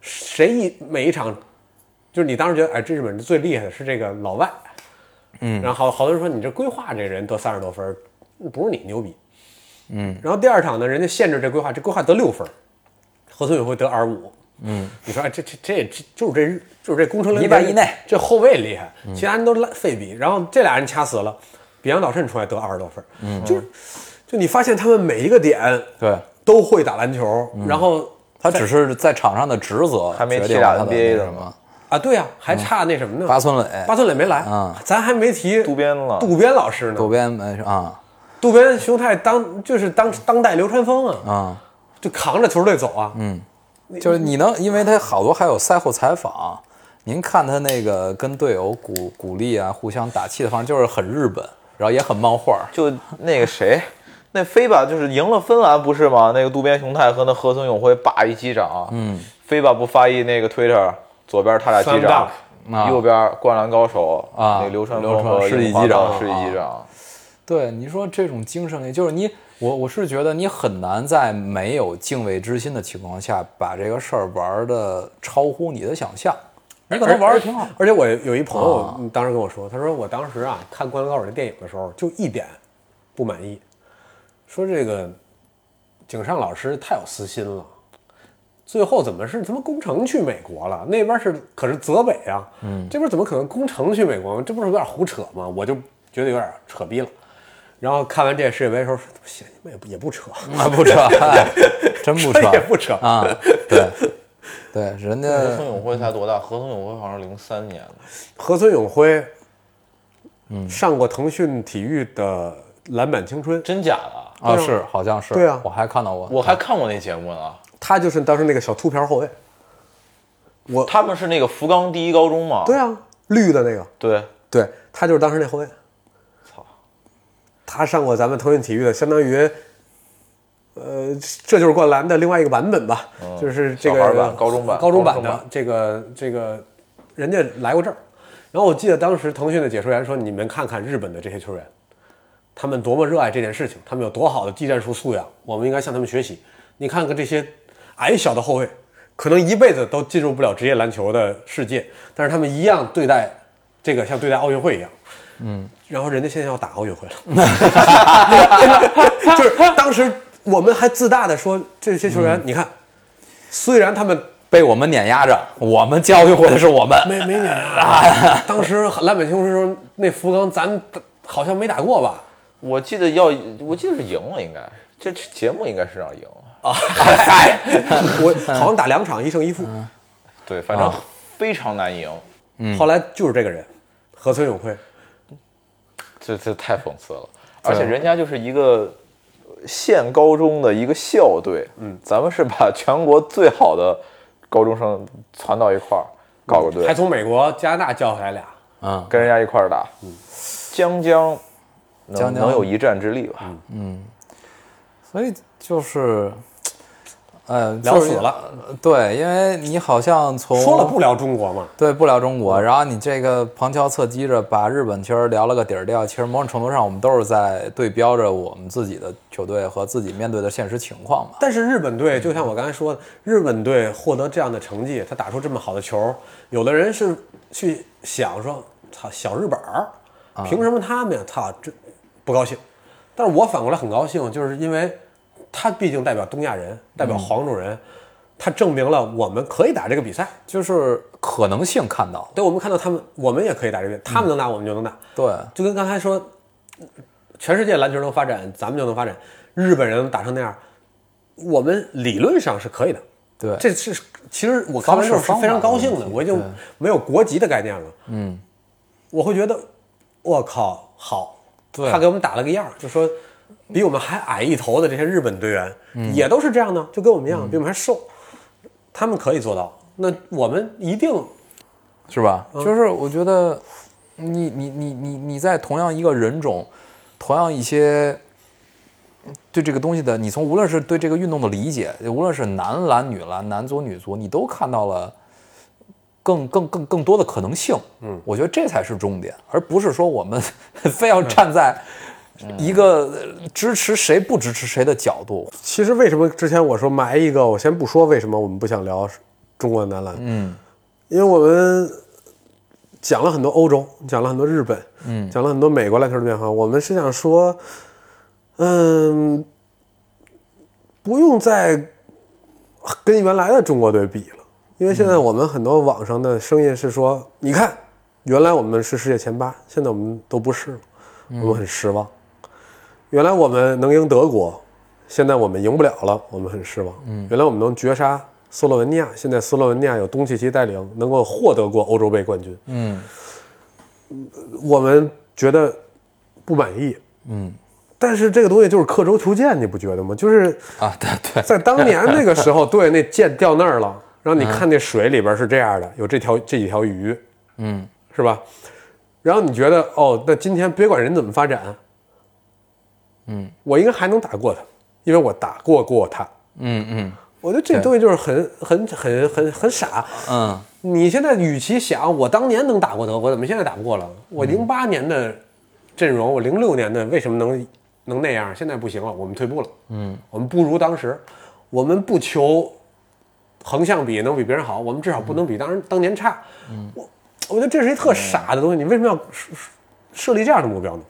S1: 谁一每一场，就是你当时觉得，哎，这日本人最厉害的是这个老外，嗯，然后好好多人说你这规划这人得三十多分儿，不是你牛逼，嗯。然后第二场呢，人家限制这规划，这规划得六分儿，河村永辉得二十五，嗯。你说，哎，这这这这就是这日就是这工程
S2: 一半以内嗯
S1: 这后卫厉害，其他人都烂废笔，然后这俩人掐死了，比杨岛慎出来得二十多分儿，
S2: 嗯
S1: 就是就你发现他们每一个点
S2: 对
S1: 都会打篮球，然后
S2: 他只是在场上的职责
S3: 还没
S2: 决
S3: 踢
S2: 定了
S3: 俩
S2: 他
S3: NBA
S2: 那
S3: 的
S2: 什么
S3: 呢。
S1: 啊，对呀、还差那什么呢？
S2: 八村垒、
S1: 八村垒没来啊，咱还没提
S3: 渡边了
S1: 渡边老师呢
S2: 渡。边没事啊
S1: 渡边雄太当就是当当代流川枫啊，
S2: 啊，
S1: 就扛着球队走啊。嗯，
S2: 就是你能，因为他好多还有赛后采访，您看他那个跟队友鼓鼓励啊，互相打气的方式，就是很日本，然后也很漫画。
S3: 就那个谁，那飞吧，就是赢了芬兰不是吗？那个渡边雄太和那河村永辉叭一击掌，嗯，飞吧不发一那个 Twitter，左边他俩击
S1: Slam
S3: 掌，右边灌篮高手
S2: 啊
S3: 那流川
S2: 流
S3: 枫
S2: 川
S3: 和
S2: 世纪
S3: 樱木花
S2: 击掌
S3: 道世纪击掌，
S2: 对，你说这种精神力，就是你我我是觉得你很难在没有敬畏之心的情况下，把这个事儿玩的超乎你的想象。你可能玩的挺好，
S1: 而且我有一朋
S2: 啊
S1: 友嗯当时跟我说，他说我当时啊看《灌篮高手》这电影的时候，就一点不满意，说这个井上老师太有私心了。最后怎么是他妈工程去美国了？那边是可是泽北啊，嗯，这边怎么可能工程去美国呢？这不是有点胡扯吗？我就觉得有点扯逼了。然后看完这世界杯的时候，说不行，你们也不也不扯，
S2: 啊不扯，哎真不扯，
S1: 也不 扯
S2: 啊，对对，人
S3: 何
S2: 家
S3: 松永辉才多大？何松永辉好像零三年的，
S1: 何村永辉，嗯，上过腾讯体育的《篮板青春》，
S3: 真假的？
S2: 啊是好像是，
S1: 对啊
S2: 我还看到过，
S3: 我还看过那节目呢。
S1: 他就是当时那个小秃瓢后卫。我，
S3: 他们是那个福冈第一高中嘛？
S1: 对啊，绿的那个，
S3: 对，
S1: 对他就是当时那后卫。
S3: 操，
S1: 他上过咱们腾讯体育的，相当于，呃，这就是灌篮的另外一个版本吧，就是这
S3: 哦小
S1: 个
S3: 孩版高中版
S1: 高中版
S3: 高中
S1: 的
S3: 版
S1: 这个这个，人家来过这儿。然后我记得当时腾讯的解说员说：“你们看看日本的这些球员，他们多么热爱这件事情，他们有多好的技战术素养，我们应该向他们学习。你看看这些矮小的后卫，可能一辈子都进入不了职业篮球的世界，但是他们一样对待这个像对待奥运会一样。”嗯，然后人家现在要打奥运会了， 就是当时我们还自大的说这些球员，你看，虽然他们
S2: 被我们碾压着，我们教育会的是我们，
S1: 没没碾压，当时篮板青春说那福冈咱好像没打过吧？
S3: 我记得要，我记得是赢了，应该这这节目应该是让赢了。
S1: 我好像打两场一胜一负，
S3: 对，反正非常难赢，
S1: 后来就是这个人，河村永辉，
S3: 这这太讽刺了。而且人家就是一个县高中的一个校队，嗯，咱们是把全国最好的高中生攒到一块儿搞个队
S1: 还，从美国、加拿大叫回来俩，
S2: 嗯，
S3: 跟人家一块儿打，嗯，将将能
S2: 将将
S3: 能有一战之力吧？
S2: 所以就是，呃，
S1: 聊
S2: 就是
S1: 死了，
S2: 呃对，因为你好像从
S1: 说了不聊中国嘛，
S2: 对不聊中国，然后你这个旁敲侧击着把日本其实聊了个底儿掉，其实某种程度上我们都是在对标着我们自己的球队和自己面对的现实情况嘛。
S1: 但是日本队就像我刚才说的，日本队获得这样的成绩，他打出这么好的球，有的人是去想说，操，小日本儿，凭什么他们呀？操，这不高兴。但是我反过来很高兴，就是因为他毕竟代表东亚人，代表黄种人，他证明了我们可以打这个比赛。
S2: 就是可能性看到了，
S1: 对，我们看到他们，我们也可以打这个，比赛，他们能打，我们就能打。
S2: 对，
S1: 就跟刚才说，全世界篮球能发展，咱们就能发展。日本人打成那样，我们理论上是可以的。
S2: 对，
S1: 这是其实我看完之后是非常高兴
S2: 方
S1: 的，
S2: 式方法的问题
S1: 我已经没有国籍的概念了。嗯，我会觉得，我靠，好，
S2: 对
S1: 他给我们打了个样儿，就说比我们还矮一头的这些日本队员、
S2: 嗯
S1: 也都是这样的，就跟我们一样，比我们还瘦，他们可以做到，那我们一定
S2: 是吧？就是我觉得你你你你你在同样一个人种，同样一些对这个东西的，你从无论是对这个运动的理解，无论是男篮、女篮、男足、女足，你都看到了。更更更更多的可能性，嗯，我觉得这才是重点，而不是说我们 非要站在一个呃支持谁不支持谁的角度，
S1: 其实为什么之前我说埋一个，我先不说为什么我们不想聊中国男篮，嗯，因为我们讲了很多欧洲，讲了很多日本，嗯，讲了很多美国篮球的变化，我们是想说，嗯，不用再跟原来的中国队比了，因为现在我们很多网上的声音是说，你看，原来我们是世界前八，现在我们都不是了，我们很失望。原来我们能赢德国，现在我们赢不了了，我们很失望。嗯，原来我们能绝杀斯洛文尼亚，现在斯洛文尼亚有东契奇带领，能够获得过欧洲杯冠军。嗯，我们觉得不满意。嗯，但是这个东西就是刻舟求剑，你不觉得吗？就是
S2: 啊，对对，
S1: 在当年那个时候，对，那剑掉那儿了，然后你看那水里边是这样 的，有这条这几条鱼，
S2: 嗯，
S1: 是吧？然后你觉得哦，那今天别管人怎么发展，嗯，我应该还能打过他，因为我打过过他。
S2: 嗯嗯
S1: 我觉得这东西就是很很很很很傻。
S2: 嗯，
S1: 你现在与其想我当年能打过德国，怎么现在打不过了？我零八年的阵容，我零六年的为什么能能那样？现在不行了，我们退步了。嗯，我们不如当时，我们不求横向比能比别人好，我们至少不能比当当年差。我我觉得这是一特傻的东西，你为什么要设设立这样的目标呢？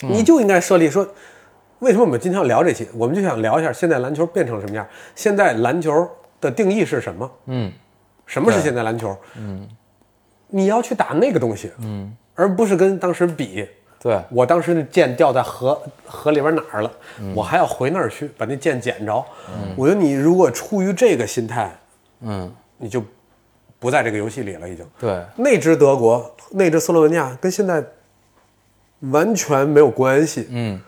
S1: 你就应该设立说，为什么我们今天要聊这些？我们就想聊一下现在篮球变成了什么样，现在篮球的定义是什么？
S2: 嗯，
S1: 什么是现在篮球？嗯，你要去打那个东西，嗯，而不是跟当时比。
S2: 对，
S1: 我当时那箭掉在河河里边哪儿了？我还要回那儿去把那箭捡着。我觉得你如果出于这个心态，
S2: 嗯，
S1: 你就不在这个游戏里了，已经。
S2: 对，
S1: 那支德国，那支斯洛文尼亚跟现在完全没有关系。
S2: 嗯，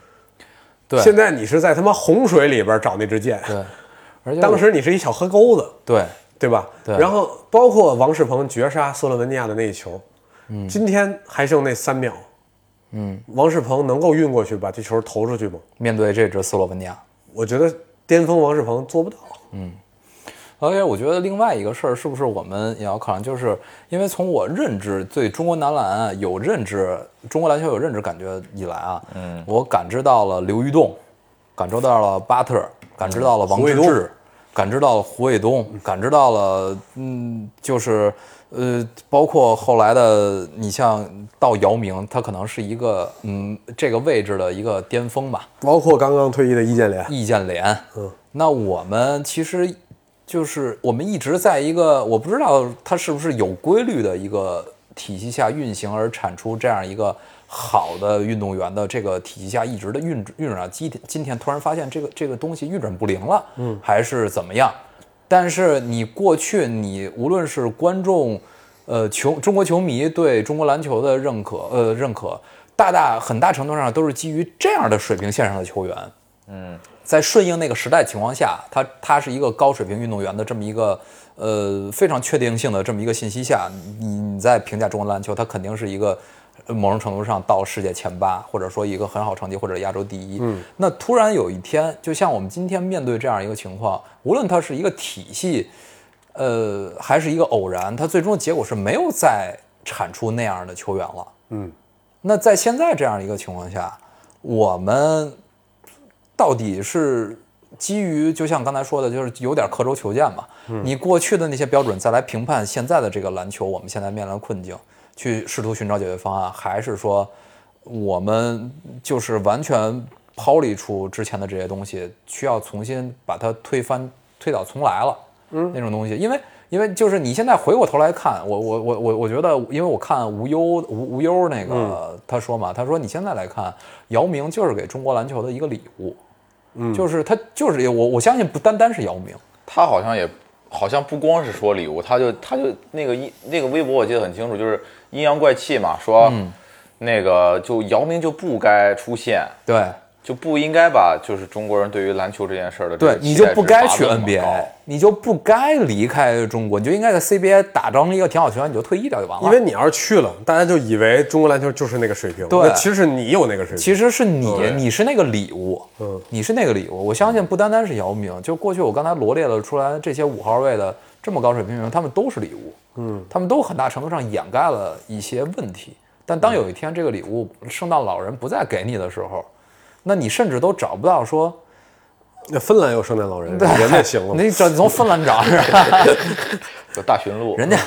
S2: 对
S1: 现在你是在他妈洪水里边找那支箭，
S2: 对，而且我
S1: 当时你是一小河沟子，
S2: 对
S1: 对吧？
S2: 对
S1: 然后包括王仕鹏绝杀斯洛文尼亚的那一球，嗯，今天还剩那三秒，嗯，王仕鹏能够运过去把这球投出去吗？
S2: 面对这支斯洛文尼亚，
S1: 我觉得巅峰王仕鹏做不到。
S2: 而且我觉得另外一个事儿，是不是我们也要考量？就是因为从我认知对中国男篮啊有认知，中国篮球有认知感觉以来啊，嗯，我感知到了刘玉栋，感知到了巴特尔，感知到了王治
S1: 胡
S2: 郅，感知到了胡卫东，感知到了嗯，就是呃，包括后来的你像到姚明，他可能是一个嗯这个位置的一个巅峰吧，
S1: 包括刚刚退役的易建联，
S2: 易建联。嗯，那我们其实就是我们一直在一个我不知道它是不是有规律的一个体系下运行，而产出这样一个好的运动员的这个体系下一直的运运转。今天今天突然发现这个这个东西运转不灵了，嗯，还是怎么样？但是你过去你无论是观众，呃，球中国球迷对中国篮球的认可，呃，认可。大大很大程度上都是基于这样的水平线上的球员，在顺应那个时代情况下，他他是一个高水平运动员的这么一个呃非常确定性的这么一个信息下，你你在评价中国篮球，他肯定是一个呃某种程度上到世界前八，或者说一个很好成绩或者亚洲第一。嗯，那突然有一天，就像我们今天面对这样一个情况，无论它是一个体系，呃，还是一个偶然，它最终的结果是没有再产出那样的球员了。
S1: 嗯，
S2: 那在现在这样一个情况下，我们到底是基于就像刚才说的，就是有点刻舟求剑吧。你过去的那些标准再来评判现在的这个篮球，我们现在面临的困境，去试图寻找解决方案，还是说我们就是完全抛离出之前的这些东西，需要重新把它推翻、推倒重来了？嗯，那种东西，因为。因为就是你现在回过头来看，我我我我我觉得，因为我看无忧无无忧那个、他说嘛，他说你现在来看，姚明就是给中国篮球的一个礼物，
S3: 嗯
S2: 就是他就是我我相信不单单是姚明，
S3: 他好像也好像不光是说礼物，他就他就那个阴那个微博我记得很清楚，就是阴阳怪气嘛，说、那个就姚明就不该出现，
S2: 对
S3: 就不应该把就是中国人对于篮球这件事儿的这个
S2: 对，你
S3: 期
S2: 就
S3: 待
S2: 不
S3: 值
S2: 该
S3: 拔
S2: 去
S3: 得那么高
S2: NBA，你就不该离开中国，你就应该在 CBA 打成一个挺好球员，你就退役掉就完了。
S1: 因为你要是去了，大家就以为中国篮球就是那个水平，
S2: 对
S1: 那其实是你有那个水平。
S2: 其实是你，
S3: 对
S2: 你是那个礼物，嗯，你是那个礼物。我相信不单单是姚明，就过去我刚才罗列了出来这些五号位的这么高水平球员，他们都是礼物，嗯，他们都很大程度上掩盖了一些问题。但当有一天这个礼物圣诞老人不再给你的时候，那你甚至都找不到说
S1: 那芬兰有圣诞老人，人家
S3: 嗯
S1: 行了 吗？
S2: 你这从芬兰找是吧？
S3: 就大驯鹿，
S2: 人家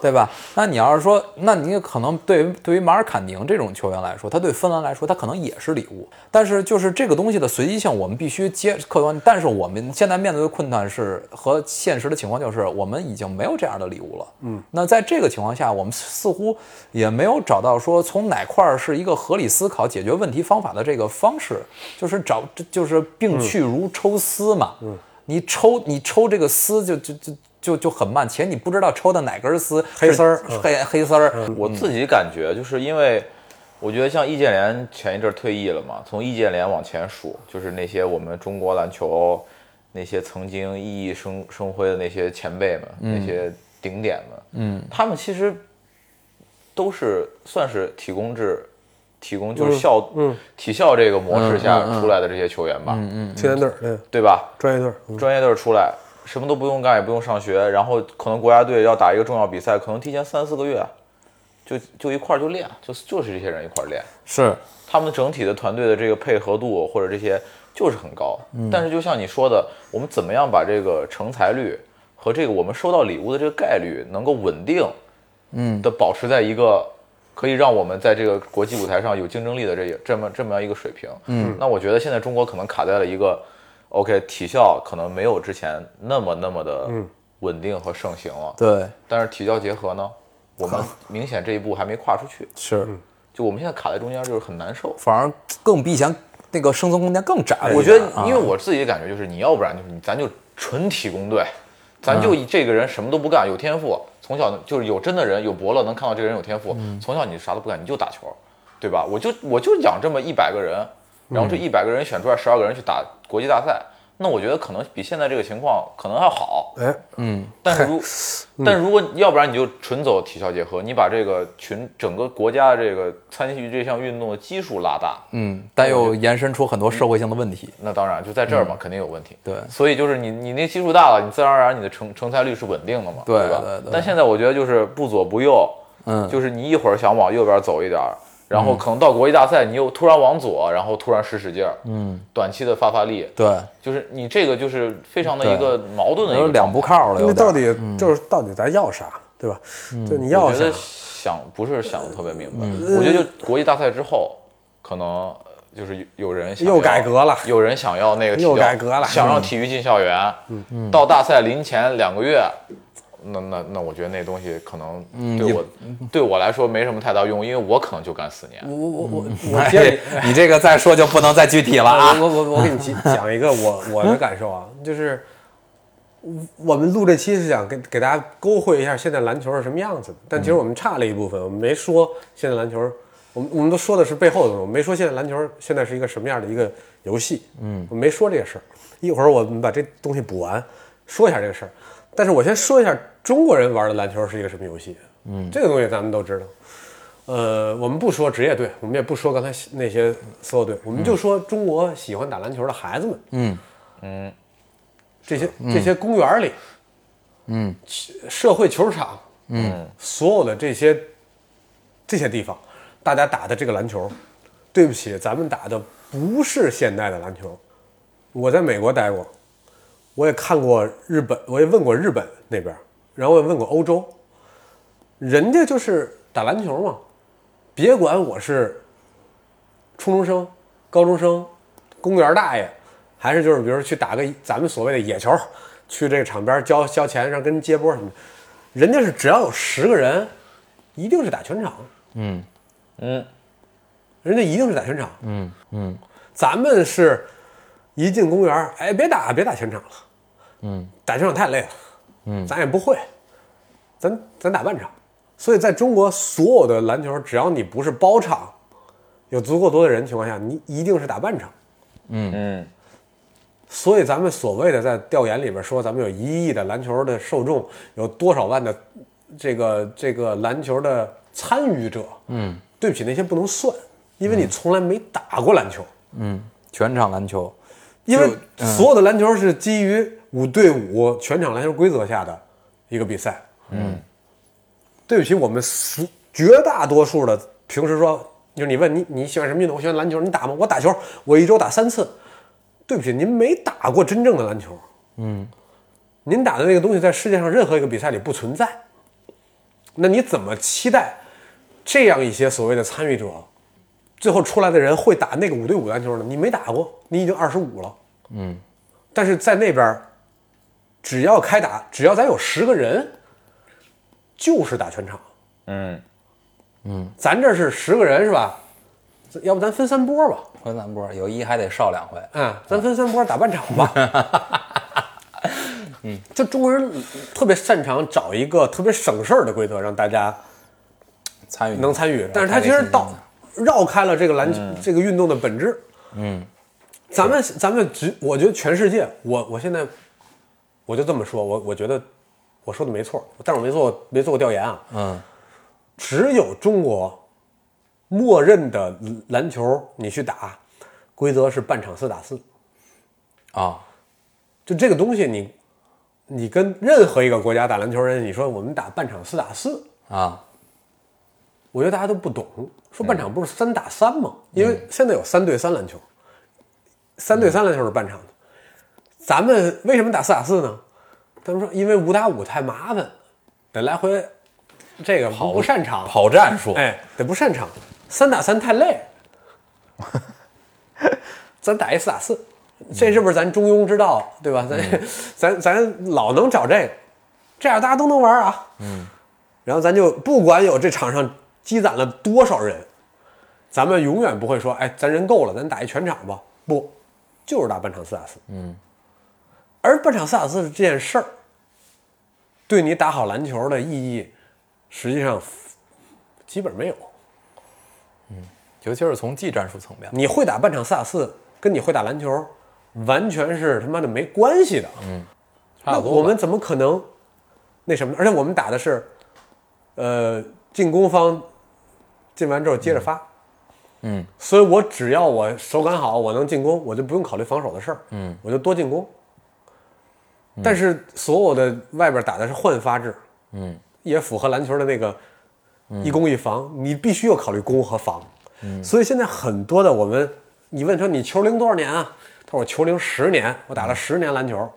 S2: 对吧？那你要是说，那你可能对于对于马尔坎宁这种球员来说，他对芬兰来说，他可能也是礼物。但是就是这个东西的随机性，我们必须接客观。但是我们现在面对的困难是和现实的情况就是，我们已经没有这样的礼物了。嗯，那在这个情况下，我们似乎也没有找到说从哪块儿是一个合理思考解决问题方法的这个方式，就是找就是病去如抽丝嘛。嗯你抽你抽这个丝就就就就就很慢，且你不知道抽的哪根丝
S1: 黑丝儿
S2: 是
S1: 嗯
S2: 黑黑丝儿，
S3: 我自己感觉就是因为，我觉得像易建联前一阵儿退役了嘛，从易建联往前数，就是那些我们中国篮球那些曾经熠熠生生辉的那些前辈们，
S2: 嗯
S3: 那些顶点们，嗯，他们其实都是算是体工制。体工就是校，嗯，体校这个模式
S2: 嗯
S3: 下出来的这些球员吧，嗯嗯，
S1: 青年队儿，对，
S3: 对吧？
S1: 专业队儿，嗯
S3: 专业队出来，什么都不用干，也不用上学，然后可能国家队要打一个重要比赛，啊可能提前三四个月，就就一块儿就练，就就是这些人一块儿练。
S2: 是
S3: 他们整体的团队的这个配合度或者这些就是很高。但是就像你说的，我们怎么样把这个成才率和这个我们收到礼物的这个概率能够稳定，嗯，的保持在一个可以让我们在这个国际舞台上有竞争力的这这么这么样一个水平。嗯，那我觉得现在中国可能卡在了一个，OK，体校可能没有之前那么那么的稳定和盛行了。
S2: 对，
S3: 但是体教结合呢，我们明显这一步还没跨出去，
S2: 是，
S1: 嗯
S3: 就我们现在卡在中间，就是很难受。
S2: 反而更比以前那个生存空间更窄
S1: 哎
S2: 了一点。
S3: 我觉得，
S1: 啊
S2: 为
S3: 因为我自己的感觉就是，你要不然就是你，咱就纯体工队，咱就以这个人什么都不干，有天赋，从小就是有真的人有伯乐能看到这个人有天赋，从小你啥都不干，你就打球，对吧？我就我就养这么一百个人，然后这一百个人选出来十二个人去打国际大赛，那我觉得可能比现在这个情况可能 还好。
S1: 哎，
S3: 但是如但是如果要不然你就纯走体校结合，你把这个群整个国家的这个参与这项运动的基数拉大，
S2: 嗯，但又延伸出很多社会性的问题。
S3: 那当然就在这儿嘛，肯定有问题。
S2: 嗯对
S3: 所以就是你你那基数大了，你自然而然你的成成才率是稳定的嘛，
S2: 对
S3: 吧？
S2: 对对
S3: 但现在我觉得就是不左不右，
S2: 嗯，
S3: 就是你一会儿想往右边走一点儿，然后可能到国际大赛你又突然往左，然后突然使使劲儿，嗯，短期的发发力，
S2: 对，
S3: 就是你这个就是非常的一个矛盾的一
S2: 有
S3: 个
S2: 两
S1: 嗯
S3: 步
S2: 步。靠了，有
S1: 那
S2: 点
S1: 到底就是到底咱要啥，对吧？就你要
S3: 我觉
S1: 啥
S3: 得？想不是想的特别明白，
S1: 嗯
S3: 我觉得就国际大赛之后，可能就是有人想要
S1: 又改革了
S3: 有人想要那个体
S1: 又
S3: 教
S1: 改革了嗯
S3: 想让体育进校园，到大赛临前两个月。那那那，我觉得那东西可能对我、对我来说没什么太大用，因为我可能就干四年。
S1: 我我我我
S2: 哎
S1: 建议
S2: 你这个再说就不能再具体了啊！
S1: 呃我我我给你讲讲一个我我的感 受啊，就是我我们录这期是想给给大家勾绘一下现在篮球是什么样子的，但其实我们差了一部分，我们没说现在篮球，我们我们都说的是背后的东西，我们没说现在篮球现在是一个什么样的一个游戏，嗯，我们没说这个事儿。一会儿我们把这东西补完，说一下这个事儿。但是我先说一下中国人玩的篮球是一个什么游戏，嗯，这个东西咱们都知道。呃，我们不说职业队，我们也不说刚才那些所有队，我们就说中国喜欢打篮球的孩子们，嗯嗯，这些这些公园里，嗯，社会球场，嗯，所有的这些这些地方，大家打的这个篮球，对不起，咱们打的不是现代的篮球。我在美国待过，我也看过日本，我也问过日本那边，然后我也问过欧洲，人家就是打篮球嘛，别管我是初中生、高中生、公园大爷，还是就是比如说去打个咱们所谓的野球，去这个场边交交钱，让跟人接波什么的，人家是只要有十个人，一定是打全场。
S3: 嗯，
S1: 人家一定是打全场。嗯嗯，咱们是一进公园儿，哎，别打，别打全场了。嗯，打全场太累了。嗯，咱也不会，咱咱打半场。所以在中国，所有的篮球，只要你不是包场，有足够多的人情况下，你一定是打半场。
S3: 嗯，
S1: 所以咱们所谓的在调研里边说，咱们有一亿的篮球的受众，有多少万的这个这个篮球的参与者？嗯，对不起，那些不能算，因为你从来没打过篮球，
S2: 全场篮球，
S1: 因为所有的篮球是基于五对五全场篮球规则下的一个比赛。嗯，对不起，我们所绝大多数的平时说，就是你问你你喜欢什么运动？我喜欢篮球，你打吗？我打球，我一周打三次。对不起，您没打过真正的篮球。嗯，您打的那个东西在世界上任何一个比赛里不存在。那你怎么期待这样一些所谓的参与者，最后出来的人会打那个五对五篮球呢？你没打过，你已经二十五了。嗯，但是在那边儿，只要开打，只要咱有十个人，就是打全场。
S3: 嗯，
S1: 咱这是十个人是吧？要不咱分三波吧？
S2: 分三波，有一还得少两回。
S1: 嗯，咱分三波打半场吧。嗯，就中国人特别擅长找一个特别省事儿的规则让大家
S2: 参与
S1: 能参与，但是他其实到绕开了这个篮球、这个运动的本质。嗯，咱们咱们只我觉得全世界，我我现在我就这么说，我我觉得我说的没错，但是我没做过没做过调研啊。
S2: 嗯，
S1: 只有中国默认的篮球，你去打规则是半场四打四。
S2: 啊，
S1: 就这个东西你，你跟任何一个国家打篮球人，你说我们打半场四打四，
S2: 啊，
S1: 我觉得大家都不懂，说
S2: 嗯
S1: 半场不是三打三吗？因为现在有三对三篮球，三对三篮球是半场的。咱们为什么打四打四呢？他们说因为五打五太麻烦，得来回这个不不擅长，
S2: 跑战术，
S1: 哎，得不擅长，三打三太累，咱打一四打四，这是不是咱中庸之道，啊对吧？咱、 咱咱老能找这个，这样大家都能玩啊。嗯，然后咱就不管有这场上积攒了多少人，咱们永远不会说，哎，咱人够了，咱打一全场吧。不，就是打半场四打四。嗯，而半场四打四这件事儿，对你打好篮球的意义，实际上基本没有。
S2: 尤其是从技战术层面，
S1: 你会打半场四打四，跟你会打篮球完全是他妈的没关系的。嗯，
S2: 差
S1: 那
S2: 不多吧
S1: 我们怎么可能那什么呢？而且我们打的是，呃，进攻方进完之后接着发。
S2: 嗯
S1: 所以我只要我手感好，我能进攻，我就不用考虑防守的事儿。嗯，我就多进攻。但是所有的外边打的是换发制，
S2: 嗯，
S1: 也符合篮球的那个一攻一防，你必须要考虑攻和防。嗯，所以现在很多的我们，你问说你球龄多少年啊？他说我球龄十年，我打了十年篮球，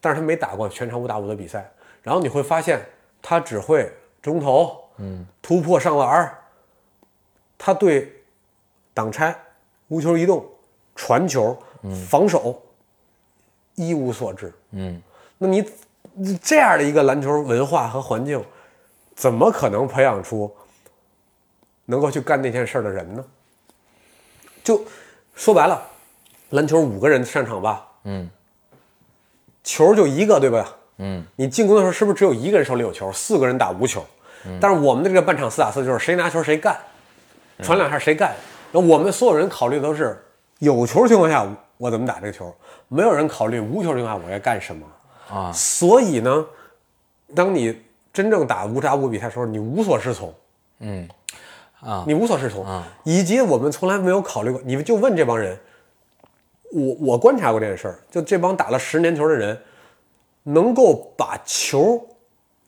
S1: 但是他没打过全场五打五的比赛。然后你会发现，他只会中投，嗯，突破上篮儿，他对挡拆、无球移动、传球、防守，一无所知。
S2: 嗯，
S1: 那你你这样的一个篮球文化和环境，怎么可能培养出能够去干那件事儿的人呢？就说白了，篮球五个人上场吧，
S2: 嗯，
S1: 球就一个，对吧？
S2: 嗯，
S1: 你进攻的时候是不是只有一个人手里有球，四个人打无球？
S2: 嗯
S1: 但是我们的这个半场四打四就是谁拿球谁干，
S2: 嗯
S1: 传两下谁干。然后我们所有人考虑都是有球情况下我怎么打这个球，没有人考虑无球情况下我该干什么。
S2: 啊，
S1: 所以呢，当你真正打五打五比赛的时候，你无所适从。
S2: 嗯，啊
S1: 你无所适从，以及我们从来没有考虑过，你们就问这帮人，我我观察过这件事儿，就这帮打了十年球的人，能够把球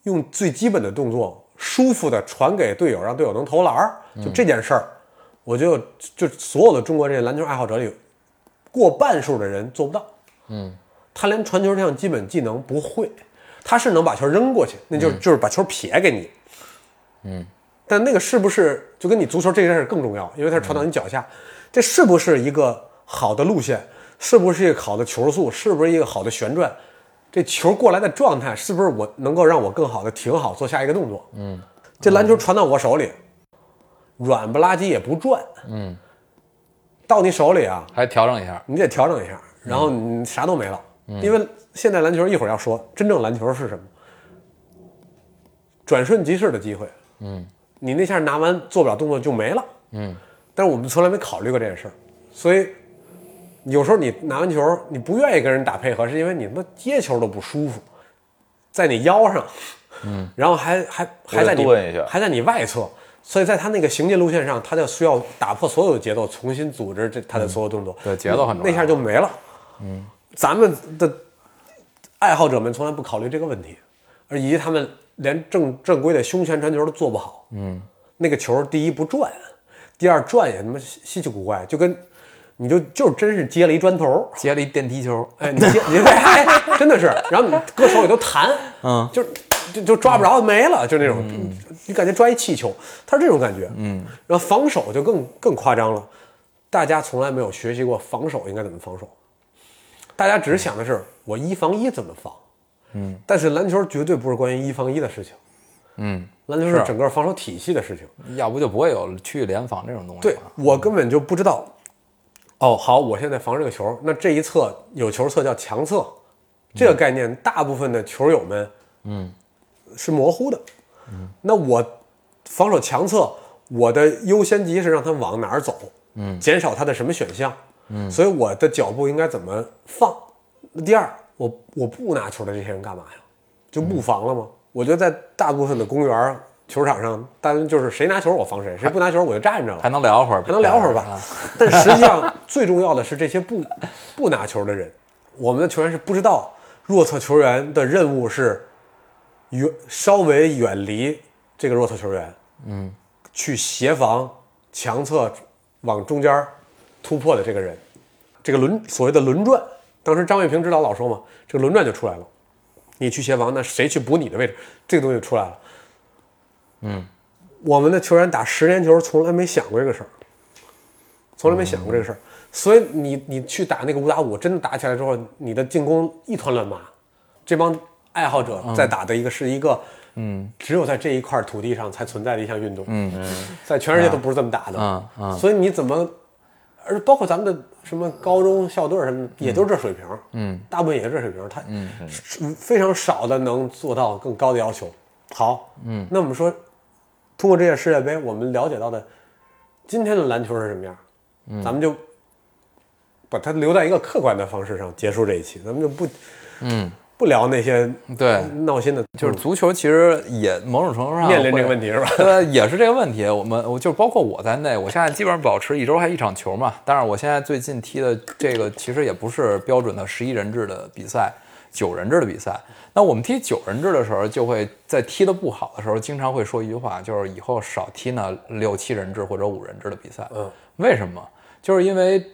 S1: 用最基本的动作舒服的传给队友，让队友能投篮儿，就这件事儿，我就就所有的中国这些篮球爱好者里，过半数的人做不到。他连传球这项基本技能不会，他是能把球扔过去，那就、就是把球撇给你。嗯，但那个是不是就跟你足球这件事更重要？因为它是传到你脚下，这是不是一个好的路线？是不是一个好的球速？是不是一个好的旋转？这球过来的状态是不是我能够让我更好的停好做下一个动作？嗯，这篮球传到我手里，软不拉几也不转。嗯，到你手里啊，
S2: 还调整一下，
S1: 你得调整一下，然后
S3: 嗯
S1: 你啥都没了。因为现在篮球一会儿要说，真正篮球是什么？转瞬即逝的机会。嗯，你那下拿完做不了动作就没了。嗯，但是我们从来没考虑过这件事儿，所以有时候你拿完球，你不愿意跟人打配合，是因为你他妈接球都不舒服，在你腰上，嗯，然后还还还在你
S3: 我得顿一下
S1: 还在你外侧，所以在他那个行进路线上，他就需要打破所有节奏，重新组织这他
S3: 嗯
S1: 的所有动作。
S2: 对节奏很重要
S1: 那下就没了。嗯，咱们的爱好者们从来不考虑这个问题，而以及他们连正正规的胸前传球都做不好。嗯，那个球第一不转，第二转也他妈稀稀奇古怪，就跟你就就真是接了一砖头。
S2: 接了一电梯球，
S1: 哎，你接你哎，真的是，然后你搁手里都弹，嗯，就就就抓不着没了，就那种，你感觉抓一气球，它是这种感觉，嗯，然后防守就更更夸张了，大家从来没有学习过防守应该怎么防守，大家只是想的是我一防一怎么防，嗯，但是篮球绝对不是关于一防一的事情，
S2: 嗯，
S1: 篮球是整个防守体系的事情，
S2: 要不就不会有区域联防这种东西
S1: 对
S2: 了。
S1: 我根本就不知道。哦，好，我现在防这个球，那这一侧有球侧叫强侧，这个概念大部分的球友们，嗯，是模糊的。嗯，那我防守强侧，我的优先级是让他往哪儿走，嗯，减少他的什么选项，嗯，所以我的脚步应该怎么放？第二，我我不拿球的这些人干嘛呀？就不防了吗？我觉得在大部分的公园儿球场上，当然就是谁拿球我防谁，谁不拿球我就站着了
S2: 还。能聊会儿，啊
S1: 还能聊会儿吧。啊 但实际上，最重要的是这些不不拿球的人，我们的球员是不知道弱侧球员的任务是远稍微远离这个弱侧球员，嗯，去协防、强侧、往中间突破的这个人。这个轮所谓的轮转，当时张卫平指导老说嘛，这个轮转就出来了。你去协防，那谁去补你的位置？这个东西就出来了。嗯，我们的球员打十连球从来没想过这个事儿，从来没想过这
S2: 嗯
S1: 个事儿。所以你你去打那个五打五，真的打起来之后，你的进攻一团乱麻。这帮爱好者在打的一个是一个，嗯，只有在这一块土地上才存在的一项运动。嗯嗯，在全世界都不是这么打的。
S2: 啊
S1: 所以你怎么？而包括咱们的什么高中校队什么，也都是这水平，嗯，大部分也是这水平，他嗯非常少的能做到更高的要求。好，嗯，那我们说，通过这届世界杯，我们了解到的今天的篮球是什么样，嗯、咱们就把它留在一个客观的方式上结束这一期，咱们就不，嗯，不聊那些
S2: 对，
S1: 闹心的，
S2: 就是足球其实也某种程度
S1: 嗯
S2: 上
S1: 面临这个
S2: 会
S1: 问题是吧？
S2: 呃，也是这个问题。我们我就包括我在内，我现在基本上保持一周还一场球嘛。但是我现在最近踢的这个其实也不是标准的十一人制的比赛，九人制的比赛。那我们踢九人制的时候，就会在踢的不好的时候，经常会说一句话，就是以后少踢呢六七人制或者五人制的比赛。
S1: 嗯，
S2: 为什么？就是因为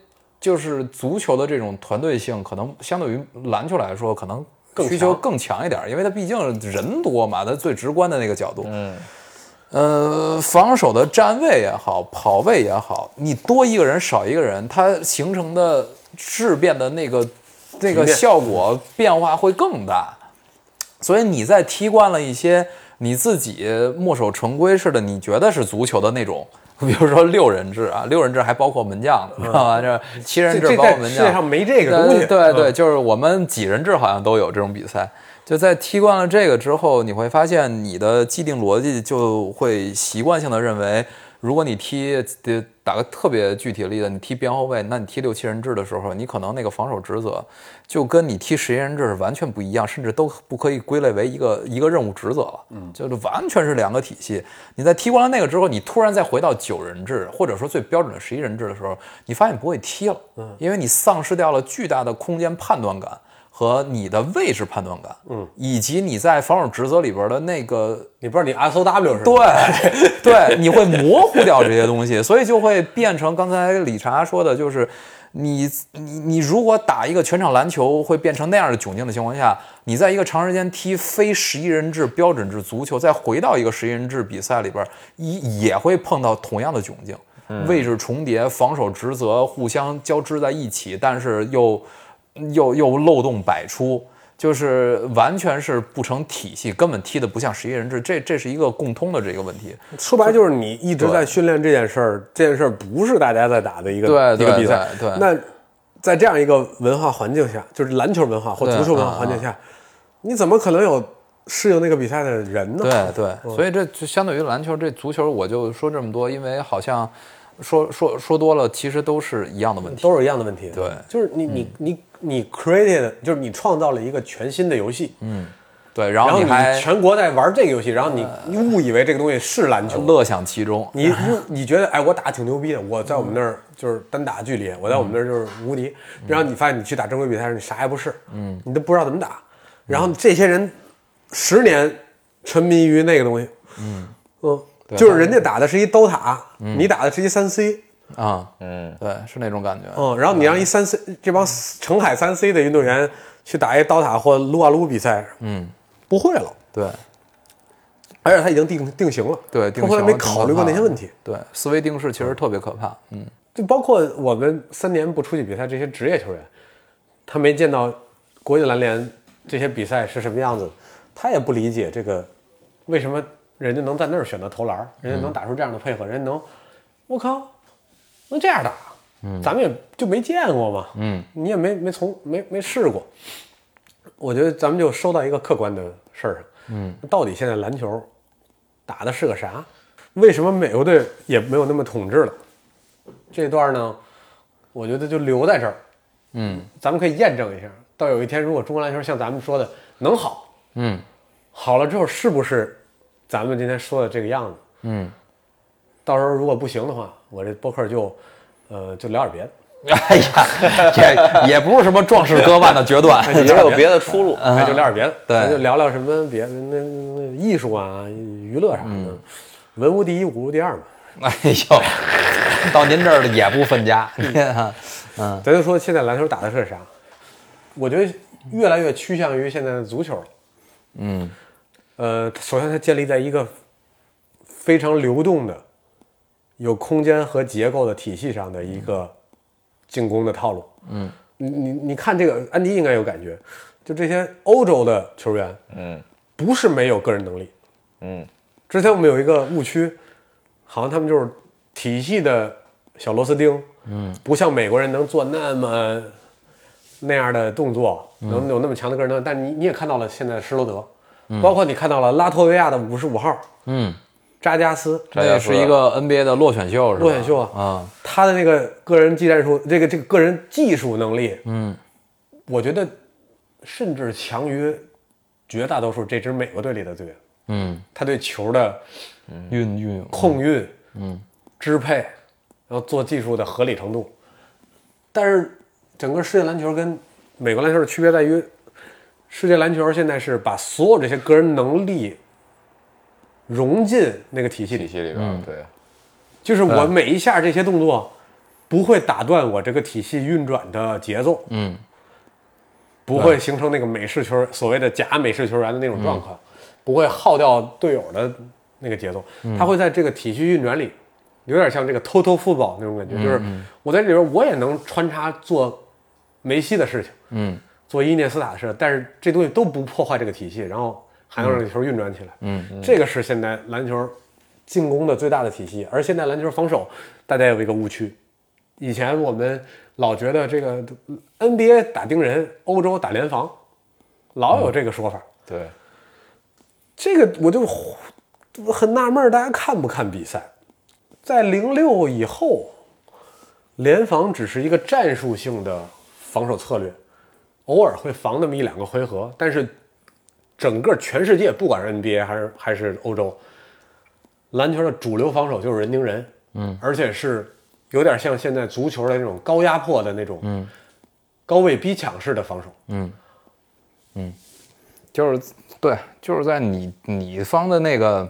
S2: 就是足球的这种团队性，可能相对于篮球来说，可能
S1: 更
S2: 需求
S1: 强
S2: 更强一点，因为它毕竟人多嘛，它最直观的那个角度。
S3: 嗯，
S2: 呃，防守的站位也好，跑位也好，你多一个人少一个人，它形成的质变的那个那个
S1: 面
S2: 效果变化会更大。所以你在踢惯了一些你自己墨守成规似的，你觉得是足球的那种， 比如说六人制啊，六人制还包括门将，知道吧？这七人
S1: 嗯这
S2: 制
S1: 这
S2: 包括
S1: 在
S2: 门
S1: 世界
S2: 将
S1: 上，没这个东西，
S2: 对对
S1: 嗯
S2: 对，就是我们几人制好像都有这种比赛。就在踢惯了这个之后，你会发现你的既定逻辑就会习惯性的认为，如果你踢呃打个特别具体的例子，你踢边后卫，那你踢六七人制的时候，你可能那个防守职责就跟你踢十一人制是完全不一样，甚至都不可以归类为一个一个任务职责了，嗯，就是完全是两个体系。你在踢惯了那个之后，你突然再回到九人制，或者说最标准的十一人制的时候，你发现你不会踢了，嗯，因为你丧失掉了巨大的空间判断感和你的位置判断感，嗯，以及你在防守职责里边的那个
S1: 你不知道你 S O W 是吧？
S2: 对对，你会模糊掉这些东西，所以就会变成刚才理查说的，就是你你你如果打一个全场篮球会变成那样的窘境的情况下，你在一个长时间踢非十一人制标准制足球，再回到一个十一人制比赛里边儿，一也会碰到同样的窘境，位置重叠，防守职责互相交织在一起，但是又又又漏洞百出。就是完全是不成体系，根本踢得不像十一人制，这这是一个共通的这个问题。
S1: 说白就是你一直在训练这件事儿，这件事儿不是大家在打的一个
S2: 对
S1: 一个
S2: 对
S1: 比赛。
S2: 对对
S1: 那在这样一个文化环境下，就是篮球文化或
S2: 对嗯
S1: 足球文化环境下，你怎么可能有适应那个嗯比赛的人呢？
S2: 对对，所以这就相对于篮球，这足球我就说这么多，因为好像说说说多了，其实都是一样的问题。
S1: 都是一样的问题。
S2: 对嗯
S1: 就是你你你你 created，就是你创造了一个全新的游戏，嗯，
S2: 对，
S1: 然
S2: 然后
S1: 后
S2: 你
S1: 你
S2: 还
S1: 全国在玩这个游戏，然后你你误以为这个东西是篮球，
S2: 乐享其中。
S1: 你你你觉得哎，嗯我打挺牛逼的，我在我们那儿就是单打距离，我在我们那儿就是无敌。然后你发现你去打正规比赛时，你啥也不是，嗯，你都不知道怎么打。然后这些人十年沉迷于那个东西，嗯就是人家打的是一刀塔，你打的是一三 C，
S2: 啊，嗯，对，是那种感觉。
S1: 嗯，然后你让一三 C 这帮澄海三 C 的运动员去打一刀塔或撸啊撸比赛，嗯，不会了，
S2: 对
S1: 而且他已经定定型了，
S2: 对，
S1: 他
S2: 定
S1: 后来
S2: 型
S1: 没
S2: 挺
S1: 考
S2: 可
S1: 虑过那
S2: 怕
S1: 些
S2: 的
S1: 问题，
S2: 对，思维定式其实特别可 怕。嗯，
S1: 就包括我们三年不出去比赛，这些职业球员，他没见到国际篮联这些比赛是什么样子的，他也不理解这个为什么人家能在那儿选择投篮儿，人家能打出这样的配合，人家能，我靠，能这样打，嗯，咱们也就没见过嘛，嗯，你也没没从没没试过，我觉得咱们就收到一个客观的事儿上，嗯，到底现在篮球打的是个啥？为什么美国队也没有那么统治了？这段呢，我觉得就留在这儿。嗯，咱们可以验证一下，到有一天如果中国篮球像咱们说的能好，
S2: 嗯，
S1: 好了之后是不是咱们今天说的这个样子？嗯，到时候如果不行的话，我这播客就，呃，就聊点别的。
S2: 哎呀， 也也不是什么壮士割腕的决 断
S1: 嗯
S3: 也有别的出路。
S1: 哎，就聊点别的，
S2: 对
S1: 咱就聊聊什么别的，那那那艺术啊、娱乐啥的，文无第一，武无第二嘛。
S2: 哎呦，到您这儿也不分家，
S3: 啊
S2: 嗯，
S1: 咱就说现在篮球打的是啥？我觉得越来越趋向于现在的足球。嗯，呃，首先它建立在一个非常流动的、有空间和结构的体系上的一个进攻的套路。嗯，你你你看这个，安迪应该有感觉，就这些欧洲的球员，
S3: 嗯，
S1: 不是没有个人能力。
S3: 嗯，
S1: 之前我们有一个误区，好像他们就是体系的小螺丝钉，嗯，不像美国人能做那么那样的动作，能有那么强的个人能力。但你你也看到了现在施罗德，包括你看到了拉脱维亚的五十五号，
S2: 嗯，
S1: 扎加斯，
S3: 扎
S2: 这
S3: 加
S2: 也
S3: 斯
S2: 是一个 NBA 的落选秀，是吧？
S1: 落选秀啊
S2: 啊，
S1: 他的那个个人技战术，这个这个个人技术能力，嗯，我觉得甚至强于绝大多数这支美国队里的队员，
S2: 嗯，
S1: 他对球的
S2: 运运用
S1: 控运，嗯，支配，然后做技术的合理程度。但是整个世界篮球跟美国篮球的区别在于，世界篮球现在是把所有这些个人能力融进那个体系
S3: 体
S1: 里，
S3: 系里边，对，
S1: 就是我每一下这些动作不会打断我这个体系运转的节奏，
S2: 嗯，
S1: 不会形成那个美式球员所谓的假美式球员的那种状况，不会耗掉队友的那个节奏，他会在这个体系运转里，有点像这个偷偷 t 宝那种感觉，就是我在这里边我也能穿插做梅西的事情，
S2: 嗯，
S1: 做伊涅斯塔的事，但是这东西都不破坏这个体系，然后还能让这球运转起来，嗯，这个是现在篮球进攻的最大的体系，而现在篮球防守大家有一个误区，以前我们老觉得这个 NBA 打盯人，欧洲打联防，老有这个说法。
S3: 对，
S1: 这个我就我很纳闷儿，大家看不看比赛？在零六以后，联防只是一个战术性的防守策略，偶尔会防那么一两个回合，但是整个全世界，不管是 NBA 还是还是欧洲，篮球的主流防守就是人盯人，嗯，而且是有点像现在足球的那种高压迫的那种，嗯，高位逼抢式的防守，
S2: 就是对，就是在你你方的那个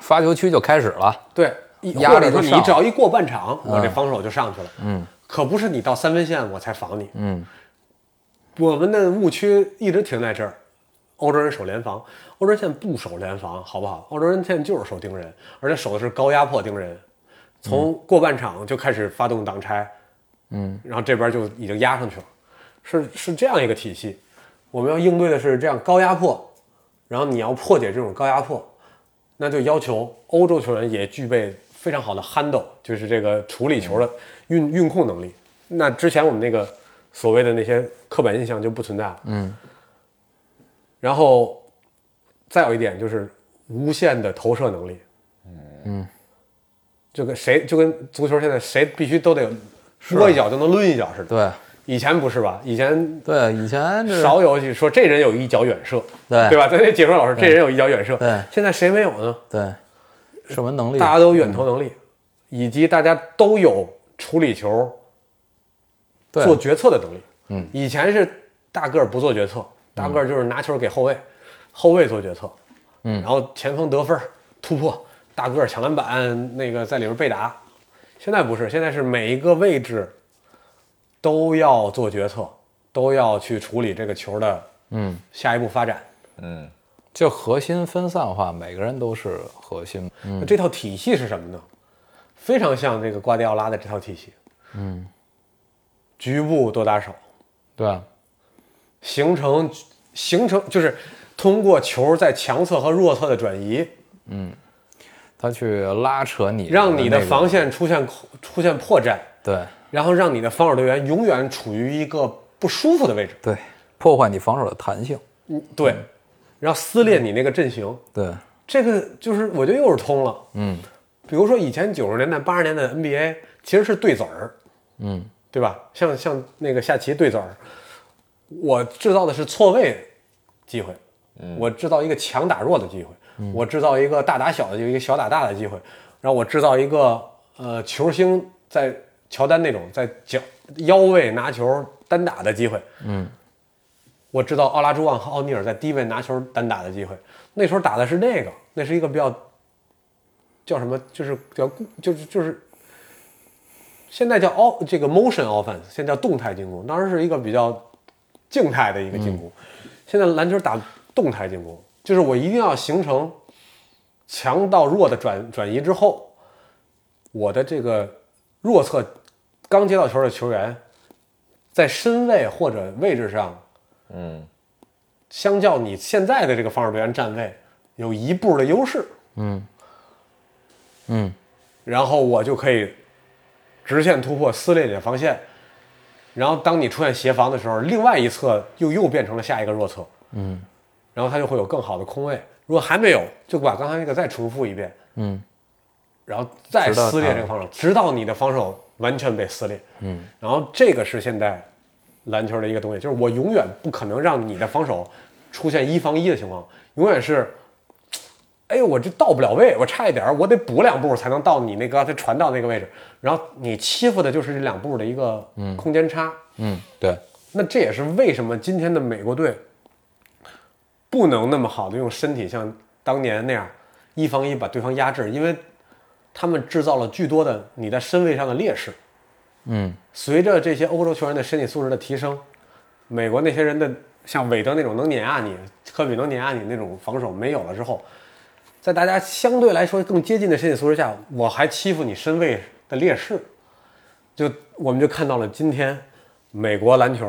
S2: 发球区就开始了，
S1: 对，一
S2: 压
S1: 或
S2: 力
S1: 者说
S2: 就
S1: 你
S2: 上了嗯
S1: 只要一过半场，我这防守就上去了。嗯，可不是你到三分线我才防你。嗯，我们的误区一直停在这儿。欧洲人守联防，欧洲人现在不守联防，好不好？欧洲人现在就是守盯人，而且守的是高压迫盯人，从过半场就开始发动挡拆，嗯，然后这边就已经压上去了，是是这样一个体系。我们要应对的是这样高压迫，然后你要破解这种高压迫，那就要求欧洲球员也具备非常好的 handle，就是这个处理球的运、运控能力。那之前我们那个所谓的那些刻板印象就不存在了。嗯。然后再有一点就是无限的投射能力。嗯嗯就跟谁就跟足球现在谁必须都得摸一脚就能抡一脚似的。
S2: 对
S1: 以前不是吧？以前
S2: 对，以前这
S1: 少有说这人有一脚远射，
S2: 对
S1: 对吧？咱这解说老师，这人有一脚远射，
S2: 对
S1: 现在谁没有呢？
S2: 对射门能力，
S1: 大家都有远投能力，嗯以及大家都有处理球、
S2: 对
S1: 做决策的能力。嗯，以前是大个儿不做决策，大个儿就是拿球给后卫，后卫做决策，嗯，然后前锋得分儿突破，大个儿抢篮板，那个在里边被打。现在不是，现在是每一个位置都要做决策，都要去处理这个球的嗯下一步发展。
S3: 嗯，
S2: 就核心分散化，每个人都是核心。嗯
S1: 那这套体系是什么呢？非常像那个瓜迪奥拉的这套体系。嗯，局部多打少，
S2: 对，啊
S1: 形成形成就是通过球在强侧和弱侧的转移，
S2: 他去拉扯你，
S1: 让你的
S2: 那个
S1: 防线出现空出现破绽，
S2: 对
S1: 然后让你的防守队员永远处于一个不舒服的位置。
S2: 对破坏你防守的弹性。
S1: 嗯，对，然后撕裂你那个阵型。
S2: 对，
S1: 这个就是我觉得又是通了。嗯，比如说以前九十年代、八十年代的 NBA 其实是对子儿，
S2: 嗯，
S1: 对吧？像像那个下棋对子儿，我制造的是错位机会，我制造一个强打弱的机会，我制造一个大打小的，有一个小打大的机会，然后我制造一个呃球星在乔丹那种在脚腰位拿球单打的机会，我知道奥拉朱旺和奥尼尔在低位拿球单打的机会，那时候打的是那个，那是一个比较叫什么，就是叫就是就是，现在叫 o 这个 motion offense，现在叫动态进攻，当时是一个比较静态的一个进攻，现在篮球打动态进攻，就是我一定要形成强到弱的转转移之后，我的这个弱侧刚接到球的球员，在身位或者位置上，
S3: 嗯，
S1: 相较你现在的这个防守队员站位有一步的优势，
S2: 嗯
S1: 然后我就可以直线突破撕裂你的防线，然后当你出现协防的时候，另外一侧又又变成了下一个弱侧，嗯，然后它就会有更好的空位。如果还没有，就把刚才那个再重复一遍，
S2: 嗯，
S1: 然后再
S2: 直到它啊
S1: 撕裂这个防守，直到你的防守完全被撕裂，嗯，然后这个是现在篮球的一个东西，就是我永远不可能让你的防守出现一防一的情况，永远是。哎呦，我这到不了位，我差一点儿，我得补两步才能到你那个才传到那个位置。然后你欺负的就是这两步的一个空间差。
S2: 嗯，对，
S1: 那这也是为什么今天的美国队不能那么好的用身体像当年那样一防一把对方压制，因为他们制造了巨多的你在身位上的劣势。
S2: 嗯
S1: 随着这些欧洲球员的身体素质的提升，美国那些人的像韦德那种能碾压你、科比能碾压你那种防守没有了之后，在大家相对来说更接近的身体素质下，我还欺负你身位的劣势，就我们就看到了今天美国篮球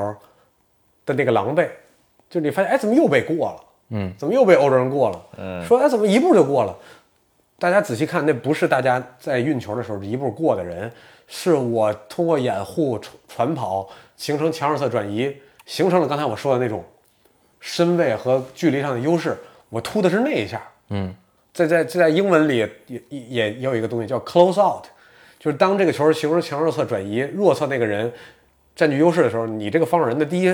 S1: 的那个狼狈，就你发现哎怎么又被过了，嗯，怎么又被欧洲人过了，嗯，说哎怎么一步就过了，大家仔细看，那不是大家在运球的时候一步过的人，是我通过掩护、传传跑形成强弱侧转移，形成了刚才我说的那种身位和距离上的优势。我突的是那一下。
S2: 嗯，
S1: 在在在英文里也也也也有一个东西叫 close out，就是当这个球形成强弱侧转移，弱侧那个人占据优势的时候，你这个防守人的第一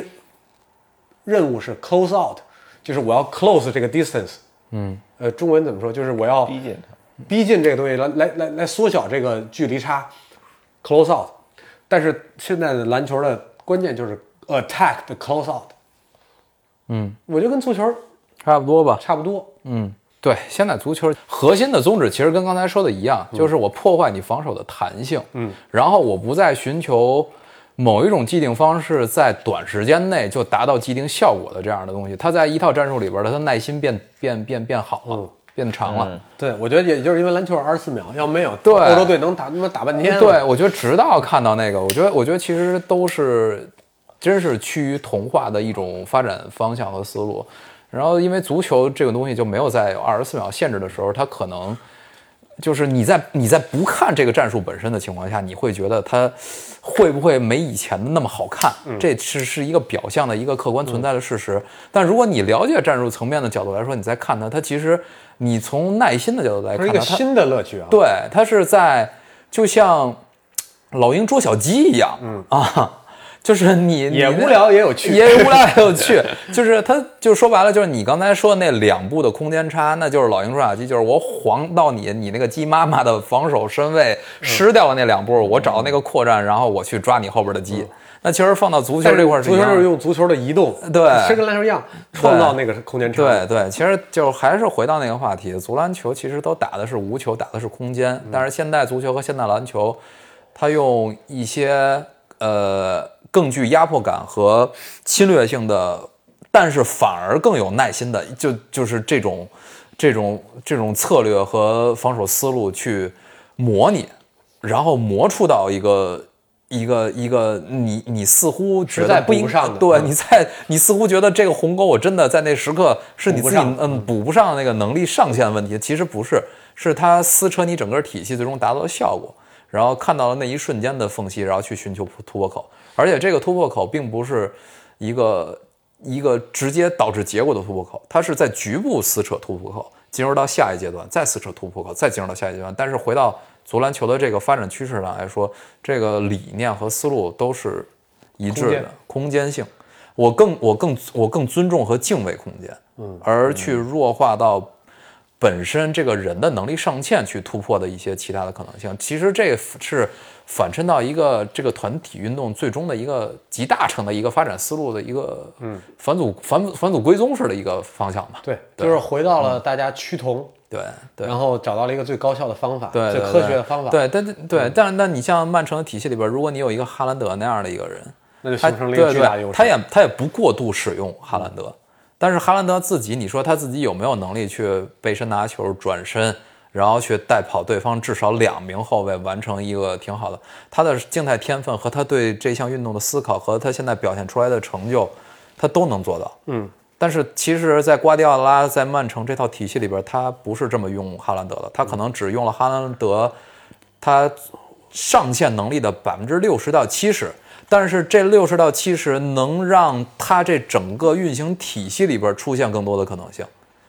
S1: 任务是 close out，就是我要 close 这个 distance。
S2: 嗯，
S1: 呃，中文怎么说？就是我要
S3: 逼近他。
S1: 逼近这个东西来来来来缩小这个距离差，close out。但是现在的篮球的关键就是 attack the close out。
S2: 嗯，
S1: 我觉得跟足球
S2: 差不多吧。
S1: 差不多。
S2: 嗯，对，现在足球核心的宗旨其实跟刚才说的一样，就是我破坏你防守的弹性，嗯，然后我不再寻求某一种既定方式在短时间内就达到既定效果的这样的东西。他在一套战术里边儿，他的耐心变变变变好了，
S1: 嗯
S2: 变长了。
S1: 对，我觉得也就是因为篮球二十四秒，要没有
S2: 对
S1: 欧洲队能打他妈打半天。
S2: 对，，我觉得直到看到那个，我觉得我觉得其实都是，真是趋于同化的一种发展方向和思路。然后因为足球这个东西就没有在有二十四秒限制的时候，它可能就是你在你在不看这个战术本身的情况下，你会觉得它会不会没以前的那么好看？
S1: 嗯
S2: 这是是一个表象的一个客观存在的事实。但如果你了解战术层面的角度来说，你再看它，它其实你从耐心的角度来
S1: 这
S2: 看
S1: 是一
S2: 它，
S1: 个
S2: 它
S1: 新的乐趣啊。
S2: 对，它是在就像老鹰捉小鸡一样，嗯啊，就是你
S1: 也
S2: 你那
S1: 无聊也有趣
S2: 也无聊也有趣，就是它就说白了，就是你刚才说的那两步的空间差，那就是老鹰捉小鸡，就是我晃到你你那个鸡妈妈的防守身位
S1: 嗯
S2: 失掉了那两步，我找到那个扩站，然后我去抓你后边的鸡。那其实放到足球
S1: 嗯但
S2: 这块儿
S1: 是
S2: 是
S1: 足
S2: 一
S1: 球
S2: 样的
S1: 就是用足球的移动，
S2: 对
S1: 其实跟篮球一样，创造那个空间差。
S2: 对对，其实就是还是回到那个话题，足篮球其实都打的是无球，打的是空
S1: 嗯
S2: 间。但是现代足球和现代篮球，它用一些呃更具压迫感和侵略性的，但是反而更有耐心的，就就是这种这种这种策略和防守思路去模拟，然后磨出到一个。一个一个，你你似乎觉
S1: 实在
S2: 得不
S1: 补
S2: 应
S1: 不上的
S2: 对
S1: 嗯
S2: 你在你似乎觉得这个鸿沟，我真的在那时刻是你自己
S1: 补不上
S2: 嗯补不上那个能力上限问题，其实不是，是它撕扯你整个体系，最终达到的效果。然后看到了那一瞬间的缝隙，然后去寻求突破口，而且这个突破口并不是一个一个直接导致结果的突破口，它是在局部撕扯突破口，进入到下一阶段，再撕扯突破口，再进入到下一阶段。但是回到足篮球的这个发展趋势上来说，这个理念和思路都是一致
S1: 空
S2: 的
S1: 间，
S2: 空间性。我更我更我更尊重和敬畏空间，嗯，而去弱化到本身这个人的能力上限去突破的一些其他的可能性。其实这是反衬到一个这个团体运动最终的一个集大成的一个发展思路的一个嗯返祖返返祖归宗式的一个方向吧。
S1: 对，就是回到了大家趋同，
S2: 对嗯对
S1: 然后找到了一个最高效的方法，
S2: 对
S1: 最科
S2: 对对
S1: 学的方法，，嗯
S2: 对，但是对，但是那你像曼城的体系里边，如果你有一个哈兰德那样的一个人，
S1: 那就
S2: 他
S1: 形成了一个
S2: 对
S1: 巨
S2: 对
S1: 大的优势。
S2: 他也他也不过度使用哈兰德，但是哈兰德自己，你说他自己有没有能力去背身拿球、转身，然后去带跑对方至少两名后卫，完成一个挺好的？他的静态天分和他对这项运动的思考和他现在表现出来的成就，他都能做到。
S1: 嗯，
S2: 但是其实，在瓜迪奥拉在曼城这套体系里边，他不是这么用哈兰德的，
S1: 嗯
S2: 他可能只用了哈兰德他上限能力的百分之六十到七十。但是这六十到七十能让他这整个运行体系里边出现更多的可能性，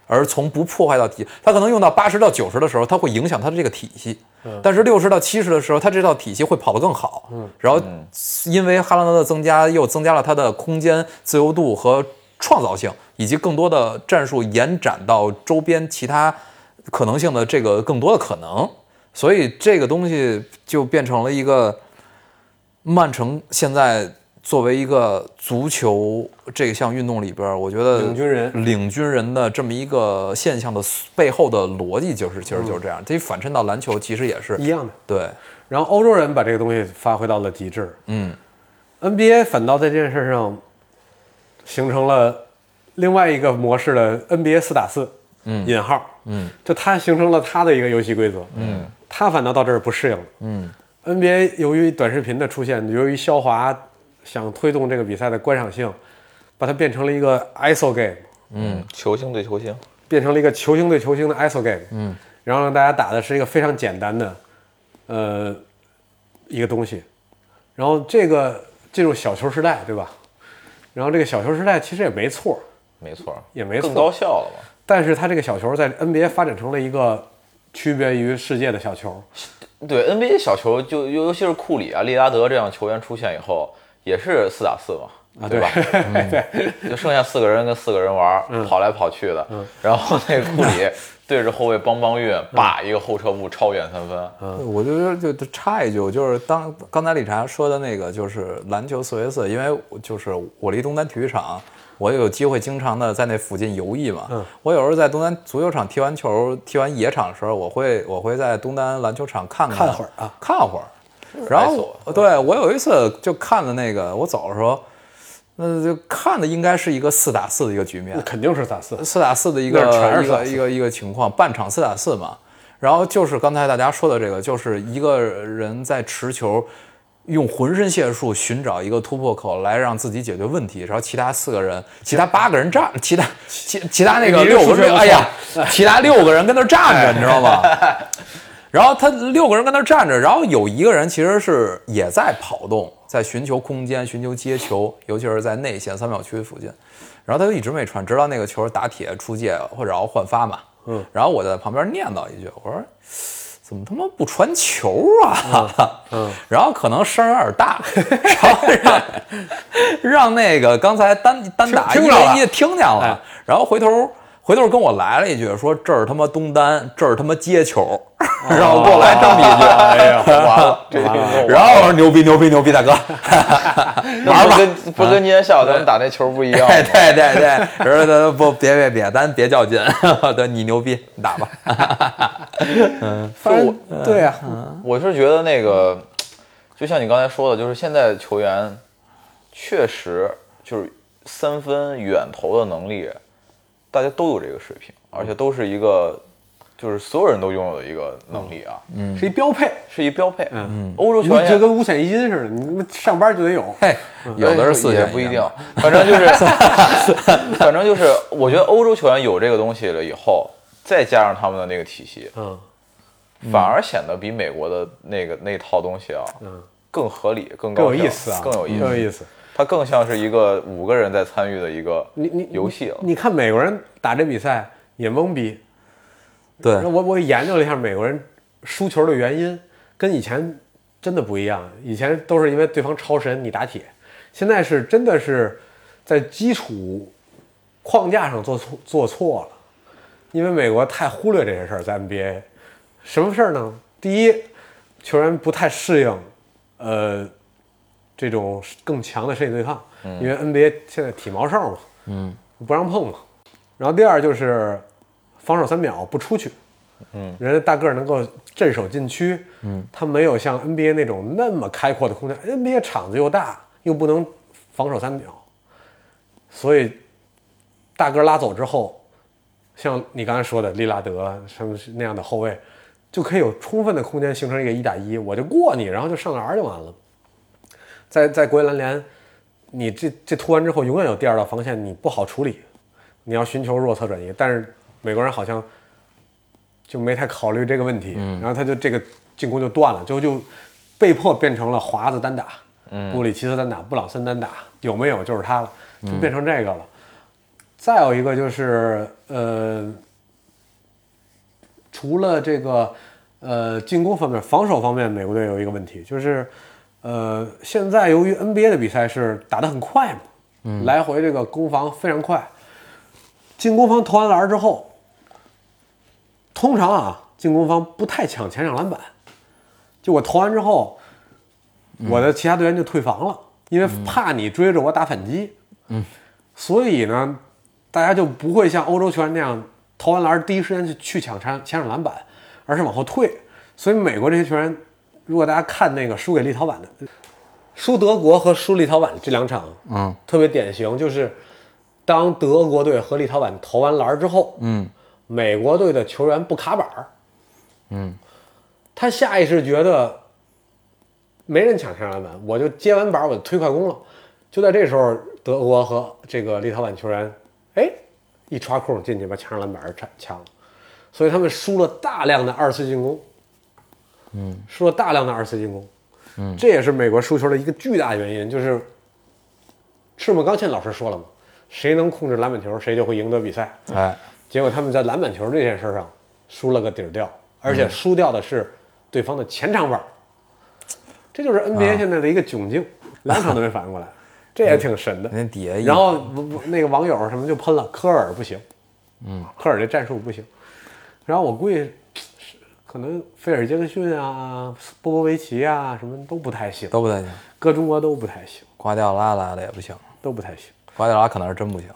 S2: 而从不破坏到体，他可能用到八十到九十的时候，它会影响他的这个体系。
S1: 嗯
S2: 但是六十到七十的时候，他这套体系会跑得更好。然后因为哈兰德的增加，又增加了他的空间自由度和创造性，以及更多的战术延展到周边其他可能性的这个更多的可能，所以这个东西就变成了一个曼城现在作为一个足球这项运动里边儿，我觉得嗯
S1: 领军人
S2: 领军人的这么一个现象的背后的逻辑就是，其实就是这样。这反衬到篮球，其实也是
S1: 嗯一样的。
S2: 对，
S1: 然后欧洲人把这个东西发挥到了极致，
S2: 嗯，
S1: NBA 反倒在这件事上形成了另外一个模式的 NBA 四打四，嗯，引号，嗯，就它形成了它的一个游戏规则，嗯，它反倒到这儿不适应了，嗯，NBA 由于短视频的出现，由于肖华想推动这个比赛的观赏性，把它变成了一个 ISO game，
S3: 嗯，球星对球星，
S1: 变成了一个球星对球星的 ISO game，嗯，然后让大家打的是一个非常简单的，呃，一个东西，然后这个进入小球时代，对吧？然后这个小球时代其实也没错，
S3: 没错，
S1: 也没
S3: 更高
S1: 错，
S3: 效了嘛。
S1: 但是它这个小球在 NBA 发展成了一个区别于世界的小球，
S3: 对 NBA 小球就尤尤其是库里啊、利拉德这样球员出现以后，也是四打四嘛，啊对吧？嗯就剩下四个人跟四个人玩，
S2: 嗯
S3: 跑来跑去的。然后那个库里对着后卫邦邦
S2: 嗯
S3: 运，叭一个后撤步超远三分。
S1: 嗯
S2: 我就就就插一句，我就是当刚才理查说的那个，就是篮球四 v 四，因为我就是我离东单体育场，我有机会经常的在那附近游弋嘛。
S1: 嗯
S2: 我有时候在东单足球场踢完球、踢完野场的时候，我会我会在东单篮球场看看
S1: 看会儿啊，嗯
S2: 看会儿。然
S3: 挨
S2: 后
S3: 揍
S2: 我对我有一次就看的那个，我走的时候，那就看的应该是一个四打四的一个局面
S1: 那，肯定是打四，
S2: 四打四的一
S1: 那全是
S2: 个一
S1: 4打4
S2: 个一个一个情况，半场四打四嘛。然后就是刚才大家说的这个，就是一个人在持球，用浑身解数寻找一个突破口来让自己解决问题，然后其他四个人、其他八个人站，其他其其他那个
S1: 你这
S2: 六个
S1: 数学
S2: 人，
S1: 不错
S2: 哎呀，其他六个人跟那儿站着，你知道吗？然后他六个人跟那儿站着，然后有一个人其实是也在跑动，在寻求空间、寻求接球，尤其是在内线三秒区附近。然后他就一直没传，直到那个球打铁出界或者然后换发嘛。嗯，然后我就在旁边念叨一句，我说怎么他妈不传球啊？嗯， 然后可能声儿有点大，然后让让那个刚才单单打
S1: 听
S2: 一
S1: 听着了
S2: 对一听见了，然后回头回头跟我来了一句，说这儿他妈东单，这儿他妈接球， 然后给我来这么一句，
S1: 哎呀，
S2: 完了。
S3: 这个
S2: 然后我说牛逼牛逼牛逼，大哥，
S3: 那不跟不
S2: 嗯
S3: 跟今天下午咱们打那球不 一样吗
S2: 对？对对对，我说不别别别，咱别较劲， 对你牛逼，你打吧。
S1: 反正对啊，
S3: 我是觉得那个，就像你刚才说的，就是现在球员确实就是三分远投的能力，大家都有这个水平，而且都是一个就是所有人都拥有的一个能力啊，嗯，
S1: 是一标配，
S3: 是一标配。嗯，欧洲
S1: 你
S3: 球员
S1: 就跟五险一金似的，你他妈上班就得有，
S2: 嘿，有的是四
S3: 哎也
S2: 选
S3: 不一
S2: 的
S3: 定，反正就是， 反正就是，我觉得欧洲球员有这个东西了以后，再加上他们的那个体系，
S1: 嗯，
S3: 反而显得比美国的那个那套东西啊，嗯，更合理、更
S1: 更
S3: 高
S1: 有
S3: 效
S1: 意思啊，
S3: 更有意
S1: 更有
S3: 思。
S1: 意思。
S3: 它更像是一个五个人在参与的一个
S1: 你你
S3: 游戏啊了。
S1: 你看美国人打这比赛也懵逼，
S2: 对
S1: 然后我我研究了一下美国人输球的原因，跟以前真的不一样。以前都是因为对方超神你打铁，现在是真的是在基础框架上做错做错了，因为美国太忽略这些事儿，在 NBA 什么事儿呢？第一，球员不太适应，呃，这种更强的身体对抗，因为 NBA 现在体毛哨嘛，嗯，不让碰嘛。然后第二就是防守三秒不出去，嗯，嗯，人家大个儿能够镇守禁区，嗯，他没有像 NBA 那种那么开阔的空间，NBA 场子又大，又不能防守三秒，所以大个儿拉走之后，像你刚才说的利拉德什么那样的后卫，就可以有充分的空间形成一个一打一，我就过你，然后就上篮儿就完了。在在国际篮联，你这这突完之后，永远有第二道防线，你不好处理，你要寻求弱侧转移。但是美国人好像就没太考虑这个问题，然后他就这个进攻就断了，就就被迫变成了华子单打，布里奇斯单打，布朗森单打，有没有就是他了，就变成这个了。再有一个就是呃，除了这个呃进攻方面，防守方面，美国队有一个问题就是。呃，现在由于 NBA 的比赛是打得很快嘛，来回这个攻防非常快，进攻方投完篮之后，通常啊，进攻方不太抢前场篮板，就我投完之后，我的其他队员就退防了，因为怕你追着我打反击。嗯，所以呢，大家就不会像欧洲球员那样投完篮第一时间去去抢前前场篮板，而是往后退。所以美国这些球员，如果大家看那个输给立陶宛的，输德国和输立陶宛这两场，嗯，特别典型，就是当德国队和立陶宛投完篮之后，嗯，美国队的球员不卡板儿，嗯，他下意识觉得没人抢前篮板，我就接完板儿我就推快攻了。就在这时候，德国和这个立陶宛球员，哎，一抓空进去把前篮板儿抢抢了，所以他们输了大量的二次进攻，嗯，输了大量的二次进攻，嗯，这也是美国输球的一个巨大原因，就是赤木刚宪老师说了嘛，谁能控制篮板球，谁就会赢得比赛。
S2: 哎，
S1: 结果他们在篮板球这件事上输了个底儿掉，而且输掉的是对方的前场板，这就是 NBA 现在的一个窘境，两场都没反应过来，这也挺神的。
S2: 那底下一
S1: 然后网网那个网友什么就喷了，科尔不行，嗯，科尔这战术不行。然后我估计是可能菲尔杰克逊啊、波波维奇啊什么都不太行，
S2: 都不太行，
S1: 搁中国都不太行，
S2: 瓜迪奥拉来了也不行，
S1: 都不太行。
S2: 瓜迪奥拉可能是真不行。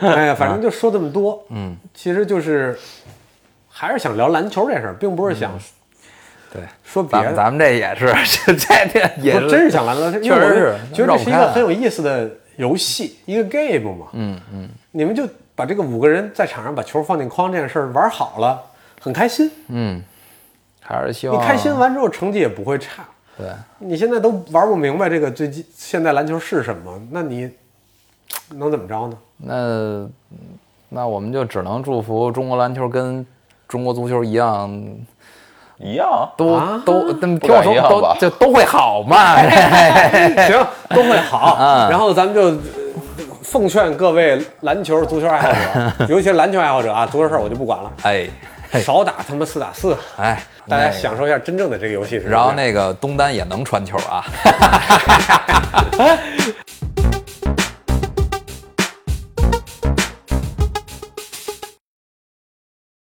S1: 哎 呀，反正就说这么多，嗯，其实就是还是想聊篮球这事儿，并不是想
S2: 对，
S1: 说别
S2: 咱们
S1: 的，
S2: 咱们这也是，这这这也
S1: 我真是想聊篮球，因为我
S2: 确实是
S1: 觉得
S2: 绕
S1: 这
S2: 不
S1: 是一
S2: 开
S1: 个
S2: 啊
S1: 很有意思的游戏，一个 game 嘛，嗯嗯，你们就把这个五个人在场上把球放进框这件事儿玩好了，很开心，
S2: 还是希
S1: 你
S2: 望
S1: 开心完之后成绩也不会差，
S2: 对，
S1: 你现在都玩不明白这个最近现在篮球是什么，那你能怎么着呢？
S2: 那那我们就只能祝福中国篮球跟中国足球一样，
S3: 一样啊。
S2: 都、
S1: 啊
S2: 都那
S3: 不
S2: 听我
S3: 敢
S2: 说
S3: 一样吧
S2: 都就都会 好嘛。
S1: 行，都会好。然后咱们就呃奉劝各位篮球、足球爱好者，尤其是篮球爱好者啊，足球事儿我就不管了，
S2: 哎
S1: 少打他妈四打四，
S2: 哎，
S1: 大家
S2: 那
S1: 享受一下真正的这个游戏是什么样。
S2: 然后那个东单也能传球啊，